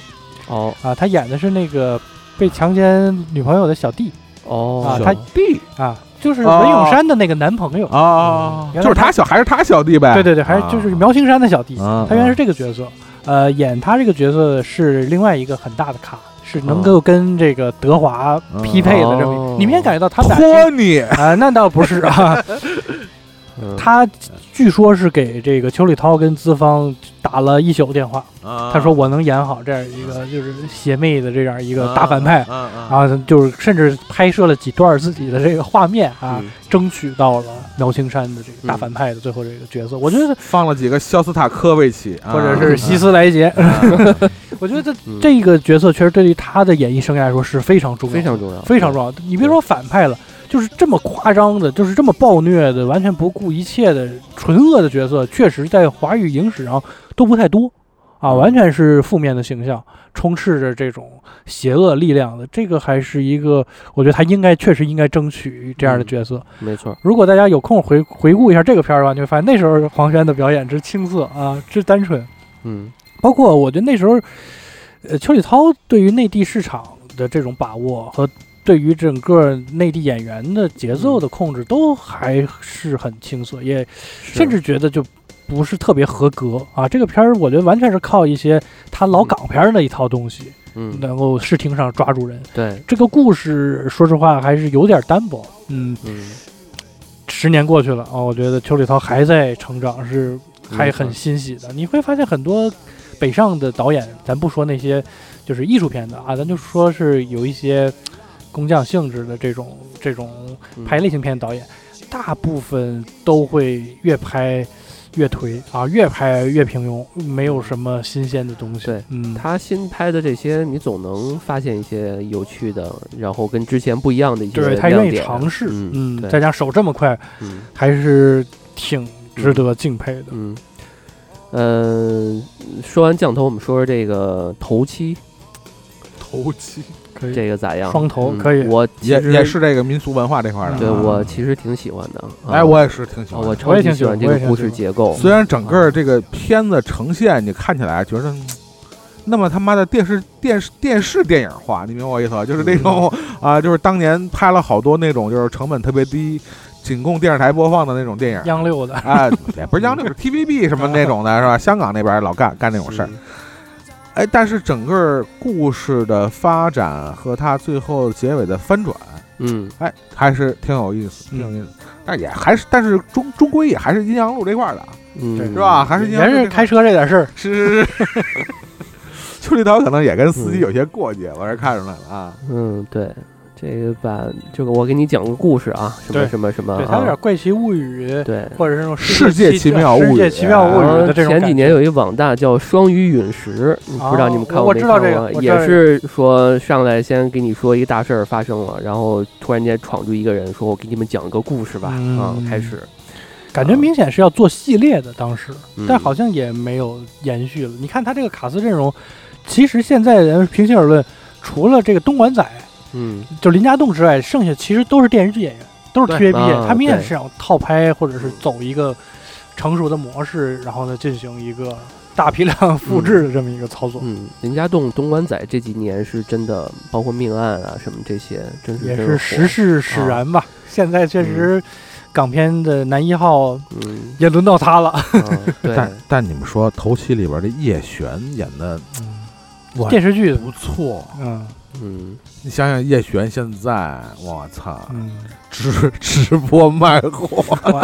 Speaker 3: 哦
Speaker 2: 啊，他演的是那个被强奸女朋友的小弟啊
Speaker 3: 哦，
Speaker 2: 他
Speaker 1: 弟哦
Speaker 2: 啊，就是文咏珊的那个男朋友。
Speaker 1: 啊，
Speaker 2: 原来
Speaker 1: 就是他小还是他小弟呗？
Speaker 2: 对对对，还是就是苗青山的小弟，
Speaker 1: 啊
Speaker 2: 他原来是这个角色。呃，演他这个角色的是另外一个很大的咖，是能
Speaker 1: 啊
Speaker 2: 够跟这个德华匹配的这么一
Speaker 3: 哦
Speaker 2: 个。你明显感觉到他们俩
Speaker 1: 嗯托尼
Speaker 2: 啊、那倒不是啊，
Speaker 3: 嗯
Speaker 2: 他据说是给这个邱礼涛跟资方打了一宿电话，他
Speaker 3: 啊
Speaker 1: 他
Speaker 2: 说我能演好这样一个就是邪魅的这样一个大反派，
Speaker 1: 啊
Speaker 2: 啊，就是甚至拍摄了几段自己的这个画面啊，
Speaker 3: 嗯
Speaker 2: 争取到了苗青山的这个大反派的最后这个
Speaker 3: 嗯
Speaker 2: 角色，我觉得
Speaker 1: 放了几个肖斯塔科维奇，啊
Speaker 2: 或者是 [LAUGHS] 希斯莱杰，我觉得
Speaker 3: 嗯
Speaker 2: 这个角色确实对于他的演艺生涯来说是非常重要的，
Speaker 3: 非常重要，
Speaker 2: 非常重要。你别说反派了，就是这么夸张的，就是这么暴虐的，完全不顾一切的纯恶的角色，确实在华语影史上都不太多啊，完全是负面的形象，充斥着这种邪恶力量的。这个还是一个，我觉得他应该确实应该争取这样的角色。
Speaker 3: 没错。
Speaker 2: 如果大家有空回回顾一下这个片儿的话，你会发现那时候黄轩的表演之青涩啊，之单纯。
Speaker 3: 嗯，
Speaker 2: 包括我觉得那时候，呃，邱礼涛对于内地市场的这种把握和对于整个内地演员的节奏的控制都还是很青涩，也甚至觉得就不是特别合格啊。这个片儿我觉得完全是靠一些他老港片儿那一套东西，
Speaker 3: 嗯，
Speaker 2: 能够视听上抓住人。
Speaker 3: 对，
Speaker 2: 这个故事说实话还是有点单薄，嗯，
Speaker 3: 嗯，
Speaker 2: 十年过去了啊、我觉得邱礼涛还在成长，是还很欣喜的。你会发现很多北上的导演，咱不说那些就是艺术片的啊，咱就说是有一些工匠性质的这种这种
Speaker 3: 嗯
Speaker 2: 拍类型片的导演，大部分都会越拍越颓啊，越拍越平庸，没有什么新鲜的东西。
Speaker 3: 对，
Speaker 2: 嗯，
Speaker 3: 他新拍的这些，你总能发现一些有趣的，然后跟之前不一样的一些
Speaker 2: 对
Speaker 3: 亮点。
Speaker 2: 他愿意尝试，
Speaker 3: 嗯，
Speaker 2: 再
Speaker 3: 对，
Speaker 2: 加上手这么快，
Speaker 3: 嗯
Speaker 2: 还是挺值得敬佩的。
Speaker 3: 嗯，呃，说完降头，我们说说这个头七，
Speaker 1: [LAUGHS] 头七
Speaker 2: 可以，
Speaker 3: 这个咋样？
Speaker 2: 双头
Speaker 3: 嗯
Speaker 2: 可以嗯
Speaker 3: 我其
Speaker 1: 也
Speaker 3: 实
Speaker 1: 也是这个民俗文化这块儿的啊。
Speaker 3: 对我其实挺喜欢的。啊
Speaker 1: 哎，我也是挺喜
Speaker 3: 啊
Speaker 1: 欢
Speaker 3: 我
Speaker 1: 的。
Speaker 3: 超
Speaker 2: 也
Speaker 3: 级
Speaker 2: 挺
Speaker 3: 喜
Speaker 2: 喜
Speaker 3: 欢
Speaker 2: 欢
Speaker 3: 这
Speaker 2: 哦我也
Speaker 3: 个
Speaker 2: 挺
Speaker 3: 故
Speaker 2: 喜
Speaker 3: 事
Speaker 2: 欢
Speaker 3: 结构。
Speaker 1: 虽然整个这个片子呈现，你看起来觉得。嗯那么他妈的电视电视电视电影化，你明白我意思吧？就是那种啊，就是当年拍了好多那种就是成本特别低，仅供电视台播放的那种电影。
Speaker 2: 央六的，
Speaker 1: 啊，也不是央六，是 TVB 什么那种的，是吧？香港那边老干干那种事儿。哎，但是整个故事的发展和它最后结尾的翻转，
Speaker 3: 嗯，
Speaker 1: 哎，还是挺有意思，挺有意思。但也还是，但是终终归也还是阴阳路这块儿的，啊
Speaker 3: 嗯
Speaker 2: 对
Speaker 1: 是吧？？还是阴阳
Speaker 2: 也
Speaker 1: 路
Speaker 2: 是
Speaker 1: 这块
Speaker 2: 开
Speaker 1: 儿
Speaker 2: 车这点事儿，
Speaker 1: 是是是。 [LAUGHS] 邱立涛可能也跟司机有些过节，我这看出来了啊。
Speaker 3: 嗯，对，这个把这个我给你讲个故事啊，什么
Speaker 2: 对
Speaker 3: 什么什么
Speaker 2: 对他有点
Speaker 3: 啊，
Speaker 2: 怪奇物语，
Speaker 3: 对。
Speaker 2: 或者是那种
Speaker 1: 世界奇妙物语
Speaker 2: 世界奇妙物
Speaker 1: 物
Speaker 2: 语
Speaker 3: 然
Speaker 2: 的
Speaker 3: 后
Speaker 2: 这种
Speaker 3: 前几
Speaker 2: 感
Speaker 3: 年
Speaker 2: 觉
Speaker 3: 有一网大叫《双鱼陨石》，你不知道你们
Speaker 2: 哦
Speaker 3: 看
Speaker 2: 我
Speaker 3: 没
Speaker 2: 知
Speaker 3: 看
Speaker 2: 道
Speaker 3: 过？啊
Speaker 2: 这个我知道
Speaker 3: 也是说上来先给你说一个大事儿发生了，然后突然间闯出一个人说：“我给你们讲一个故事吧。
Speaker 2: 嗯
Speaker 3: 啊，开始。
Speaker 2: 感觉明显是要做系列的，当时，
Speaker 3: 嗯
Speaker 2: 但好像也没有延续了。你看他这个卡斯阵容，其实现在人平心而论，除了这个东莞仔
Speaker 3: 嗯，
Speaker 2: 就林家栋之外，剩下其实都是电视剧演员，都是
Speaker 1: 对
Speaker 2: TVB 演员。
Speaker 3: 啊
Speaker 2: 他明显
Speaker 3: 对
Speaker 2: 是想套拍，或者是走一个成熟的模式，然后呢进行一个大批量 [LAUGHS] 复制的这么一个操作，
Speaker 3: 嗯，林家栋、东莞仔这几年是真的，包括命案啊什么这些，真是
Speaker 2: 也
Speaker 3: 真
Speaker 2: 是
Speaker 3: 火
Speaker 2: 时势使然吧。现在确实，港片的男一号
Speaker 3: 嗯，
Speaker 2: 也轮到他了。
Speaker 3: 啊
Speaker 2: [LAUGHS]
Speaker 3: 对，
Speaker 1: 但但你们说头七里边的叶璇演的哇
Speaker 2: 电视剧，
Speaker 1: 不错，
Speaker 2: 嗯
Speaker 3: 嗯，
Speaker 1: 你想想叶璇现在，我操，
Speaker 2: 嗯，
Speaker 1: 直 [LAUGHS] 直播卖货，
Speaker 2: 哇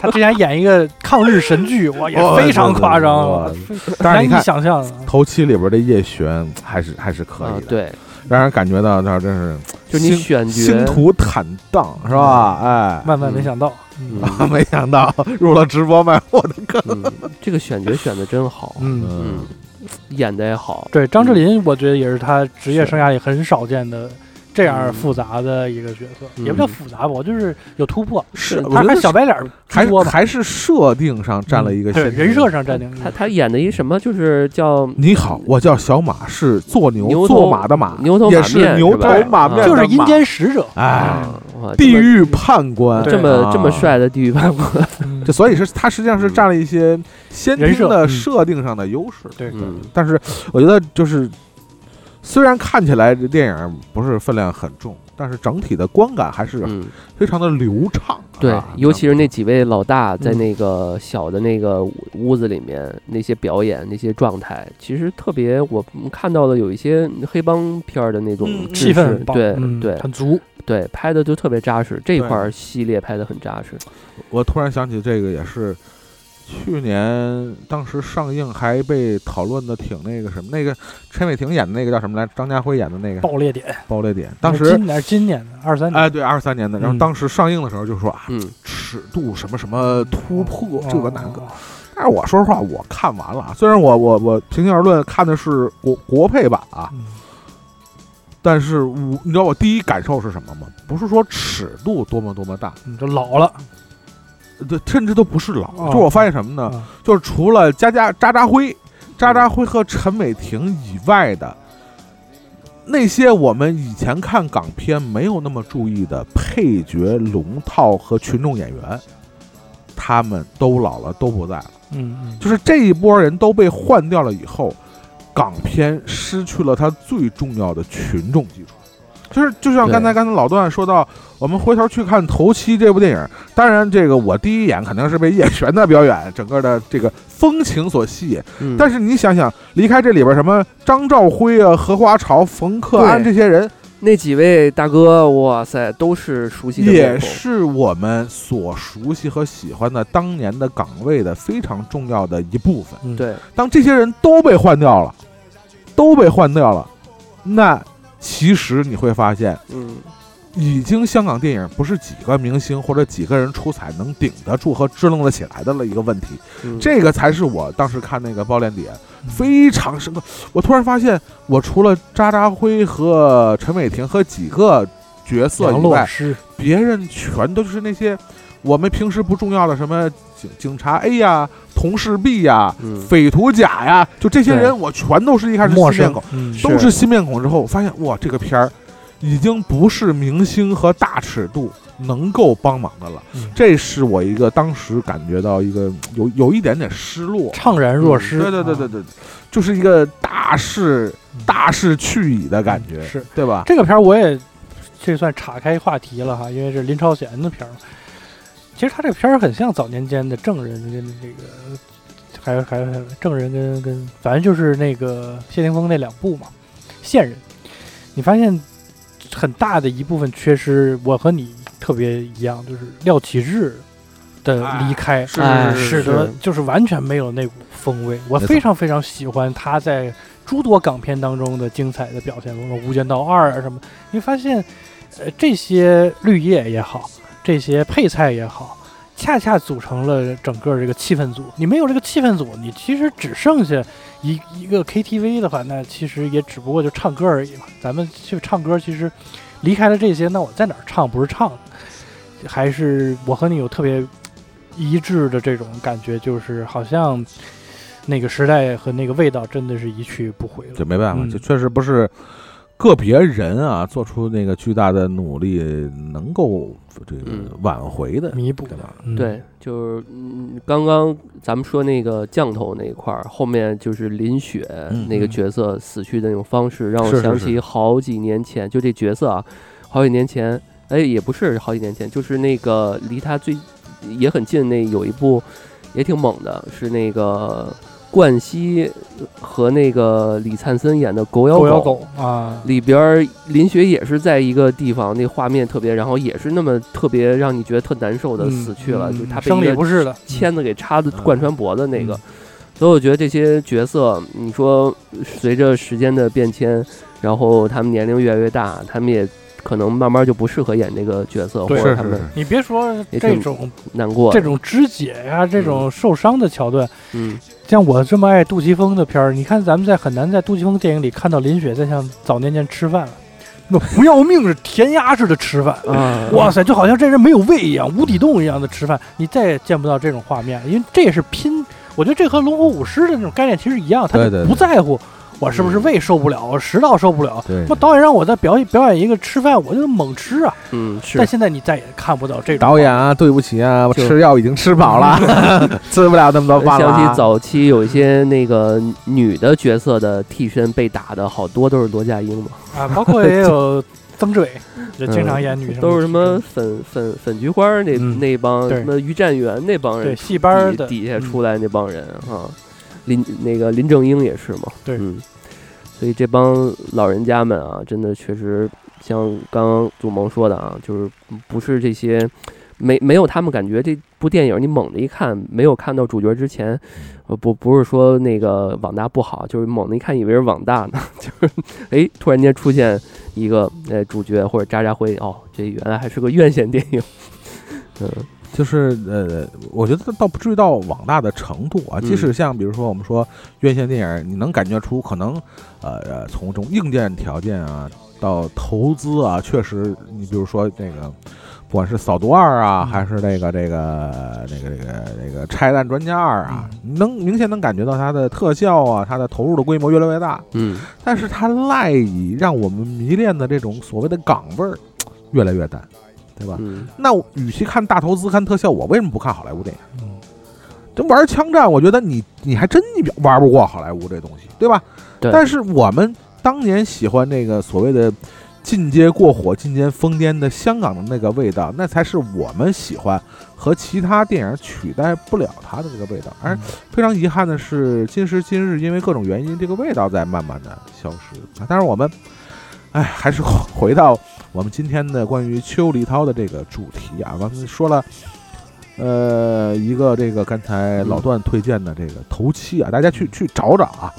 Speaker 2: 他之前演一个抗日神剧，哇，也非常
Speaker 1: 哇
Speaker 2: 夸
Speaker 3: 啊
Speaker 2: 张，
Speaker 1: [LAUGHS]
Speaker 2: 啊
Speaker 1: 但是
Speaker 2: 难
Speaker 1: 你
Speaker 2: 以
Speaker 1: 看
Speaker 2: 想象。啊
Speaker 1: 头七里边的叶璇还是还是可
Speaker 3: 啊
Speaker 1: 以的，，
Speaker 3: 对，
Speaker 1: 让人感觉到那真是
Speaker 3: 就你
Speaker 1: 星
Speaker 3: 选角，
Speaker 1: 星途坦荡，是吧？哎，
Speaker 2: 万万没想到，
Speaker 3: 嗯
Speaker 1: [LAUGHS]
Speaker 2: 嗯
Speaker 1: 没想到入了直播卖货的坑，
Speaker 3: 嗯，这个选角选的真好，
Speaker 2: 嗯，
Speaker 3: 嗯，演的也好，
Speaker 2: 对，张智霖，我觉得也是他职业生涯里很少见的这样
Speaker 3: 嗯
Speaker 2: 复杂的一个角色，
Speaker 3: 嗯
Speaker 2: 也不叫复杂吧，我就是有突破。
Speaker 1: 是我
Speaker 2: 他
Speaker 1: 觉
Speaker 2: 还
Speaker 1: 得
Speaker 2: 是小白脸
Speaker 1: 还
Speaker 2: 居多吧，嗯
Speaker 1: 还是设定上占了一
Speaker 3: 嗯
Speaker 1: 个
Speaker 2: 对
Speaker 1: 先机
Speaker 2: 人设。上占
Speaker 1: 嗯
Speaker 2: 领
Speaker 3: 他他演的一什么，就是叫
Speaker 1: 你好，我叫小马，是做牛
Speaker 3: 牛头
Speaker 1: 做马的马，
Speaker 3: 牛头马
Speaker 1: 啊也
Speaker 3: 面
Speaker 1: 是牛头
Speaker 3: 是
Speaker 1: 马
Speaker 3: 吧
Speaker 1: 面，
Speaker 3: 啊
Speaker 2: 就是阴。间使者。
Speaker 1: 哎，
Speaker 3: 啊，哇
Speaker 1: 地
Speaker 3: 这么
Speaker 1: 狱判官，
Speaker 2: 对
Speaker 3: 这么
Speaker 1: 啊
Speaker 3: 这么，帅嗯的地
Speaker 1: [LAUGHS]
Speaker 3: 狱判官，
Speaker 2: 嗯
Speaker 3: 嗯
Speaker 1: 这所以是他实际上是占了一些先
Speaker 2: 人
Speaker 1: 天
Speaker 2: 设
Speaker 1: 的
Speaker 2: 嗯
Speaker 1: 设定上的优势。
Speaker 2: 对，
Speaker 3: 嗯
Speaker 1: 但是我觉得就是，虽然看起来这电影不是分量很重，但是整体的观感还是
Speaker 3: 嗯，
Speaker 1: 非常的流畅啊、
Speaker 3: 对
Speaker 1: 啊，
Speaker 3: 尤其是那几位老大在
Speaker 2: 嗯
Speaker 3: 那个小的那个屋屋子里面那些表演那些状态，其实特别我们看到了有一些黑帮片儿的那种
Speaker 1: 嗯嗯
Speaker 3: 制
Speaker 2: 气氛
Speaker 3: 式
Speaker 2: 很棒
Speaker 3: 对
Speaker 2: 嗯
Speaker 3: 对
Speaker 2: 很足。
Speaker 3: 对，拍的就特别扎实，这一
Speaker 1: 对
Speaker 3: 块儿系列拍的很扎实，
Speaker 1: 我突然想起这个也是。去年当时上映还被讨论的挺那个什么，那个陈伟霆演的那个叫什么来着？张家辉演的那个《
Speaker 2: 爆裂点，
Speaker 1: 爆裂点》，当时
Speaker 2: 今年今年的二三年，
Speaker 1: 哎对，二三年的，然后
Speaker 2: 嗯
Speaker 1: 当时上映的时候就说啊，
Speaker 3: 嗯
Speaker 1: 尺度什么什么突破
Speaker 2: 哦
Speaker 1: 这个那个，但是我说实话，我看完了啊，虽然我我我平心而论看的是国国配版啊，
Speaker 2: 嗯
Speaker 1: 但是我你知道我第一感受是什么吗？不是说尺度多么多么大，呃
Speaker 2: 嗯就老了，
Speaker 1: 对，甚至都不是老。
Speaker 2: 哦
Speaker 1: 就我发现什么呢？
Speaker 2: 嗯
Speaker 1: 就是除了加加渣渣辉、渣渣辉和陈伟霆以外的那些我们以前看港片没有那么注意的配角、龙套和群众演员，他们都老了，都不在了。
Speaker 2: 嗯，
Speaker 1: 就是这一波人都被换掉了以后，港片失去了它最重要的群众基础。就是就像刚才
Speaker 3: 对
Speaker 1: 刚才老段说到，我们回头去看《头七》这部电影，当然这个我第一眼肯定是被叶璇的表演整个的这个风情所吸引，
Speaker 3: 嗯，
Speaker 1: 但是你想想，离开这里边什么张兆辉啊、何华潮、冯克安
Speaker 3: 对
Speaker 1: 这些人，
Speaker 3: 那几位大哥，哇塞，都是熟悉的面
Speaker 1: 也
Speaker 3: 孔，
Speaker 1: 是我们所熟悉和喜欢的当年的岗位的非常重要的一部分。
Speaker 2: 嗯，
Speaker 3: 对，
Speaker 1: 当这些人都被换掉了，都被换掉了，那其实你会发现，
Speaker 3: 嗯，
Speaker 1: 已经香港电影不是几个明星或者几个人出彩能顶得住和支棱得起来的了一个问题。
Speaker 3: 嗯
Speaker 1: 这个才是我当时看那个《爆裂点》非常深刻。我突然发现，我除了渣渣辉和陈伟霆和几个角色
Speaker 2: 杨
Speaker 1: 以
Speaker 2: 洛
Speaker 1: 外，
Speaker 2: 师，
Speaker 1: 别人全都是那些我们平时不重要的什么警警察 A 呀、同事 B 呀、
Speaker 3: 嗯
Speaker 1: 匪徒甲呀，就这些
Speaker 3: 对
Speaker 1: 人，我全都是一开始
Speaker 2: 陌
Speaker 1: 新
Speaker 2: 生
Speaker 1: 面孔，，
Speaker 2: 嗯
Speaker 1: 都是新面孔之后，发现哇，这个片儿已经不是明星和大尺度能够帮忙的了。
Speaker 2: 嗯
Speaker 1: 这是我一个当时感觉到一个嗯有有一点点失落。
Speaker 2: 怅然若失，
Speaker 1: 嗯对对对对
Speaker 2: 啊，
Speaker 1: 对，就是一个大势
Speaker 2: 嗯
Speaker 1: 大势去矣的感觉，
Speaker 2: 是
Speaker 1: 对吧？
Speaker 2: 这个片儿我也这算岔开话题了哈，因为是林超贤的片儿嘛。其实他这个片儿很像早年间的《证人》跟这个，还有还有还有《证人跟》跟反正就是那个谢霆锋那两部嘛，《线人》。你发现很大的一部分缺失，我和你特别一样，就是廖启智的离开，
Speaker 1: 是
Speaker 3: 哎
Speaker 1: 是
Speaker 2: 使
Speaker 1: 是
Speaker 3: 是
Speaker 2: 得就是嗯完全没有那股风味。我
Speaker 1: 没错
Speaker 2: 非常非常喜欢他在诸多港片当中的精彩的表现，包括《无间道二》啊什么。你发现，呃，这些绿叶也好，这些配菜也好，恰恰组成了整个这个气氛组。你没有这个气氛组，你其实只剩下一一个 KTV 的话，那其实也只不过就唱歌而已嘛。咱们去唱歌，其实离开了这些，那我在哪儿唱？不是唱，还是我和你有特别一致的这种感觉，就是好像那个时代和那个味道真的是一去不回
Speaker 1: 这
Speaker 2: 了。
Speaker 1: 没办法，
Speaker 2: 嗯
Speaker 1: 这确实不是个别人啊做出那个巨大的努力能够这个
Speaker 3: 嗯
Speaker 1: 挽回的，
Speaker 2: 弥补
Speaker 1: 对吧？
Speaker 2: 嗯、
Speaker 3: 对，就是嗯，刚刚咱们说那个降头那一块儿，后面就是林雪
Speaker 1: 嗯
Speaker 3: 那个
Speaker 2: 嗯
Speaker 3: 角色死去的那种方式，让
Speaker 1: 是
Speaker 3: 我
Speaker 1: 是
Speaker 3: 想
Speaker 1: 是
Speaker 3: 起好几年前，就这角色啊，好几年前，哎，也不是好几年前，就是那个离他最也很近那有一部也挺猛的，是那个冠希和那个李灿森演的《狗咬
Speaker 2: 狗
Speaker 3: 狗》。
Speaker 2: 咬狗啊，
Speaker 3: 里边儿林雪也是在一个地方，那画面特别，然后也是那么特别让你觉得特难受的
Speaker 2: 嗯
Speaker 3: 死去了，
Speaker 2: 嗯
Speaker 3: 就是他被
Speaker 2: 生
Speaker 3: 一
Speaker 2: 理
Speaker 3: 个
Speaker 2: 不适的
Speaker 3: 签子给插的
Speaker 1: 嗯
Speaker 3: 贯穿脖子那个
Speaker 2: 嗯。
Speaker 3: 所以我觉得这些角色，你说随着时间的变迁，然后他们年龄越来越大，他们也可能慢慢就不适合演这个角色，或
Speaker 2: 对
Speaker 3: 者
Speaker 1: 是
Speaker 3: 他
Speaker 1: 是
Speaker 3: 们
Speaker 1: 是，
Speaker 2: 你别说
Speaker 3: 也
Speaker 2: 这
Speaker 3: 挺嗯
Speaker 2: 种
Speaker 3: 难过。
Speaker 2: 这种肢解呀、这种受伤的桥段，
Speaker 3: 嗯，
Speaker 2: 像我这么爱杜琪峰的片儿，你看咱们在很难在杜琪峰电影里看到林雪在像早年间吃饭了，那不要命是填鸭式的吃饭，
Speaker 1: 嗯
Speaker 3: 啊，
Speaker 2: 哇塞，就好像这人没有胃一样，无底洞一样的吃饭，你再也见不到这种画面，因为这也是拼。我觉得这和龙虎舞狮的那种概念其实一样，他
Speaker 1: 对
Speaker 2: 就
Speaker 1: 对嗯
Speaker 2: 不在乎我是不是胃受不了，我食道受不了。
Speaker 1: 对
Speaker 2: 那导演让我在表演表演一个吃饭，我就猛吃啊！
Speaker 3: 嗯是
Speaker 2: 但现在你再也看不到这种
Speaker 1: 导演啊，对不起啊，我
Speaker 3: 就
Speaker 1: 吃药已经吃饱了，吃不了那么多饭了啊。
Speaker 3: 想起早期有一些那个女的角色的替身被打的好多都是罗家英嘛，
Speaker 2: 啊，包括也
Speaker 1: [LAUGHS]
Speaker 2: 有曾志伟，也经
Speaker 1: 嗯
Speaker 2: 常演女生，
Speaker 3: 都是什么粉粉粉菊花儿那、
Speaker 2: 嗯
Speaker 3: 那帮
Speaker 2: 对
Speaker 3: 什么于占元那帮
Speaker 2: 对
Speaker 3: 人
Speaker 2: 戏班儿
Speaker 3: 底
Speaker 2: 的
Speaker 3: 底下
Speaker 2: 嗯
Speaker 3: 出来那帮人啊，林那个林正英也是嘛，
Speaker 2: 对
Speaker 3: 嗯，所以这帮老人家们啊，真的确实像刚刚祖萌说的啊，就是不是这些。没没有他们感觉这部电影你猛的一看，没有看到主角之前，
Speaker 2: 嗯
Speaker 3: 呃不不是说那个网大不好，就是猛的一看以为是网大呢， [LAUGHS] 就是哎突然间出现一个呃主角或者渣渣辉，哦这原来还是个院线电影， [LAUGHS] 嗯
Speaker 1: 就是呃，我觉得倒不至于到网大的程度啊。
Speaker 3: 嗯
Speaker 1: 即使像比如说我们说院线电影，你能感觉出可能呃呃从这种硬件条件啊到投资啊，确实你比如说这个。不管是扫毒二啊，
Speaker 2: 嗯
Speaker 1: 还是那个这个这个这个这个拆弹专家二啊，能明显能感觉到它的特效啊，它的投入的规模越来越大，
Speaker 3: 嗯
Speaker 1: 但是它赖以让我们迷恋的这种所谓的港味儿，越来越淡，对吧？
Speaker 3: 嗯
Speaker 1: 那我与其看大投资、看特效，我为什么不看好莱坞电影？
Speaker 2: 嗯
Speaker 1: 真玩枪战，我觉得你你还真你玩不过好莱坞这东西，对吧？
Speaker 3: 对
Speaker 1: 但是我们当年喜欢那个所谓的进阶过火、进阶疯癫的香港的那个味道，那才是我们喜欢和其他电影取代不了它的这个味道。而非常遗憾的啊是，今时今日因为各种原因，这个味道在慢慢的消失。当然，我们哎，还是 [LAUGHS] 回到我们今天的关于邱礼涛的这个主题啊，我们说了。呃，一个这个刚才老段推荐的这个头七啊，大家去去找找啊。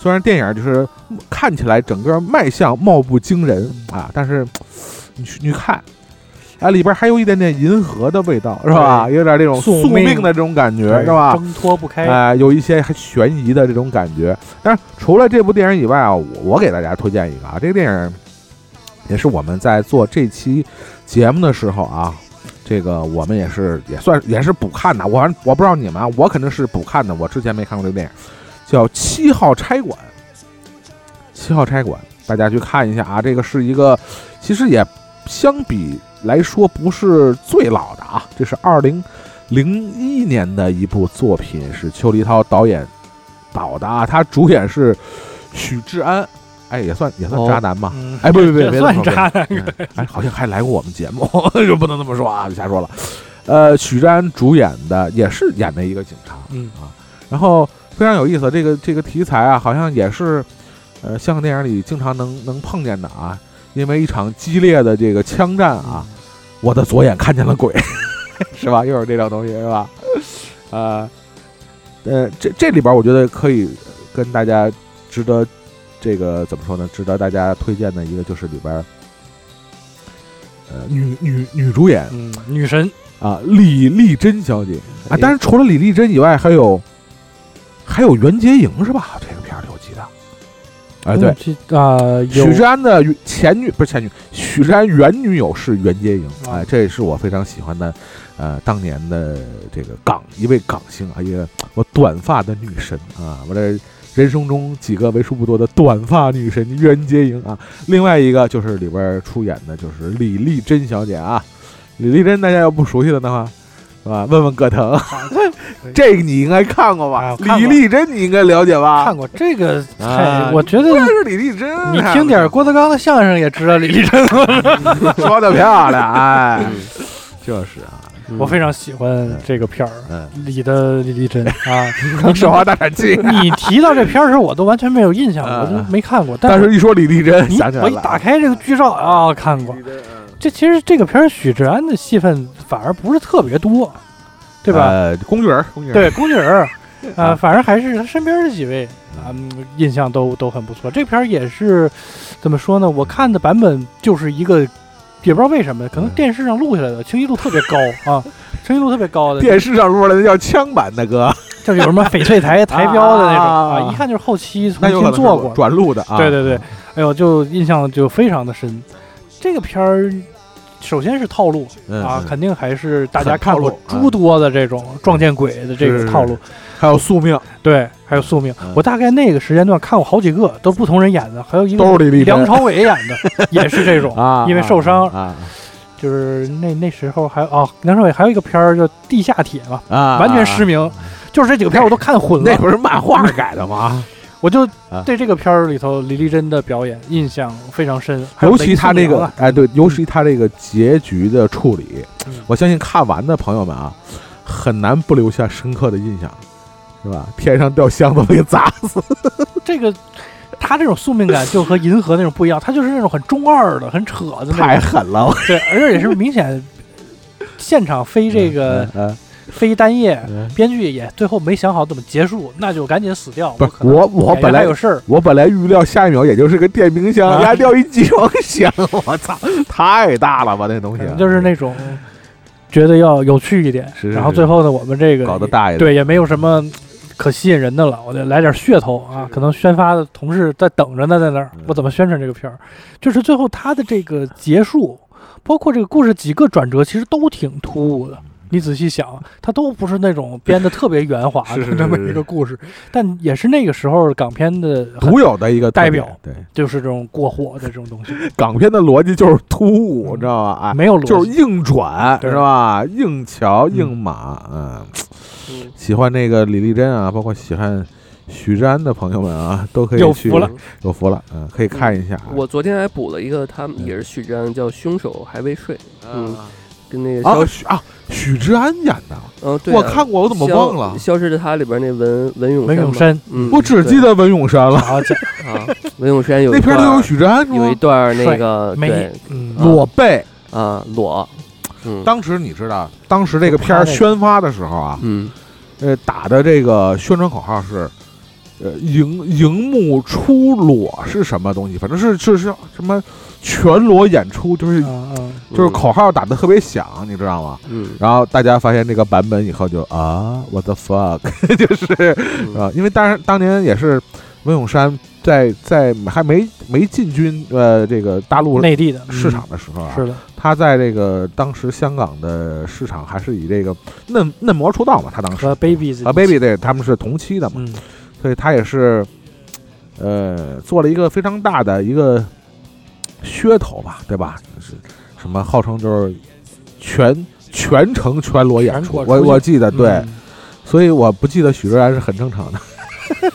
Speaker 1: 虽然电影就是看起来整个卖相貌不惊人啊，但是你去你看，啊里边还有一点点银河的味道是吧？有点这种
Speaker 2: 宿
Speaker 1: 宿命
Speaker 2: 命
Speaker 1: 的这种感觉是吧？
Speaker 2: 挣脱不开。
Speaker 1: 哎、有一些还悬疑的这种感觉。但是除了这部电影以外啊，我我给大家推荐一个啊，这个电影也是我们在做这期节目的时候啊，这个我们也是也算也是补看的。我反正我不知道你们啊，我肯定是补看的，我之前没看过这个电影，叫《七号差馆》。七号差馆，大家去看一下啊，这个是一个其实也相比来说不是最老的啊，这是二零零一年的一部作品，是邱黎涛导演导的啊，他主演是许志安，哎，也算也算渣男吧。
Speaker 2: 嗯
Speaker 1: 哎，不
Speaker 2: [LAUGHS]
Speaker 1: 不不，别
Speaker 2: 这
Speaker 1: 这么
Speaker 2: 算
Speaker 1: 说
Speaker 2: 渣男，
Speaker 1: 别这么说哎，好像还来过我们节目， [LAUGHS] 就不能这么说啊，瞎说了。呃，许志安主演的也是演的一个警察，
Speaker 2: 嗯
Speaker 1: 啊，然后非常有意思，这个这个题材啊，好像也是呃香港电影里经常能能碰见的啊，因为一场激烈的这个枪战啊，
Speaker 2: 嗯
Speaker 1: 我的左眼看见了鬼， [LAUGHS] 是吧？又有这种东西是吧？呃，呃，这这里边我觉得可以跟大家值得这个怎么说呢？值得大家推荐的一个就是里边，呃，女女女主演
Speaker 2: 嗯，女神
Speaker 1: 啊，李丽珍小姐啊，当然除了李丽珍以外，还有还有袁洁莹是吧？这个片儿里我记得，哎对，
Speaker 2: 对啊，有
Speaker 1: 许志安的前女不是前女，许志安原女友是袁洁莹，
Speaker 2: 啊
Speaker 1: 哎，这也是我非常喜欢的，呃，当年的这个港一位港星啊，一个我短发的女神啊，我这人生中几个为数不多的短发女神袁洁莹啊，另外一个就是里边出演的就是李丽珍小姐啊，李丽珍大家要不熟悉的话。是吧？问问葛腾， [LAUGHS] 这个你应该看过吧？
Speaker 2: 啊看
Speaker 1: 李
Speaker 2: 过
Speaker 1: 丽珍你应该了解吧？
Speaker 2: 看过这个，
Speaker 1: 啊
Speaker 2: 太我觉得
Speaker 1: 不认识李丽珍，
Speaker 2: 你听点郭德纲的相声也知道李丽珍。
Speaker 1: [LAUGHS] 说的漂亮，哎，就是 [LAUGHS] 啊，
Speaker 3: 嗯
Speaker 2: 我非常喜欢这个片儿，
Speaker 1: 嗯，
Speaker 2: 里的李
Speaker 1: [LAUGHS]
Speaker 2: 丽珍啊。
Speaker 1: 《生化大战记》，
Speaker 2: 你提到这片儿的时候，我都完全没有印象，
Speaker 1: 啊
Speaker 2: 我就没看过。
Speaker 1: 但
Speaker 2: 是
Speaker 1: 是一说李丽珍，
Speaker 2: 你
Speaker 1: 想起来
Speaker 2: 我一
Speaker 1: 了嗯
Speaker 2: 打开这个剧照啊，看过。这其实这个片儿许志安的戏份反而不是特别多，对吧？
Speaker 1: 呃，工具人，工具人，
Speaker 2: 对，宫女
Speaker 1: [LAUGHS]
Speaker 2: 儿，
Speaker 1: 啊
Speaker 2: 呃，反正还是他身边的几位啊、嗯印象都都很不错。这片儿也是怎么说呢？我看的版本就是一个，也不知道为什么，可能
Speaker 1: 嗯
Speaker 2: 电视上录下来的，清晰度特别高
Speaker 1: [LAUGHS]
Speaker 2: 啊，清晰度特别高的，
Speaker 1: 电视上出来的叫枪版的歌，
Speaker 2: 就是有什么翡
Speaker 1: [LAUGHS]
Speaker 2: 翠台台标的那种
Speaker 1: 啊
Speaker 2: 啊，一看就是后期重
Speaker 1: 那有可
Speaker 2: 新
Speaker 1: 能 [LAUGHS] 是
Speaker 2: 做过
Speaker 1: 我。转录的啊，
Speaker 2: 对对对，哎呦，就印象就非常的深。这个片儿首先是套路，
Speaker 1: 嗯，
Speaker 2: 啊，
Speaker 1: 嗯
Speaker 2: 肯定还是大家
Speaker 1: 很套
Speaker 2: 看过
Speaker 1: 路
Speaker 2: 诸多的这种撞见鬼的这
Speaker 1: 是
Speaker 2: 个
Speaker 1: 是
Speaker 2: 套路，
Speaker 1: 还有宿命，
Speaker 2: 对，还有宿命
Speaker 1: 嗯。
Speaker 2: 我大概那个时间段看过好几个，都不同人演的，还有一
Speaker 1: 都是
Speaker 2: 个
Speaker 1: 李丽珍
Speaker 2: 梁朝伟演的，也是这种，
Speaker 1: [LAUGHS] 啊，
Speaker 2: 因为受伤
Speaker 1: 啊
Speaker 2: 就是那那时候还哦，梁朝伟还有一个片儿叫《地下铁》嘛，
Speaker 1: 啊，
Speaker 2: 完全失
Speaker 1: 明。
Speaker 2: 明，就是这几个片儿我都看混
Speaker 1: 那
Speaker 2: 了，
Speaker 1: 不是漫画改的吗？
Speaker 2: 我就
Speaker 1: 啊
Speaker 2: 对这个片儿里头李丽珍的表演印象非常深， [LAUGHS] 还有
Speaker 1: 尤其
Speaker 2: 雷
Speaker 1: 他
Speaker 2: 颂
Speaker 1: 这
Speaker 2: 良
Speaker 1: 个
Speaker 2: 啊，
Speaker 1: 哎，对，尤其他这个结局的处理
Speaker 2: 嗯，
Speaker 1: 我相信看完的朋友们啊，很难不留下深刻的印象，是吧？天上掉箱子被砸死，
Speaker 2: 这个。他这种宿命感就和银河那种不一样，他就是那种很中二的、很扯的那种，
Speaker 1: [LAUGHS] 太狠了，我
Speaker 2: 对，而且是明显现场飞这个
Speaker 1: 嗯
Speaker 2: 飞单页，
Speaker 1: 嗯嗯
Speaker 2: 编剧也最后没想好怎么结束，那就赶紧死掉。
Speaker 1: 不是
Speaker 2: 可能
Speaker 1: 我，我
Speaker 2: 演员
Speaker 1: 本来
Speaker 2: 还有事儿，
Speaker 1: 我本来预料下一秒也就是个电冰箱，
Speaker 2: 啊
Speaker 1: 压掉一集装箱， [LAUGHS] 我操，太大了吧那东西啊
Speaker 2: 可，能嗯就是那种觉得要有趣一点。
Speaker 1: 是是
Speaker 2: 然后
Speaker 1: 是
Speaker 2: 最后呢，我们这个
Speaker 1: 搞得
Speaker 2: 也
Speaker 1: 大一点，
Speaker 2: 对也没有什么可吸引人的了，我得来点噱头啊！可能宣发的同事在等着呢，在那儿
Speaker 1: 嗯，
Speaker 2: 我怎么宣传这个片儿？就是最后他的这个结束，包括这个故事几个转折，其实都挺突兀
Speaker 1: 嗯
Speaker 2: 的。你仔细想，它都不是那种编的特别圆滑
Speaker 1: 是是
Speaker 2: 的 [LAUGHS] 这么
Speaker 1: 是
Speaker 2: 一个故事，但也是那个时候港片的很
Speaker 1: 独有的一个特
Speaker 2: 代
Speaker 1: 点
Speaker 2: 表
Speaker 1: 对
Speaker 2: 就是这种过火的这种东西，
Speaker 1: 港片的逻辑就是突兀，知道吧？哎，
Speaker 2: 没嗯有逻辑，
Speaker 1: 就是硬转
Speaker 2: 对
Speaker 1: 是吧？硬桥硬马，嗯，喜欢那个李丽珍啊，包括喜欢许志安的朋友们啊，都可以
Speaker 2: 有
Speaker 1: 去
Speaker 2: 福了，
Speaker 1: 有福了，嗯，可以看一下啊。
Speaker 3: 我昨天还补了一个，他们也是许志安，叫《凶手还未睡》。嗯，跟那个
Speaker 1: 啊
Speaker 3: 消失，
Speaker 1: 许啊许志安演的，
Speaker 3: 嗯，对啊，
Speaker 1: 我看过，我怎么
Speaker 3: 消
Speaker 1: 忘了？
Speaker 3: 消失的她》里边那文文咏
Speaker 2: 文咏
Speaker 3: 珊嘛，
Speaker 1: [LAUGHS]
Speaker 2: 珊，
Speaker 3: 嗯，
Speaker 1: 我只记
Speaker 3: 对
Speaker 1: 得文咏珊了，
Speaker 2: 好家
Speaker 3: 啊，文咏珊有
Speaker 1: [LAUGHS] 那
Speaker 3: 一
Speaker 1: 片儿
Speaker 3: 段
Speaker 1: 里有
Speaker 3: 儿
Speaker 1: 许志安是
Speaker 3: 有一
Speaker 1: 吗？
Speaker 3: 段儿那
Speaker 2: 帅
Speaker 3: 个
Speaker 2: 没
Speaker 3: 对
Speaker 2: 嗯，
Speaker 3: 啊
Speaker 1: 裸背。
Speaker 3: 啊裸，嗯
Speaker 1: 当时你知道，当时这个片儿宣发的时候啊，
Speaker 3: 嗯
Speaker 1: 呃，打的这个宣传口号是，呃，荧荧幕出裸是什么东西？反正是是是什么全裸演出，就是
Speaker 2: 啊啊，
Speaker 1: 就是口号打的特别响，你知道吗？
Speaker 3: 嗯
Speaker 1: 然后大家发现这个版本以后就啊，what the fuck，就是
Speaker 3: 嗯
Speaker 1: 啊，因为当然当年也是文咏珊在在还没没进军呃这个大陆
Speaker 2: 内地的
Speaker 1: 市场的时候
Speaker 2: 嗯
Speaker 1: 啊，
Speaker 2: 是的，
Speaker 1: 他在这个当时香港的市场还是以这个嫩嫩模出道嘛，他当时
Speaker 2: 和 Babies
Speaker 1: 和 Baby 对他们是同期的嘛，
Speaker 2: 嗯
Speaker 1: 所以他也是呃做了一个非常大的一个噱头吧，对吧？就是什么号称就是全全程全裸演出，
Speaker 2: 全国
Speaker 1: 我
Speaker 2: 出现
Speaker 1: 我记得对，
Speaker 2: 嗯
Speaker 1: 所以我不记得许志安是很正常的。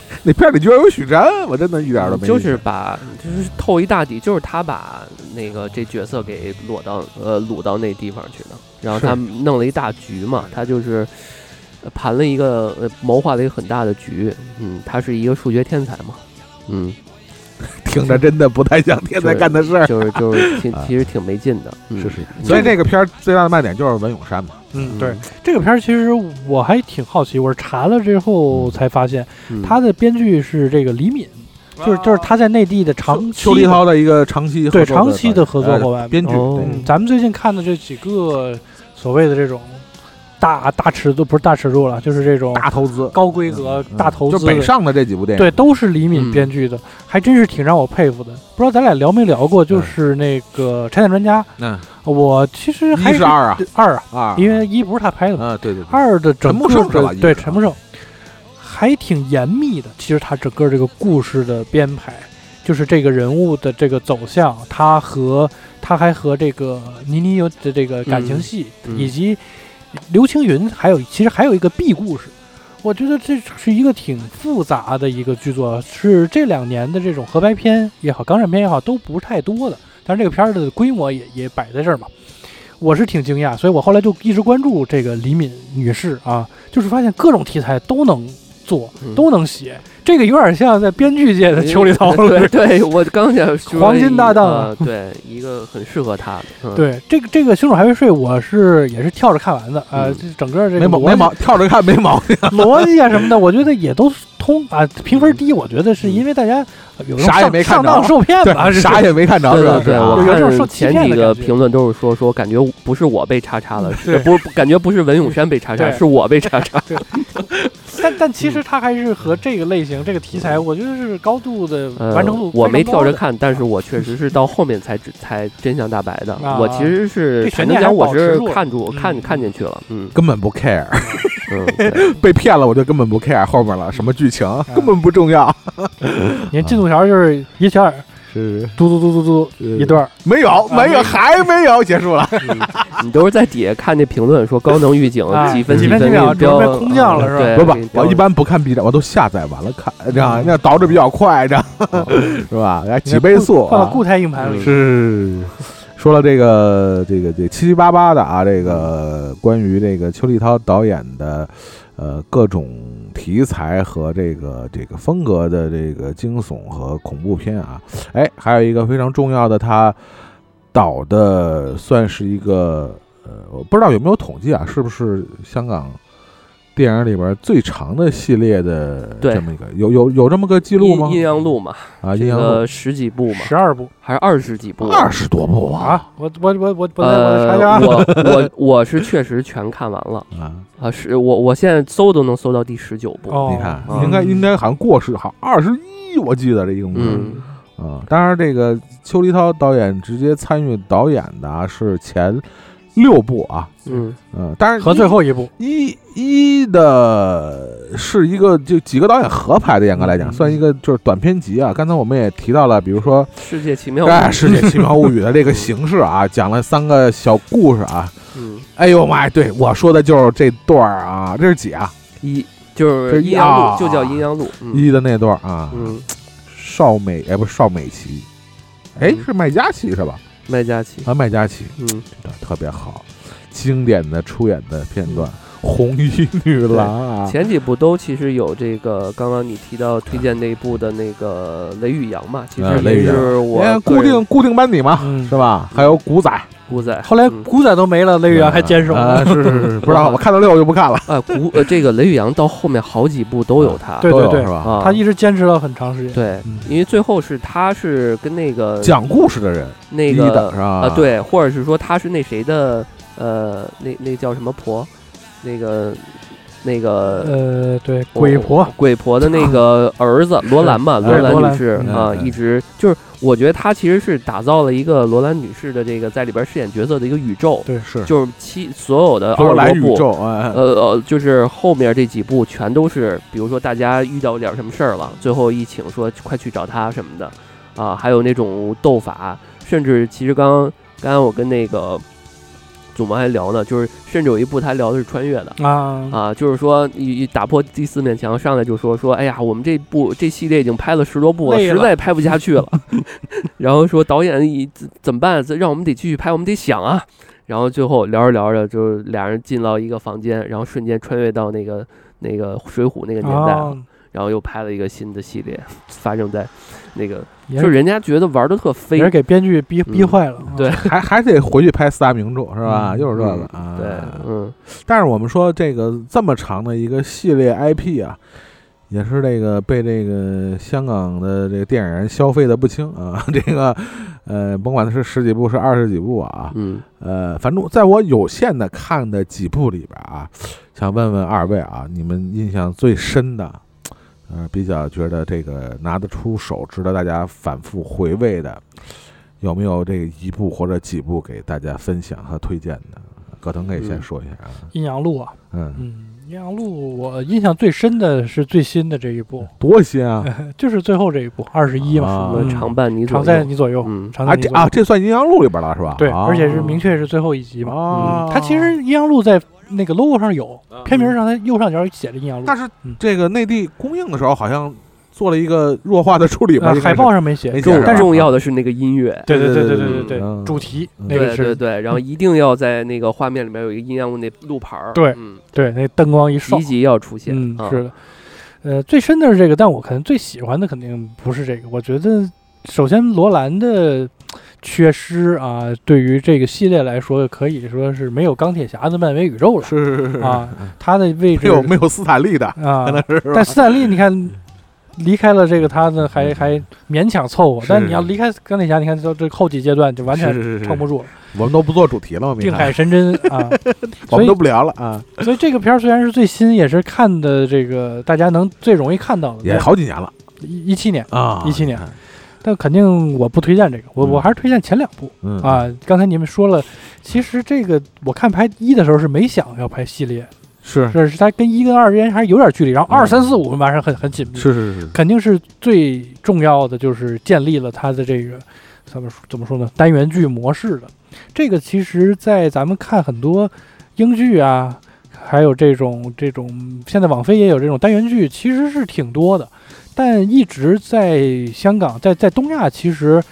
Speaker 1: [LAUGHS] 那片儿里居然有许志安，我真的一点儿
Speaker 2: 嗯
Speaker 1: 都没
Speaker 3: 嗯就
Speaker 1: 印象
Speaker 3: 是把就是透一大底，就是他把那个这角色给裸到呃掳到那地方去的，然后
Speaker 1: 是
Speaker 3: 他弄了一大局嘛，他就是呃盘了一个呃谋划了一个很大的局，嗯，他是一个数学天才嘛，嗯，
Speaker 1: 听着真的不太像天才干的事儿。
Speaker 3: 就是
Speaker 1: [LAUGHS]
Speaker 3: 就是挺
Speaker 1: 啊
Speaker 3: 其实挺没劲的，嗯、
Speaker 1: 是是，所以这个片儿最大的卖点就是文咏珊嘛。
Speaker 2: 嗯，对，这个片儿其实我还挺好奇，我是查了之后才发现，
Speaker 3: 嗯
Speaker 2: 他的编剧是这个李敏，
Speaker 1: 啊
Speaker 2: 就是就是他在内地的长期的
Speaker 1: 邱立涛的一个长期合作
Speaker 2: 对
Speaker 1: 的
Speaker 2: 长期的合作伙
Speaker 1: 呃
Speaker 2: 伴。
Speaker 1: 编剧，
Speaker 3: 哦
Speaker 1: 对
Speaker 2: 嗯，咱们最近看的这几个所谓的这种大大尺度，不是大尺度了，就是这种
Speaker 1: 大投资、
Speaker 2: 高规格
Speaker 1: 嗯
Speaker 2: 大投
Speaker 1: 就
Speaker 2: 资
Speaker 1: 北
Speaker 2: 的，
Speaker 1: 上的这几部电影，
Speaker 2: 对，都是李敏
Speaker 3: 嗯
Speaker 2: 编剧的，还真是挺让我佩服的。不知道咱俩聊没聊过，就是那个《拆弹专家》，呃
Speaker 1: 嗯，
Speaker 2: 我其实还
Speaker 1: 一是二啊，
Speaker 2: 二啊，
Speaker 1: 啊，
Speaker 2: 因为一不是他拍的嘛。
Speaker 1: 啊，对对对，
Speaker 2: 二的整个
Speaker 1: 陈木胜是吧
Speaker 2: 的
Speaker 1: 一
Speaker 2: 对
Speaker 1: 是
Speaker 2: 陈木胜还挺严密的。其实他整个这个故事的编排，就是这个人物的这个走向，他和他还和这个倪妮有的这个感情戏，
Speaker 3: 嗯嗯
Speaker 2: 以及刘青云，还有其实还有一个 B 故事。我觉得这是一个挺复杂的一个剧作，是这两年的这种合拍片也好，港产片也好，都不是太多的。但是这个片儿的规模也也摆在这儿嘛，我是挺惊讶，所以我后来就一直关注这个李敏女士啊，就是发现各种题材都能做，
Speaker 3: 嗯
Speaker 2: 都能写，这个有点像在编剧界的邱礼涛了。
Speaker 3: 哎对对，我刚想说
Speaker 2: 黄金搭档啊
Speaker 3: 啊，对，一个很适合他的，嗯、
Speaker 2: [LAUGHS] 对这个这个《凶手还未睡》，我是也是跳着看完的啊，
Speaker 3: 嗯
Speaker 2: 这整个这
Speaker 1: 没
Speaker 2: 个
Speaker 1: 毛
Speaker 2: 逻
Speaker 1: 没
Speaker 2: 辑
Speaker 1: 毛，跳着看没毛病， [LAUGHS]
Speaker 2: 逻辑啊什么的，我觉得也都通啊。评分低，我觉得是因为大家有
Speaker 1: 嗯啥也没看
Speaker 2: 上
Speaker 1: 着
Speaker 2: 当受骗
Speaker 1: [LAUGHS]
Speaker 2: 吧，
Speaker 1: 对，啥也没看着，
Speaker 3: 对
Speaker 1: 是吧
Speaker 3: 对？对，
Speaker 1: 是吧
Speaker 3: 我
Speaker 2: 有这种受
Speaker 3: 看
Speaker 2: 欺
Speaker 3: 前
Speaker 2: 骗
Speaker 3: 几
Speaker 2: 的
Speaker 3: 个
Speaker 2: 感觉
Speaker 3: 评论都是说说，感觉不是我被叉叉了，
Speaker 2: 对
Speaker 3: 是不是感觉不是文咏珊
Speaker 2: [LAUGHS]
Speaker 3: 被叉叉，
Speaker 2: 对
Speaker 3: 是我被
Speaker 2: [LAUGHS]
Speaker 3: 叉叉。
Speaker 2: 但但其
Speaker 1: 嗯
Speaker 2: 实它还是和这个类型、这个题材，我觉得是高度的
Speaker 3: 呃
Speaker 2: 完成度、，
Speaker 3: 我没跳着，看，但是我确实是到后面才知才真相大白的。
Speaker 2: 啊
Speaker 3: 我其实是
Speaker 2: 这
Speaker 3: 才
Speaker 2: 悬念
Speaker 3: 能
Speaker 2: 还
Speaker 3: 讲，我
Speaker 2: 保
Speaker 3: 是
Speaker 2: 持住了
Speaker 3: 看住
Speaker 2: 嗯
Speaker 3: 看看进去了，
Speaker 2: [LAUGHS]
Speaker 3: 嗯
Speaker 1: 根本不 care，
Speaker 3: 嗯，对
Speaker 1: 被骗了我就根本不 care 后面了，什么剧情
Speaker 2: 嗯
Speaker 1: 根本不重要，
Speaker 2: 你看进度条就是一小点儿 [LAUGHS]
Speaker 1: 是
Speaker 2: 嘟嘟嘟嘟嘟
Speaker 1: 是
Speaker 2: 一段儿，
Speaker 1: 没有
Speaker 2: 啊
Speaker 1: 没有还没有结束了，
Speaker 3: 你都是在底下看那评论说高能预警
Speaker 2: 啊
Speaker 3: 几分
Speaker 2: 几
Speaker 3: 分
Speaker 2: 分几秒
Speaker 3: 秒标嗯
Speaker 2: 准备空降了是吧
Speaker 3: 对，
Speaker 1: 不
Speaker 3: 给你
Speaker 1: 不，
Speaker 3: 标
Speaker 1: 我一般不看 B 站，我都下载完了看，这样那导着比较快，这样
Speaker 2: 哦
Speaker 1: [LAUGHS] 是吧？来几倍速
Speaker 2: 放
Speaker 1: 啊
Speaker 2: 到。固态硬盘
Speaker 3: 嗯
Speaker 2: 里。
Speaker 1: 是，说了这个这个这七七八八的啊，这个关于这个邱立涛导演的呃各种题材和这个这个风格的这个惊悚和恐怖片啊，哎，还有一个非常重要的，他导的算是一个呃，我不知道有没有统计啊，是不是香港？电影里边最长的系列的
Speaker 3: 对
Speaker 1: 这么一个，有有有这么个记录吗
Speaker 3: 阴？阴阳路嘛，
Speaker 1: 啊，阴
Speaker 3: 这
Speaker 1: 阳
Speaker 3: 个
Speaker 1: 路
Speaker 3: 十几部
Speaker 1: 嗯
Speaker 3: 嘛，
Speaker 2: 十二部
Speaker 3: 还是二十几部？
Speaker 1: 二十多部啊，
Speaker 2: 啊！我我我我我来我来查
Speaker 3: 呃
Speaker 2: 一下，啊，
Speaker 3: 我
Speaker 2: [LAUGHS]
Speaker 3: 我我是确实全看完了
Speaker 1: 啊，
Speaker 3: 啊，是我我现在搜都能搜到第十九部。
Speaker 2: 哦，
Speaker 1: 你看，
Speaker 3: 嗯
Speaker 1: 应该应该好像过是好二十一，我记得这一个目
Speaker 3: 嗯
Speaker 1: 啊。当然，这个邱黎涛导演直接参与导演的啊是前六部啊，
Speaker 3: 嗯
Speaker 1: 嗯，当然
Speaker 2: 和最后一部
Speaker 1: 一一的是一个就几个导演合拍的，严格来讲
Speaker 2: 嗯
Speaker 1: 算一个就是短片集啊。刚才我们也提到了，比如说
Speaker 3: 世界奇妙
Speaker 1: 《
Speaker 3: 物语
Speaker 1: 哎世界奇妙物语》的这个形式啊，讲了三个小故事啊。
Speaker 3: 嗯，
Speaker 1: 哎呦妈呀，对我说的就是这段儿啊，这是几啊？
Speaker 3: 一就
Speaker 1: 这
Speaker 3: 是阴阳
Speaker 1: 啊
Speaker 3: 路，就叫阴阳路。嗯
Speaker 1: 一的那段儿啊，
Speaker 3: 嗯，
Speaker 1: 邵美哎，不是邵美琪，哎
Speaker 3: 嗯
Speaker 1: 是麦嘉琪是吧？
Speaker 3: 麦嘉琪。
Speaker 1: 啊，麦嘉琪
Speaker 3: 嗯
Speaker 1: 真的特别好。经典的出演的片段，
Speaker 2: 嗯
Speaker 1: [LAUGHS] 红衣女郎啊，
Speaker 3: 前几部都其实有这个，刚刚你提到推荐那一部的那个《雷雨阳》嘛，其实
Speaker 1: 嗯雷
Speaker 3: 也
Speaker 1: 雨阳
Speaker 3: 是我
Speaker 1: 哎
Speaker 3: 个
Speaker 1: 固
Speaker 3: 人
Speaker 1: 定固定班底嘛，
Speaker 2: 嗯
Speaker 1: 是吧？还有古仔，
Speaker 3: 古仔。
Speaker 2: 后来
Speaker 3: 嗯
Speaker 2: 古仔都没了，雷雨阳还坚守
Speaker 1: 啊
Speaker 2: 了。
Speaker 1: 是是
Speaker 2: [LAUGHS]
Speaker 1: 是，不知道我看到六我就不看了，
Speaker 3: 啊，古呃，这个雷宇阳到后面好几部都有他，
Speaker 2: 对
Speaker 1: 都有
Speaker 2: 对
Speaker 1: 是吧？
Speaker 3: 啊，
Speaker 2: 他一直坚持了很长时间。
Speaker 3: 对
Speaker 2: 嗯，
Speaker 3: 因为最后是他是跟那个
Speaker 1: 讲故事的人，
Speaker 3: 那
Speaker 1: 第一
Speaker 3: 个
Speaker 1: 档是吧？
Speaker 3: 啊，，对，或者是说他是那谁的呃，那那叫什么婆，那个那个
Speaker 2: 呃，对，
Speaker 1: 哦
Speaker 3: 我
Speaker 2: 鬼婆，
Speaker 3: 鬼婆的那个儿子罗兰嘛，
Speaker 1: 对
Speaker 3: 罗
Speaker 2: 罗
Speaker 3: 兰
Speaker 2: 兰
Speaker 3: 女士
Speaker 1: 嗯
Speaker 3: 啊，
Speaker 1: 嗯
Speaker 3: 一直就是我觉得他其实是打造了一个罗兰女士的这个在里边饰演角色的一个宇宙，
Speaker 1: 对是
Speaker 3: 就是七所有的
Speaker 1: 后
Speaker 3: 二
Speaker 1: 来
Speaker 3: 十
Speaker 1: 宇
Speaker 3: 多部。
Speaker 1: 宙，哎，哎
Speaker 3: 呃呃，就是后面这几部全都是，比如说大家遇到点什么事儿了，最后一请说快去找他什么的，啊，还有那种斗法，甚至其实刚刚刚刚我跟那个祖萌还聊呢，就是甚至有一部他聊的是穿越的。
Speaker 2: 啊，
Speaker 3: 啊，就是说一一打破第四面墙，上来就说说，哎呀，我们这部这系列已经拍了十多部了，
Speaker 2: 累
Speaker 3: 实
Speaker 2: 了
Speaker 3: 在拍不下去了。 [LAUGHS] 然后说导演一怎怎么办？这让我们得继续拍，我们得想啊。然后最后聊着聊着，就俩人进到一个房间，然后瞬间穿越到那个那个水浒那个年代了，
Speaker 2: 啊
Speaker 3: 然后又拍了一个新的系列，发生在那个，
Speaker 2: 也
Speaker 3: 就是
Speaker 2: 是
Speaker 3: 人家觉得玩的特飞
Speaker 2: 也是，给编剧逼逼
Speaker 3: 嗯
Speaker 2: 坏了。啊
Speaker 3: 对
Speaker 1: 还还得回去拍四大名著是吧？
Speaker 2: 嗯
Speaker 1: 又是这个啊，
Speaker 3: 对，嗯，
Speaker 1: 但是我们说这个这么长的一个系列 IP 啊，也是这个被这个香港的这个电影人消费的不轻啊。 [LAUGHS] 这个呃，甭管是十几部是二十几部啊，
Speaker 3: 嗯，
Speaker 1: 呃，反正在我有限的看的几部里边啊，想问问二位啊，你们印象最深的，呃，比较觉得这个拿得出手、值得大家反复回味的，有没有这一部或者几部给大家分享和推荐的？葛腾可以先
Speaker 3: 嗯
Speaker 1: 说一下啊，
Speaker 2: 阴阳路啊，
Speaker 1: 嗯
Speaker 2: 嗯，阴阳路我印象最深的是最新的这一部，
Speaker 1: 多新啊！
Speaker 2: 就是最后这一部二十一嘛
Speaker 1: 啊，
Speaker 3: 我
Speaker 2: 嗯
Speaker 3: 们常伴你左
Speaker 2: 常
Speaker 3: 右，
Speaker 2: 在你左右，
Speaker 3: 嗯
Speaker 2: 常
Speaker 1: 啊
Speaker 2: 在你
Speaker 1: 这
Speaker 2: 左右
Speaker 1: 啊，这算《阴阳路》里边了是吧？
Speaker 2: 对，
Speaker 1: 啊
Speaker 2: 而且是明确是最后一集嘛。
Speaker 1: 哦，
Speaker 2: 嗯它其实阴阳路在那个 logo 上有，片名上它右上角写着阴阳路
Speaker 1: 但，是
Speaker 2: 嗯
Speaker 1: 这个内地公映的时候，好像做了一个弱化的处理吧
Speaker 2: 呃，
Speaker 1: 应该
Speaker 2: 海
Speaker 1: 是
Speaker 2: 报上没写
Speaker 1: 没，写
Speaker 2: 但
Speaker 1: 是
Speaker 3: 重
Speaker 1: 吧
Speaker 2: 但是
Speaker 3: 重要的是那个音乐，
Speaker 2: 对对对
Speaker 1: 对
Speaker 2: 对
Speaker 1: 对
Speaker 2: 对
Speaker 3: 对
Speaker 2: 对
Speaker 1: 嗯
Speaker 2: 对，主题
Speaker 1: 嗯
Speaker 2: 那个
Speaker 3: 对对
Speaker 2: 是
Speaker 3: 对，然后一定要在那个画面里面有一个阴阳路那路牌儿，
Speaker 2: 对
Speaker 3: 嗯，
Speaker 2: 对那灯光一少
Speaker 3: 一，集要出现，
Speaker 2: 嗯
Speaker 3: 啊，
Speaker 2: 是的，呃，最深的是这个，但我可能最喜欢的肯定不是这个。我觉得，首先罗兰的缺失啊，对于这个系列来说，可以说是没有钢铁侠的漫威宇宙了
Speaker 1: 是是是是，
Speaker 2: 啊。他的
Speaker 1: 没
Speaker 2: 位置
Speaker 1: 有没有斯坦利的，
Speaker 2: 啊，
Speaker 1: 是吧嗯
Speaker 2: 但斯坦利，你看离开了这个，他呢还还勉强凑合。但
Speaker 1: 是
Speaker 2: 你要离开钢铁侠，你看到这后几阶段就完全
Speaker 1: 是是是
Speaker 2: 撑不住了，
Speaker 1: 我们都不做主题了，我们
Speaker 2: 定海神针啊。
Speaker 1: [LAUGHS] 我
Speaker 2: 所
Speaker 1: 们
Speaker 2: 以嗯
Speaker 1: 都不聊了啊，
Speaker 2: 所以这个片儿虽然是最新，也是看的这个大家能最容易看到的，
Speaker 1: 也好几年了
Speaker 2: 一一七年。
Speaker 1: 啊，
Speaker 2: 17年但肯定我不推荐这个，我
Speaker 1: 嗯
Speaker 2: 我还是推荐前两部
Speaker 1: 嗯，
Speaker 2: 啊。刚才你们说了，其实这个我看拍一的时候是没想要拍系列，
Speaker 1: 是
Speaker 2: 这是它跟一跟二之间还是有点距离，然后
Speaker 1: 嗯
Speaker 2: 二三四五马上很很紧密，
Speaker 1: 是是是，
Speaker 2: 肯定是最重要的，就是建立了它的这个怎么说怎么说呢单元剧模式的。这个其实，在咱们看很多英剧啊，还有这种这种，现在网飞也有这种单元剧，其实是挺多的，但一直在香港，在在东亚其实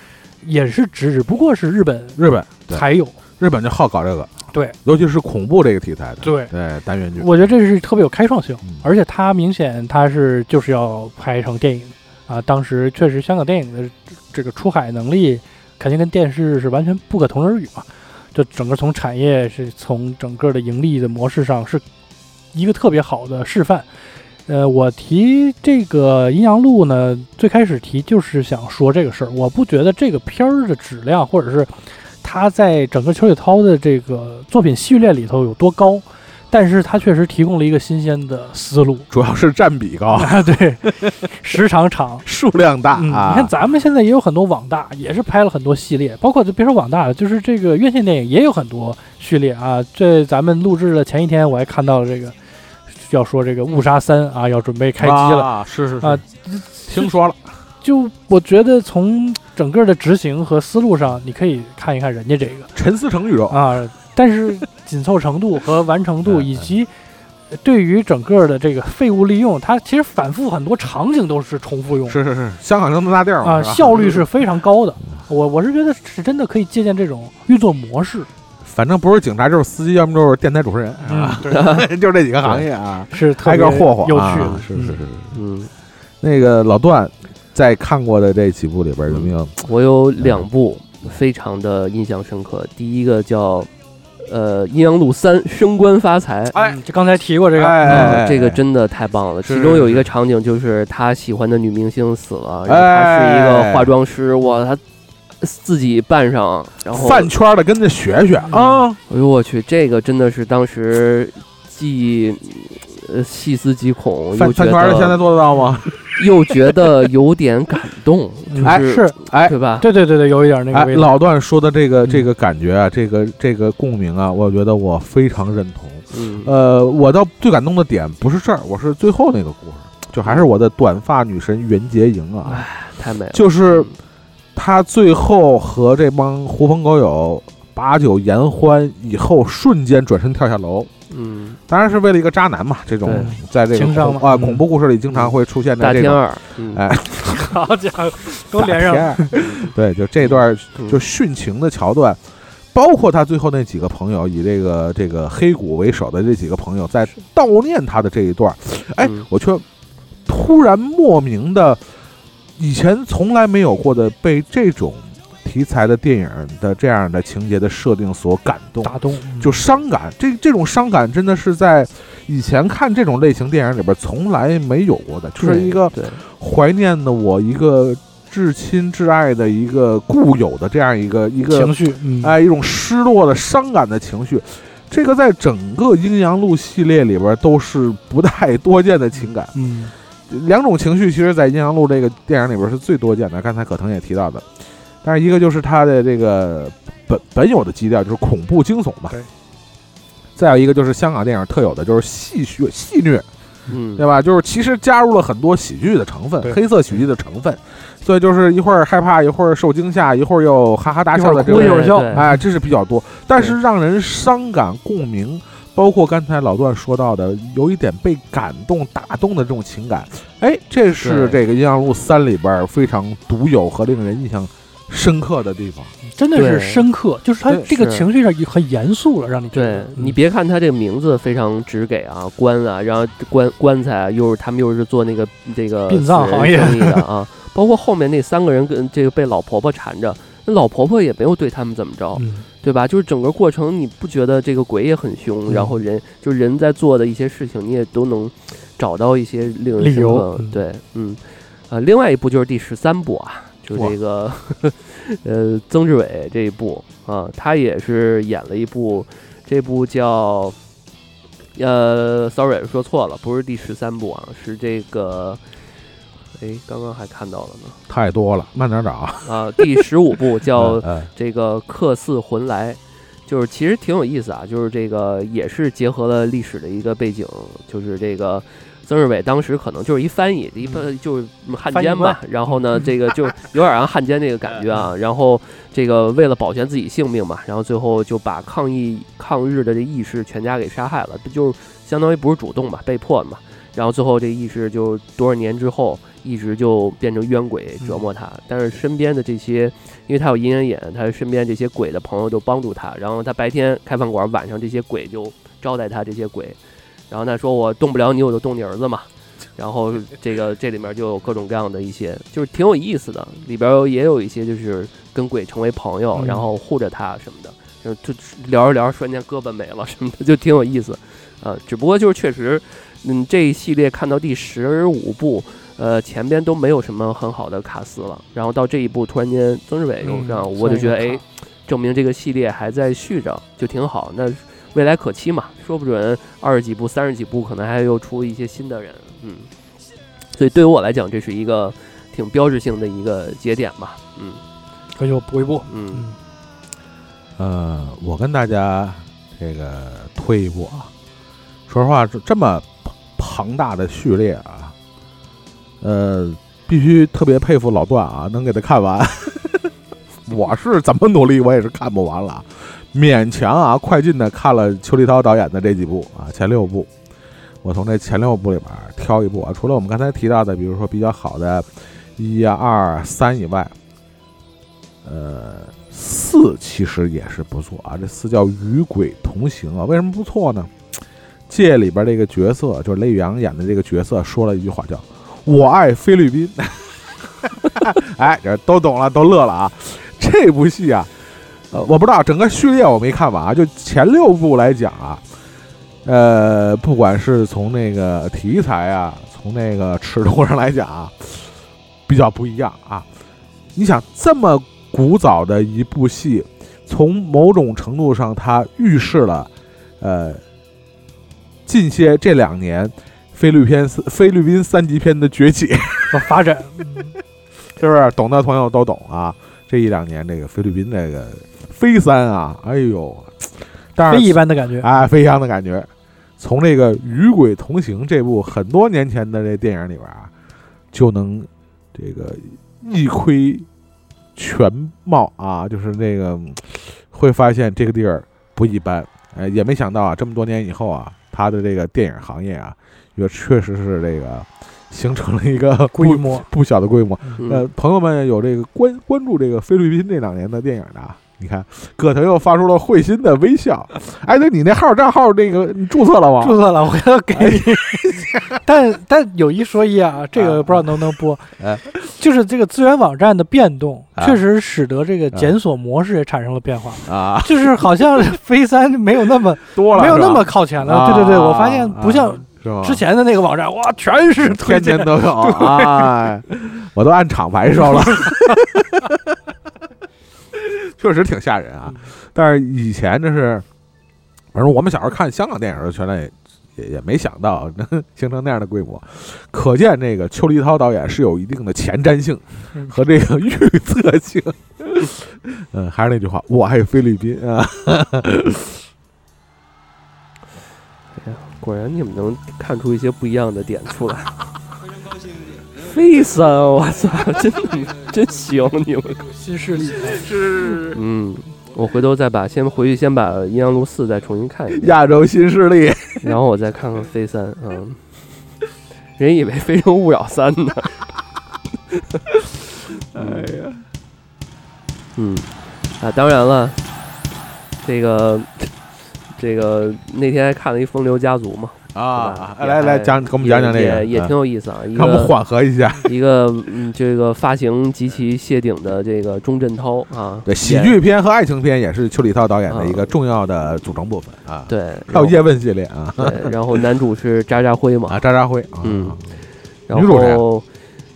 Speaker 2: 也是只只不过是日本
Speaker 1: 日本对
Speaker 2: 才有。
Speaker 1: 日本就好搞这个，
Speaker 2: 对，
Speaker 1: 尤其是恐怖这个题材的，
Speaker 2: 对
Speaker 1: 对，单元剧，
Speaker 2: 我觉得这是特别有开创性
Speaker 1: 嗯，
Speaker 2: 而且它明显它是就是要拍成电影啊。当时确实香港电影的这个出海能力肯定跟电视是完全不可同日而语嘛。就整个从产业是从整个的盈利的模式上是一个特别好的示范。呃，我提这个《阴阳路》呢，最开始提就是想说这个事儿。我不觉得这个片儿的质量，或者是他在整个邱雪涛的这个作品序列里头有多高，但是他确实提供了一个新鲜的思路
Speaker 1: 主要是占比高，
Speaker 2: 啊， [LAUGHS] 对，时长长。
Speaker 1: 数量大
Speaker 2: 嗯，
Speaker 1: 啊，
Speaker 2: 你看咱们现在也有很多网大，也是拍了很多系列，包括就别说网大了，就是这个院线电影也有很多序列啊。这咱们录制的前一天，我还看到了这个要说这个《误杀三》啊，要准备开机了。
Speaker 1: 啊，是是
Speaker 2: 啊
Speaker 1: 是，听说了，
Speaker 2: 就我觉得从整个的执行和思路上，你可以看一看人家这个
Speaker 1: 陈思诚宇宙，
Speaker 2: 啊，但是紧凑程度和完成
Speaker 1: [LAUGHS]
Speaker 2: 度
Speaker 1: 嗯嗯
Speaker 2: 以及。对于整个的这个废物利用，它其实反复很多场景都是重复用
Speaker 1: 啊
Speaker 2: 的，
Speaker 1: 是是是，香港就那么大地儿嘛，
Speaker 2: 啊，
Speaker 1: 是吧 [LAUGHS]
Speaker 2: 效率是非常高的。我我是觉得是真的可以借鉴这种运作模式
Speaker 1: 反正不是警察就是司机，要么就是电台主持人，
Speaker 2: 嗯
Speaker 1: 啊，， [LAUGHS]
Speaker 2: 对，
Speaker 1: 就是这几个行业啊，
Speaker 2: 是特
Speaker 1: 挨
Speaker 2: 别
Speaker 1: 个霍霍
Speaker 2: 有
Speaker 1: 啊
Speaker 2: 趣的，
Speaker 1: 是是是是。
Speaker 3: 嗯，
Speaker 1: 那个老段在看过的这几部里边有没有？
Speaker 3: 我有两部非常的印象深刻，第一个叫呃《阴阳路三：升官发财》。
Speaker 1: 哎
Speaker 2: 嗯，就刚才提过这个，
Speaker 1: 哎
Speaker 3: 啊，这个真的太棒了！
Speaker 1: 是
Speaker 3: 其中有一个场景就是他喜欢的女明星死了，然后他
Speaker 1: 哎
Speaker 3: 是一个化妆师，哇，他自己扮上，然后，
Speaker 1: 饭圈的跟着学学
Speaker 2: 嗯
Speaker 1: 啊，
Speaker 3: 哎呦我去，这个真的是当时既呃细思极恐，
Speaker 1: 饭
Speaker 3: 又觉
Speaker 1: 饭圈的现在
Speaker 3: 得
Speaker 1: 做得到吗？
Speaker 3: 又觉得有点感
Speaker 1: [LAUGHS]
Speaker 3: 动，
Speaker 2: 嗯
Speaker 1: 哎
Speaker 3: 就是
Speaker 2: 是，
Speaker 1: 哎
Speaker 3: 对吧？
Speaker 2: 对对对对，有一点那
Speaker 1: 哎
Speaker 2: 个，味道，
Speaker 1: 老段说的这个
Speaker 2: 嗯
Speaker 1: 这个感觉啊，这个这个共鸣啊，我觉得我非常认同。
Speaker 3: 嗯，
Speaker 1: 呃，我倒最感动的点不是这儿，我是最后那个故事，就还是我的短发女神袁洁莹
Speaker 2: 哎
Speaker 1: 啊，
Speaker 3: 哎太美了，
Speaker 1: 就是她最后和这帮狐朋狗友把酒言欢以后，瞬间转身跳下楼，
Speaker 3: 嗯，
Speaker 1: 当然是为了一个渣男嘛，这种
Speaker 3: 对
Speaker 1: 在这个
Speaker 2: 情商
Speaker 1: 恐
Speaker 2: 嘛
Speaker 1: 啊
Speaker 2: 嗯
Speaker 1: 恐怖故事里经常会出现的
Speaker 3: 大
Speaker 1: 这
Speaker 3: 天
Speaker 1: 种
Speaker 3: 二，嗯
Speaker 1: 哎
Speaker 2: 好家伙，都
Speaker 1: 大
Speaker 2: 连上
Speaker 1: 片
Speaker 2: 了，
Speaker 1: 儿， [LAUGHS] 对，就这段
Speaker 3: 嗯
Speaker 1: 就殉情的桥段，包括他最后那几个朋友，以这个这个黑谷为首的这几个朋友在悼念他的这一段，哎
Speaker 3: 嗯
Speaker 1: 我却突然莫名的，以前从来没有过的被这种题材的电影的这样的情节的设定所感动，
Speaker 2: 打嗯动，
Speaker 1: 就伤感。这这种伤感真的是在以前看这种类型电影里边从来没有过的，就是一个
Speaker 3: 对，嗯
Speaker 1: 怀念的我一个至亲至爱的一个固有的这样一个一个
Speaker 2: 情绪，嗯，
Speaker 1: 哎一种失落的伤感的情绪。这个在整个《阴阳路》系列里边都是不太多见的情感，
Speaker 2: 嗯，
Speaker 1: 两种情绪其实，在《阴阳路》这个电影里边是最多见的。刚才可腾也提到的，但是一个就是它的这个本本有的基调，就是恐怖惊悚吧。
Speaker 2: 对。
Speaker 1: 再有一个就是香港电影特有的，就是戏谑、戏谑，
Speaker 3: 嗯，
Speaker 1: 对吧？就是其实加入了很多喜剧的成分，
Speaker 2: 对
Speaker 1: 黑色喜剧的成分，所以就是一会儿害怕，一会儿受惊吓，一会儿又哈哈大笑的这
Speaker 2: 一会
Speaker 1: 种
Speaker 2: 儿哭一会儿笑
Speaker 3: 对
Speaker 1: 哎，这是比较多，但是让人伤感共鸣，包括刚才老段说到的，有一点被感动、打动的这种情感，哎，这是
Speaker 3: 对
Speaker 1: 这个《阴阳路三》里边非常独有和令人印象深刻的地方。
Speaker 2: 真的
Speaker 3: 对
Speaker 2: 是深刻，就是他
Speaker 1: 对
Speaker 2: 这个
Speaker 3: 是
Speaker 2: 情绪上很严肃了，让你觉
Speaker 3: 对
Speaker 2: 得，
Speaker 3: 你
Speaker 2: 嗯
Speaker 3: 别看他这个名字非常直给啊，棺啊，然后棺棺材啊，又是他们又是做那个这个
Speaker 2: 殡葬
Speaker 3: 死人
Speaker 2: 行业
Speaker 3: 生意的
Speaker 1: [LAUGHS]
Speaker 3: 啊，包括后面那三个人跟这个被老婆婆缠着，那老婆婆也没有对他们怎么着，
Speaker 2: 嗯
Speaker 3: 对吧？就是整个过程你不觉得这个鬼也很凶，
Speaker 2: 嗯
Speaker 3: 然后人就人在做的一些事情，你也都能找到一些令人
Speaker 2: 理
Speaker 3: 深
Speaker 2: 由
Speaker 3: 刻
Speaker 2: 嗯
Speaker 3: 对，嗯，呃，另外一部就是第十三部啊，就是
Speaker 1: 哇
Speaker 3: 这个 [LAUGHS] 呃曾志伟这一部啊，他也是演了一部，这部叫呃，sorry 说错了，不是第十三部啊，是这个。哎，刚刚还看到了呢，
Speaker 1: 太多了，慢点找啊。
Speaker 3: 啊，第十五部
Speaker 2: [LAUGHS]
Speaker 3: 叫
Speaker 1: 嗯嗯
Speaker 3: 这个客似魂来，就是其实挺有意思啊，就是这个也是结合了历史的一个背景，就是这个曾志伟当时可能就是一翻译，一般就是汉奸嘛，然后呢，这个就有点儿像汉奸这个感觉啊，然后这个为了保全自己性命嘛，然后最后就把抗议抗日的这义士全家给杀害了，这就相当于不是主动嘛，被迫的嘛，然后最后这义士就多少年之后。一直就变成冤鬼折磨他，但是身边的这些因为他有阴阳眼，他身边这些鬼的朋友就帮助他，然后他白天开饭馆，晚上这些鬼就招待他这些鬼，然后他说我动不了你，我就动你儿子嘛，然后这个这里面就有各种各样的一些，就是挺有意思的，里边儿也有一些就是跟鬼成为朋友，
Speaker 2: 嗯
Speaker 3: 然后护着他什么的，就就聊着聊着，瞬间胳膊没了什么的，就挺有意思，啊，只不过就是确实，嗯，这一系列看到第十五部，呃，前边都没有什么很好的卡司了，然后到这一步突然间曾志伟用上，
Speaker 2: 嗯
Speaker 3: 我就觉得
Speaker 2: 算一
Speaker 3: 哎
Speaker 2: 个，
Speaker 3: 证明这个系列还在续着，就挺好。那未来可期嘛，说不准二十几部、三十几部可能还又出一些新的人，嗯。所以对于我来讲，这是一个挺标志性的一个节点吧，嗯
Speaker 2: 可以我补一补，
Speaker 3: 嗯
Speaker 2: 嗯，
Speaker 1: 呃，我跟大家这个推一步啊，说实话，这这么庞大的序列啊，呃，必须特别佩服老段啊，能给他看完。 [LAUGHS] 我是怎么努力，我也是看不完了啊，勉强啊，快进的看了邱立涛导演的这几部啊，前六部。我从这前六部里边儿挑一部啊，除了我们刚才提到的，比如说比较好的一啊、二、三以外，呃，四四其实也是不错啊，这四叫《与鬼同行》啊，为什么不错呢？这里边这个角色就是雷宇扬演的这个角色说了一句话叫“我爱菲律宾”， [LAUGHS] 哎，这都懂了，都乐了啊！这部戏啊，呃，我不知道整个序列我没看完啊，就前六部来讲啊，呃，不管是从那个题材啊，从那个尺度上来讲啊，比较不一样啊。你想这么古早的一部戏，从某种程度上它预示了，呃，近些这两年菲律宾菲律宾三级片的崛起， [LAUGHS]
Speaker 2: 发展，
Speaker 1: 是不是？懂的朋友都懂啊。这一两年这个菲律宾这个飞三啊，哎呦，但
Speaker 2: 非
Speaker 1: 是
Speaker 2: 一般的感觉。
Speaker 1: 哎，飞扬的感觉。从这个《与鬼同行》这部很多年前的这电影里边啊，就能这个一窥全貌啊，就是那个嗯会发现这个地儿不一般。哎，也没想到啊，这么多年以后啊，他的这个电影行业啊，也确实是这个形成了一个不
Speaker 2: 规模
Speaker 1: 不小的规模。呃
Speaker 3: 嗯，，
Speaker 1: 朋友们有这个关关注这个菲律宾这两年的电影的啊，你看葛腾又发出了会心的微笑。哎，对你那号账号那个你注册了吗？
Speaker 2: 注册了，我要给
Speaker 1: [LAUGHS]
Speaker 2: 你。但但有一说一啊，这个不知道能不能播
Speaker 1: 哎，
Speaker 2: 就是这个资源网站的变动，
Speaker 1: 啊
Speaker 2: 确实使得这个检索模式也产生了变化。
Speaker 1: 啊，
Speaker 2: 就是好像飞三没有那么
Speaker 1: 多了
Speaker 2: 没有
Speaker 1: [LAUGHS] 是吧
Speaker 2: 那么靠前了，
Speaker 1: 啊
Speaker 2: 对对对，我发现不像
Speaker 1: 是吗？
Speaker 2: 之前的那个网站，哇，全
Speaker 3: [LAUGHS]
Speaker 2: 是推
Speaker 1: 天
Speaker 2: 荐
Speaker 1: 天，都有啊，哎我都按厂牌收
Speaker 3: [LAUGHS]
Speaker 1: 了，确实挺吓人
Speaker 3: 嗯
Speaker 1: 啊。但是以前这是，反正我们小时候看香港电影的时候，全来也也没想到能 [LAUGHS] 形成那样的规模，可见这个邱黎涛导演是有一定的前瞻性
Speaker 3: 嗯
Speaker 1: 和这个预测性。 [LAUGHS] 嗯，还是那句话，我爱菲律宾啊。
Speaker 3: 果然你们能看出一些不一样的点出
Speaker 1: [LAUGHS]
Speaker 3: 来。
Speaker 4: 非常高兴能有
Speaker 3: 飞三，啊我操，真
Speaker 1: [LAUGHS]
Speaker 3: 真行你们。
Speaker 2: 新势力，
Speaker 3: 嗯，我回头再把先回去先把《阴阳路四》再重新看一遍，
Speaker 1: 亚洲新势力，
Speaker 3: 然后我再看看飞三。嗯，人以为《非诚勿扰三》呢。
Speaker 1: 哎呀，
Speaker 3: 嗯，啊，当然了，这个这个那天还看了一《风流家族》嘛，
Speaker 1: 啊，
Speaker 3: 对吧
Speaker 1: 来来
Speaker 3: 也
Speaker 1: 讲，给我们讲讲这个，
Speaker 3: 也也挺
Speaker 1: 嗯
Speaker 3: 有意思啊。一
Speaker 1: 让我们
Speaker 3: 个
Speaker 1: 缓和一下。
Speaker 3: 一个嗯，这个发型极其谢顶的这个钟镇涛啊，
Speaker 1: 对，喜
Speaker 3: 演
Speaker 1: 剧片和爱情片也是邱礼涛导演的一个
Speaker 3: 啊
Speaker 1: 重要的组成部分啊。，
Speaker 3: 对，
Speaker 1: 还有
Speaker 3: 然后
Speaker 1: 叶问系列啊
Speaker 3: 对，然后男主是渣渣辉嘛，
Speaker 1: 啊，渣渣辉啊，
Speaker 3: 嗯然
Speaker 1: 女主谁啊
Speaker 3: 后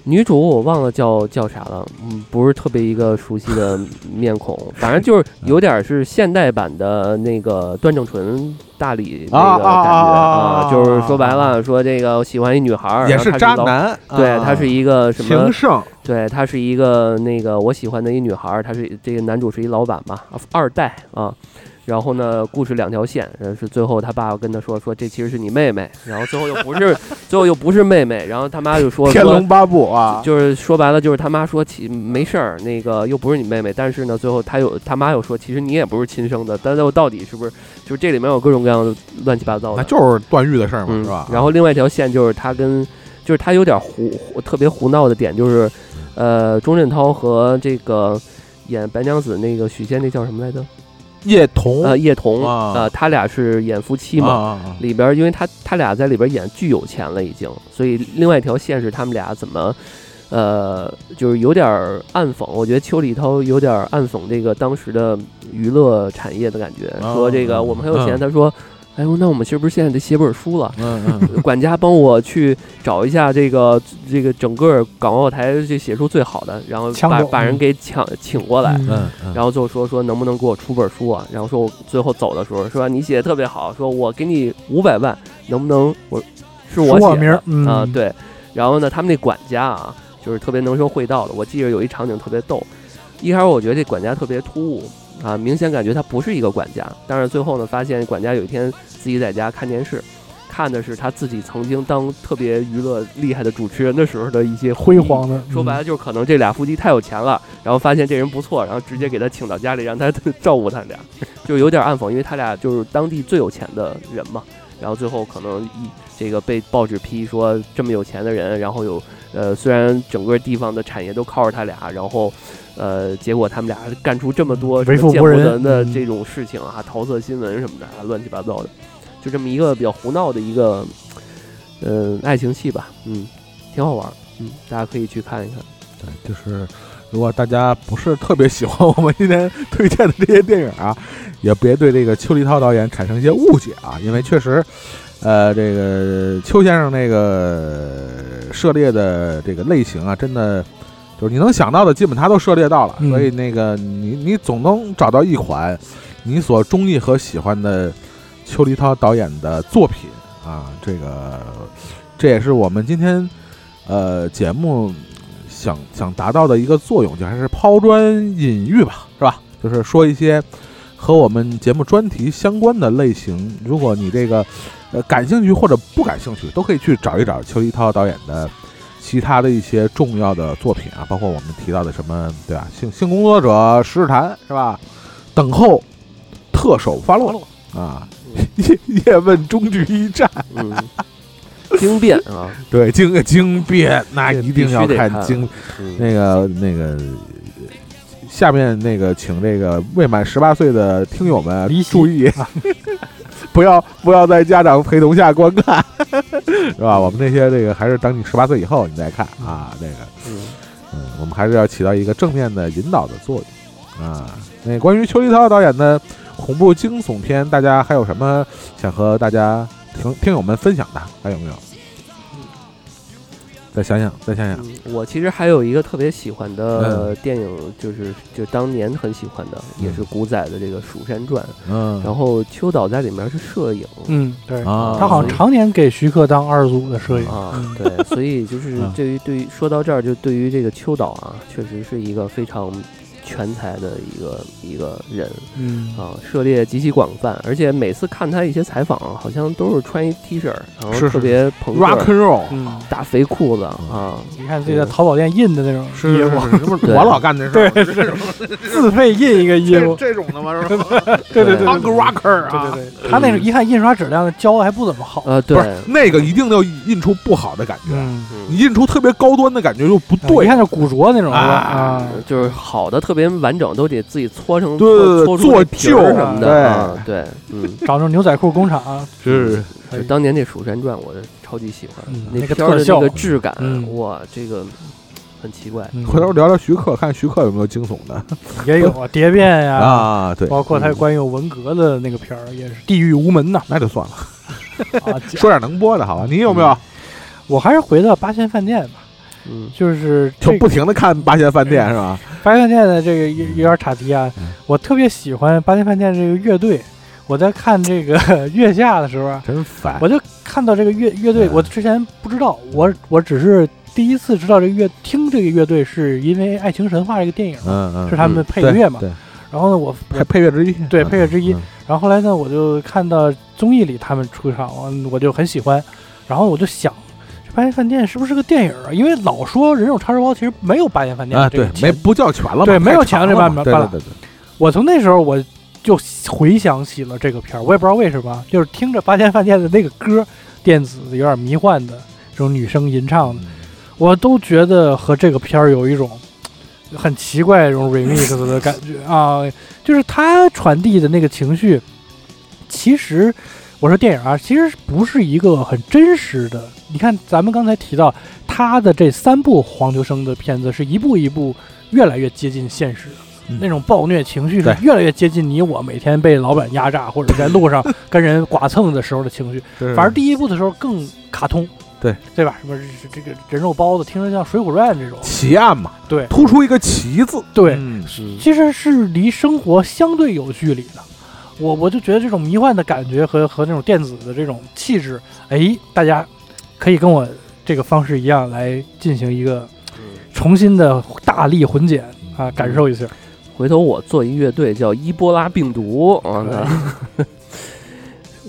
Speaker 3: 女主我忘了叫叫啥了，嗯，不是特别一个熟悉的面孔，反正就是有点是现代版的那个段正淳大理那个
Speaker 1: 啊啊
Speaker 3: 感
Speaker 1: 啊
Speaker 3: 觉
Speaker 1: 啊
Speaker 3: 就是说白了，说这个我喜欢一女孩儿，
Speaker 1: 也
Speaker 3: 然后
Speaker 1: 是
Speaker 3: 她
Speaker 1: 渣
Speaker 3: 一个，
Speaker 1: 男，啊
Speaker 3: 对，他是
Speaker 1: 一
Speaker 3: 一个什么
Speaker 1: 情？圣
Speaker 3: 对，他是一个那个我喜欢的一女孩儿，她是这个男主是一老板嘛，二代啊。然后呢，故事两条线，呃是最后他爸爸跟他说说这其实是你妹妹，然后最后又不是，最后又不是妹妹，然后他妈就说
Speaker 1: 《天
Speaker 3: 说
Speaker 1: 龙八部》啊，
Speaker 3: 就是说白了就是他妈说其没事儿，那个又不是你妹妹，但是呢，最后他有他妈又说其实你也不是亲生的，但是我到底是不是就是这里面有各种各样的乱七八糟的，
Speaker 1: 那就是段誉的事儿嘛，
Speaker 3: 嗯，
Speaker 1: 是吧？
Speaker 3: 然后另外一条线就是他跟，就是他有点胡胡特别胡闹的点就是，呃，钟镇涛和这个演白娘子那个许仙那叫什么来着？
Speaker 1: 叶童
Speaker 3: 呃，叶童
Speaker 1: 哦啊
Speaker 3: 呃，他俩是演夫妻嘛。
Speaker 1: 啊啊
Speaker 3: 里边儿，因为他他俩在里边演巨有钱了已经，所以另外一条线是他们俩怎么，呃，就是有点儿暗讽。我觉得邱礼涛有点儿暗讽这个当时的娱乐产业的感觉，
Speaker 1: 哦
Speaker 3: 说这个我们很有钱，
Speaker 1: 嗯
Speaker 3: 他说，哎呦，那我们是不是现在得写本书了？
Speaker 1: 嗯嗯
Speaker 3: 管家帮我去找一下这个这个整个港澳台这写书最好的，然后
Speaker 2: 抢
Speaker 3: 把
Speaker 2: 走
Speaker 3: 把人给抢请过来，
Speaker 1: 嗯嗯，
Speaker 3: 然后就说说能不能给我出本书啊？然后说我最后走的时候说你写的特别好，说我给你五百万，能不能我是
Speaker 2: 署我
Speaker 3: 写
Speaker 2: 名
Speaker 3: 的
Speaker 2: 儿嗯
Speaker 3: 啊？对，然后呢，他们那管家啊，就是特别能说会道的。我记着有一场景特别逗，一开始我觉得这管家特别突兀啊，明显感觉他不是一个管家，但是最后呢，发现管家有一天自己在家看电视。看的是他自己曾经当特别娱乐厉害的主持人的时候的一些
Speaker 2: 辉
Speaker 3: 回忆
Speaker 2: 煌的，
Speaker 3: 说
Speaker 2: 嗯
Speaker 3: 白了就是可能这俩夫妻太有钱了，然后发现这人不错，然后直接给他请到家里，让他 [LAUGHS] 照顾他俩，就有点暗讽，因为他俩就是当地最有钱的人嘛。然后最后可能一这个被报纸批说这么有钱的人，然后有呃，虽然整个地方的产业都靠着他俩，然后，呃，结果他们俩干出这么多
Speaker 2: 为富
Speaker 3: 见
Speaker 2: 不
Speaker 3: 不
Speaker 2: 仁
Speaker 3: 得的
Speaker 2: 嗯
Speaker 3: 这种事情啊，桃色新闻什么的啊，乱七八糟的，就这么一个比较胡闹的一个，呃，爱情戏吧，嗯，挺好玩儿，嗯，大家可以去看一看。
Speaker 1: 对，就是如果大家不是特别喜欢我们今天推荐的这些电影啊，也别对这个邱立涛导演产生一些误解啊，因为确实，呃，这个邱先生那个涉猎的这个类型啊，真的。就是你能想到的，基本他都涉猎到了，
Speaker 2: 嗯
Speaker 1: 所以那个你你总能找到一款你所中意和喜欢的邱立涛导演的作品啊，这个这也是我们今天呃节目想想达到的一个作用，就还是抛砖引玉吧，是吧？就是说一些和我们节目专题相关的类型，如果你这个呃感兴趣或者不感兴趣，都可以去找一找邱立涛导演的其他的一些重要的作品啊，包括我们提到的什么对吧？性性工作者十日谈是吧？等候特首发落啊， [LAUGHS] 叶叶问终局一战。
Speaker 3: 嗯， [LAUGHS] 惊变啊，
Speaker 1: 对，惊惊变，那一定要
Speaker 3: 必须得
Speaker 1: 看
Speaker 3: 看
Speaker 1: 惊
Speaker 3: 嗯，
Speaker 2: [LAUGHS]
Speaker 1: 那个那个。下面那个，请这个未满十八岁的听友们
Speaker 2: 离席
Speaker 1: 注意， [LAUGHS] 不要不要在家长陪同下观看， [LAUGHS] 是吧？我们那些这个还是等你十八岁以后你再看啊，这个
Speaker 3: 嗯
Speaker 1: 嗯，我们还是要起到一个正面的引导的作用啊。那关于邱立涛导演的恐怖惊悚片，大家还有什么想和大家听听友们分享的？还有没有？再想想，再想想。
Speaker 3: 嗯我其实还有一个特别喜欢的
Speaker 1: 嗯
Speaker 3: 电影，就是就当年很喜欢的，也是古仔的这个《蜀山传》，
Speaker 1: 嗯，
Speaker 3: 然后秋岛在里面是摄影。
Speaker 2: 嗯，对，
Speaker 1: 啊，
Speaker 2: 他好像
Speaker 3: 长
Speaker 2: 常年给徐克当二组的摄影。
Speaker 3: 啊
Speaker 2: 嗯，
Speaker 3: 对，所以就是
Speaker 1: 嗯
Speaker 3: 对于对于说到这儿，就对于这个秋岛啊，确实是一个非常全才的一个一个人
Speaker 2: 嗯，
Speaker 3: 啊，涉猎极其广泛，而且每次看他一些采访啊，好像都是穿一 T 恤儿，然
Speaker 1: 是是
Speaker 3: 后
Speaker 1: 嗯
Speaker 3: 特别朋
Speaker 1: rock
Speaker 3: 克，
Speaker 1: and roll，
Speaker 2: 嗯，
Speaker 3: 大肥裤子啊，
Speaker 2: 你看自己在淘宝店印的那种
Speaker 1: 是
Speaker 2: 衣
Speaker 1: 是
Speaker 2: 服，
Speaker 1: 是，这不是
Speaker 3: 对
Speaker 1: 我老干的事儿吗，是这种
Speaker 2: 自费印一个衣
Speaker 1: 这
Speaker 2: 服，
Speaker 1: 这种的吗？是吧
Speaker 2: 对对对对
Speaker 1: ，punk
Speaker 2: 对
Speaker 1: rocker
Speaker 2: 对
Speaker 1: 啊，
Speaker 2: 对对，他那是一看印刷质量胶还不怎么好，
Speaker 3: 呃，
Speaker 1: 不
Speaker 3: 对，
Speaker 1: 是那个一定要印出不好的感觉，
Speaker 2: 嗯，
Speaker 3: 嗯
Speaker 1: 你印出特别高端的感觉就不
Speaker 2: 啊一
Speaker 1: 对。
Speaker 2: 看就古着那种是吧？
Speaker 1: 啊
Speaker 2: 啊，
Speaker 3: 就是好的特别完整，都得自己搓成
Speaker 1: 对对对
Speaker 3: 搓出
Speaker 1: 做
Speaker 3: 那皮儿
Speaker 1: 旧
Speaker 3: 什么
Speaker 1: 对
Speaker 3: 的啊，对，
Speaker 1: [LAUGHS]
Speaker 3: 嗯，
Speaker 2: 找那种牛仔裤工厂，啊
Speaker 1: 是
Speaker 3: 就当年那《蜀山传》，我是超级喜欢
Speaker 2: 嗯那
Speaker 3: 那
Speaker 2: 个
Speaker 3: 片儿的
Speaker 2: 特效
Speaker 3: 那个质感
Speaker 2: 嗯，
Speaker 3: 哇，这个很奇怪，
Speaker 2: 嗯
Speaker 1: 回头聊聊徐克，看徐克有没有惊悚的
Speaker 2: 也有啊，哦蝶变呀，
Speaker 1: 啊？对，
Speaker 2: 包括他关于文革的那个片儿也是《地狱无门》呐。
Speaker 1: 那就算了，
Speaker 2: 啊，
Speaker 1: [LAUGHS] 说点能播的好吧？你有没
Speaker 2: 嗯
Speaker 1: 有
Speaker 2: 我还是回到八仙饭店吧，
Speaker 3: 嗯
Speaker 2: 就是这
Speaker 1: 就
Speaker 2: 个
Speaker 1: 不停的看八仙饭店是吧？
Speaker 2: 八仙饭店的这个有有点岔题啊
Speaker 1: 嗯，
Speaker 2: 我特别喜欢八仙饭店这个乐队。我在看这个 [LAUGHS] 月下的时候啊，
Speaker 1: 真烦
Speaker 2: 我就看到这个乐乐队，
Speaker 1: 哎嗯
Speaker 2: 我之前不知道，我我只是第一次知道这个乐听这个乐队是因为《爱情神话》这个电影
Speaker 1: 嗯嗯，
Speaker 2: 是他们的配
Speaker 1: 对
Speaker 2: 乐嘛。
Speaker 1: 对，
Speaker 2: 然后呢，我
Speaker 1: 配配乐之一，
Speaker 2: 对配乐之一
Speaker 1: 嗯，
Speaker 2: 然后后来呢，我就看到综艺里他们出场，嗯我就很喜欢，然后我就想。这八仙饭店是不是个电影啊？因为老说人肉叉烧包，其实没有八仙饭店
Speaker 1: 啊，
Speaker 2: 这个
Speaker 1: 对，
Speaker 2: 前
Speaker 1: 没不叫全了嘛，
Speaker 2: 对没有
Speaker 1: 太
Speaker 2: 全
Speaker 1: 长
Speaker 2: 了这
Speaker 1: 嘛
Speaker 2: 版本
Speaker 1: 对
Speaker 2: 版
Speaker 1: 对
Speaker 2: 了
Speaker 1: 对对，
Speaker 2: 我从那时候我就回想起了这个片儿，我也不知道为什么，就是听着八仙饭店的那个歌，电子的有点迷幻的这种女生吟唱的，我都觉得和这个片儿有一种嘖很奇怪的这种 remix 的感觉啊，就是它传递的那个情绪，其实我说电影啊，其实不是一个很真实的。你看，咱们刚才提到他的这三部黄秋生的片子，是一步一步越来越接近现实的。
Speaker 1: 嗯
Speaker 2: 那种暴虐情绪是
Speaker 1: 对
Speaker 2: 越来越接近你我每天被老板压榨，或者在路上跟人剐蹭的时候的情绪。
Speaker 1: 对
Speaker 3: 嗯
Speaker 2: 反而第一部的时候更卡通，
Speaker 1: 对
Speaker 2: 对吧？什么这这个人肉包子，听着像《水浒传》这种，
Speaker 1: 奇案嘛，
Speaker 2: 对
Speaker 1: 突出一个奇字，
Speaker 2: 对，
Speaker 1: 嗯
Speaker 3: 嗯
Speaker 2: 其实是离生活相对有距离的。我我就觉得这种迷幻的感觉和和那种电子的这种气质，哎，大家可以跟我这个方式一样来进行一个
Speaker 3: 嗯
Speaker 2: 重新的大力混剪啊，感受一下。
Speaker 3: 嗯回头我做一乐队叫伊波拉病毒啊，那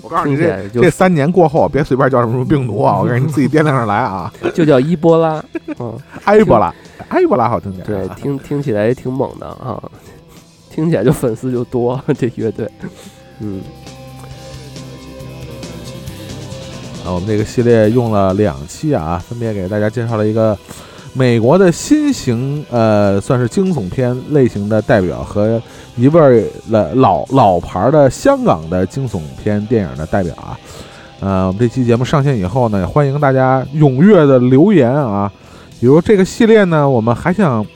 Speaker 1: 我告诉你
Speaker 3: 听起
Speaker 1: 这。
Speaker 3: 来就
Speaker 1: 这三年过后，别随便叫什么病毒啊！我告诉你，自己掂量着来 [LAUGHS] 啊！
Speaker 3: 就叫伊
Speaker 2: [LAUGHS]
Speaker 3: 波拉，嗯，
Speaker 1: 埃博拉，埃博拉好听点。啊
Speaker 3: 对，听听起来也挺猛的啊，听起来就粉丝就多这乐队，嗯，
Speaker 4: 我
Speaker 1: 啊，我们这个系列用了两期啊，分别给大家介绍了一个美国的新型呃，算是惊悚片类型的代表和一位儿老老老牌儿的香港的惊悚片电影的代表啊。呃，我们这期节目上线以后呢，也欢迎大家踊跃的留言啊。比如这个系列呢，我们还想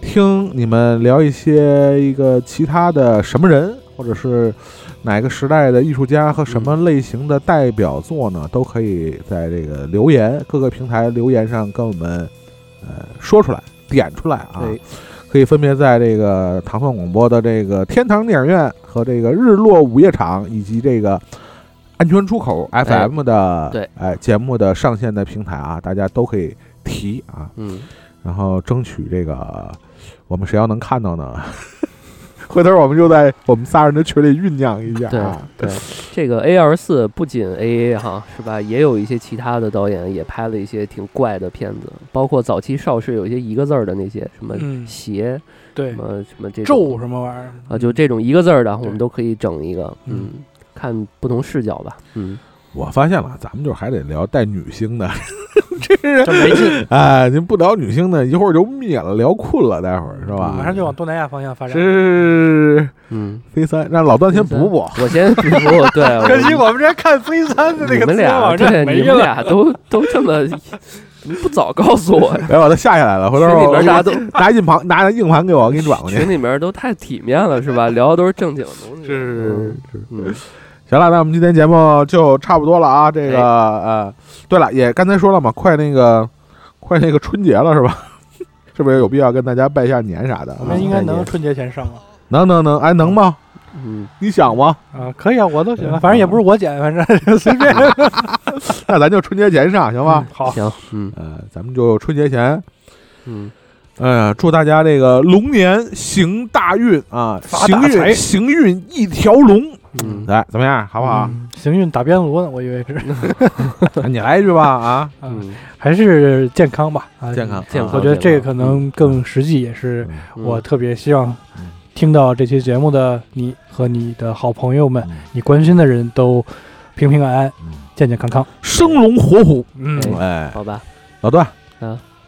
Speaker 1: 听你们聊一些一个其他的什么人，或者是哪个时代的艺术家和什么类型的代表作呢？都可以在这个留言各个平台留言上跟我们呃说出来、点出来啊。
Speaker 3: 对，
Speaker 1: 可以分别在这个唐宋广播的这个天堂电影院和这个日落午夜场，以及这个安全出口 FM 的、
Speaker 3: 对
Speaker 1: 哎节目的上线的平台啊，大家都可以提啊，
Speaker 3: 嗯，
Speaker 1: 然后争取这个我们谁要能看到呢？回头我们就在我们仨人的群里酝酿一下啊。
Speaker 3: 对，
Speaker 1: [LAUGHS]
Speaker 3: 这个 A 二四不仅 A A 哈是吧，也有一些其他的导演也拍了一些挺怪的片子，包括早期邵氏有一些一个字儿的那些什么
Speaker 2: 嗯
Speaker 3: 邪、
Speaker 2: 对
Speaker 3: 什，么什么这
Speaker 2: 咒
Speaker 3: 种
Speaker 2: 什么玩意儿
Speaker 3: 啊，就这种一个字儿的，我
Speaker 2: 对
Speaker 3: 们都可以整一个，
Speaker 2: 嗯
Speaker 3: 嗯，看不同视角吧，嗯，
Speaker 1: 我发现了，咱们就还得聊带女星的， [LAUGHS] 这人
Speaker 2: 这没劲，
Speaker 1: 哎，您不聊女星的，一会儿就灭了，聊困了，待会儿是吧？
Speaker 2: 马上就往东南亚方向发
Speaker 1: 是
Speaker 2: 展。
Speaker 1: 是是
Speaker 3: 嗯，
Speaker 1: 飞三，让老段先补
Speaker 2: [LAUGHS]
Speaker 1: 补。
Speaker 3: 我先补补，对，我
Speaker 2: 可惜我们这看 C 三的那
Speaker 3: 你
Speaker 2: 个
Speaker 3: 们
Speaker 2: 资料
Speaker 3: 俩
Speaker 2: 网
Speaker 3: 对
Speaker 2: 站
Speaker 3: 你
Speaker 2: 没
Speaker 3: 们
Speaker 2: 了，
Speaker 3: 俩都都这么，你不早告诉我呀？
Speaker 1: 别把它下下来了，回头
Speaker 3: 群里
Speaker 1: 我
Speaker 3: 边大家都
Speaker 1: 拿硬盘拿硬盘给我，我给你转过去。
Speaker 3: 群里面都太体面了是吧？聊的都是正经的东西，
Speaker 1: 是是
Speaker 3: 嗯，
Speaker 1: 行了，那我们今天节目就差不多了啊。这个
Speaker 3: 哎
Speaker 1: 呃，对了，也刚才说了嘛，快那个快那个春节了是吧？ [LAUGHS] 是不是有必要跟大家拜一下年啥的啊？
Speaker 2: 我们应该能春节前上吧？
Speaker 1: 能能能，哎能吗？
Speaker 3: 嗯，
Speaker 1: 你想吗？
Speaker 2: 啊，可以啊，我都行啊，反正也不是我剪，反 [LAUGHS] 正随便。
Speaker 1: 那咱就春节前上行吗
Speaker 2: 嗯？好，
Speaker 3: 行，嗯
Speaker 1: 呃，咱们就春节前，
Speaker 3: 嗯，
Speaker 1: 呃，祝大家这个龙年行大运啊，
Speaker 2: 发
Speaker 1: 行
Speaker 2: 大财
Speaker 1: 运行运一条龙，
Speaker 3: 嗯
Speaker 1: 来怎么样？好不好？
Speaker 2: 嗯行运打边炉呢，我以为是，
Speaker 1: 啊你来一句吧啊，
Speaker 3: 嗯，
Speaker 2: 还是健康吧啊，
Speaker 1: 健康
Speaker 3: 健
Speaker 2: 我
Speaker 3: 康
Speaker 2: 觉得这个可能更实际，也是
Speaker 1: 嗯
Speaker 2: 我特别希望
Speaker 1: 嗯
Speaker 2: 听到这期节目的你和你的好朋友们
Speaker 1: 嗯，
Speaker 2: 你关心的人都平平安安、
Speaker 1: 嗯
Speaker 2: 健健康康。
Speaker 1: 生龙活虎。
Speaker 2: 嗯
Speaker 3: 对
Speaker 1: 哎，
Speaker 3: 好吧，
Speaker 1: 老段，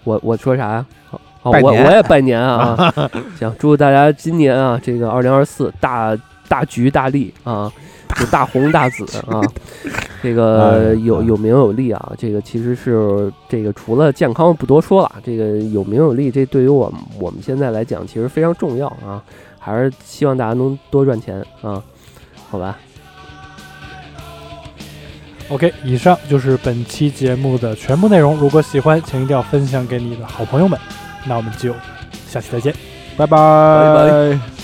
Speaker 3: 我我说啥呀？好，好
Speaker 1: 拜
Speaker 3: 我
Speaker 1: 年
Speaker 3: 我也拜年啊！啊行，祝大家今年啊，这个二零二四大大吉大利啊，就大红大紫啊！这
Speaker 1: 哎
Speaker 3: 个有
Speaker 1: 哎
Speaker 3: 有名有利啊！这个其实是这个除了健康不多说了，这个有名有利，这对于我们我们现在来讲其实非常重要啊！还是希望大家能多赚钱啊，好吧？
Speaker 2: OK，以上就是本期节目的全部内容。如果喜欢，请一定要分享给你的好朋友们。那我们就下期再见。
Speaker 1: 拜拜。
Speaker 3: 拜
Speaker 1: 拜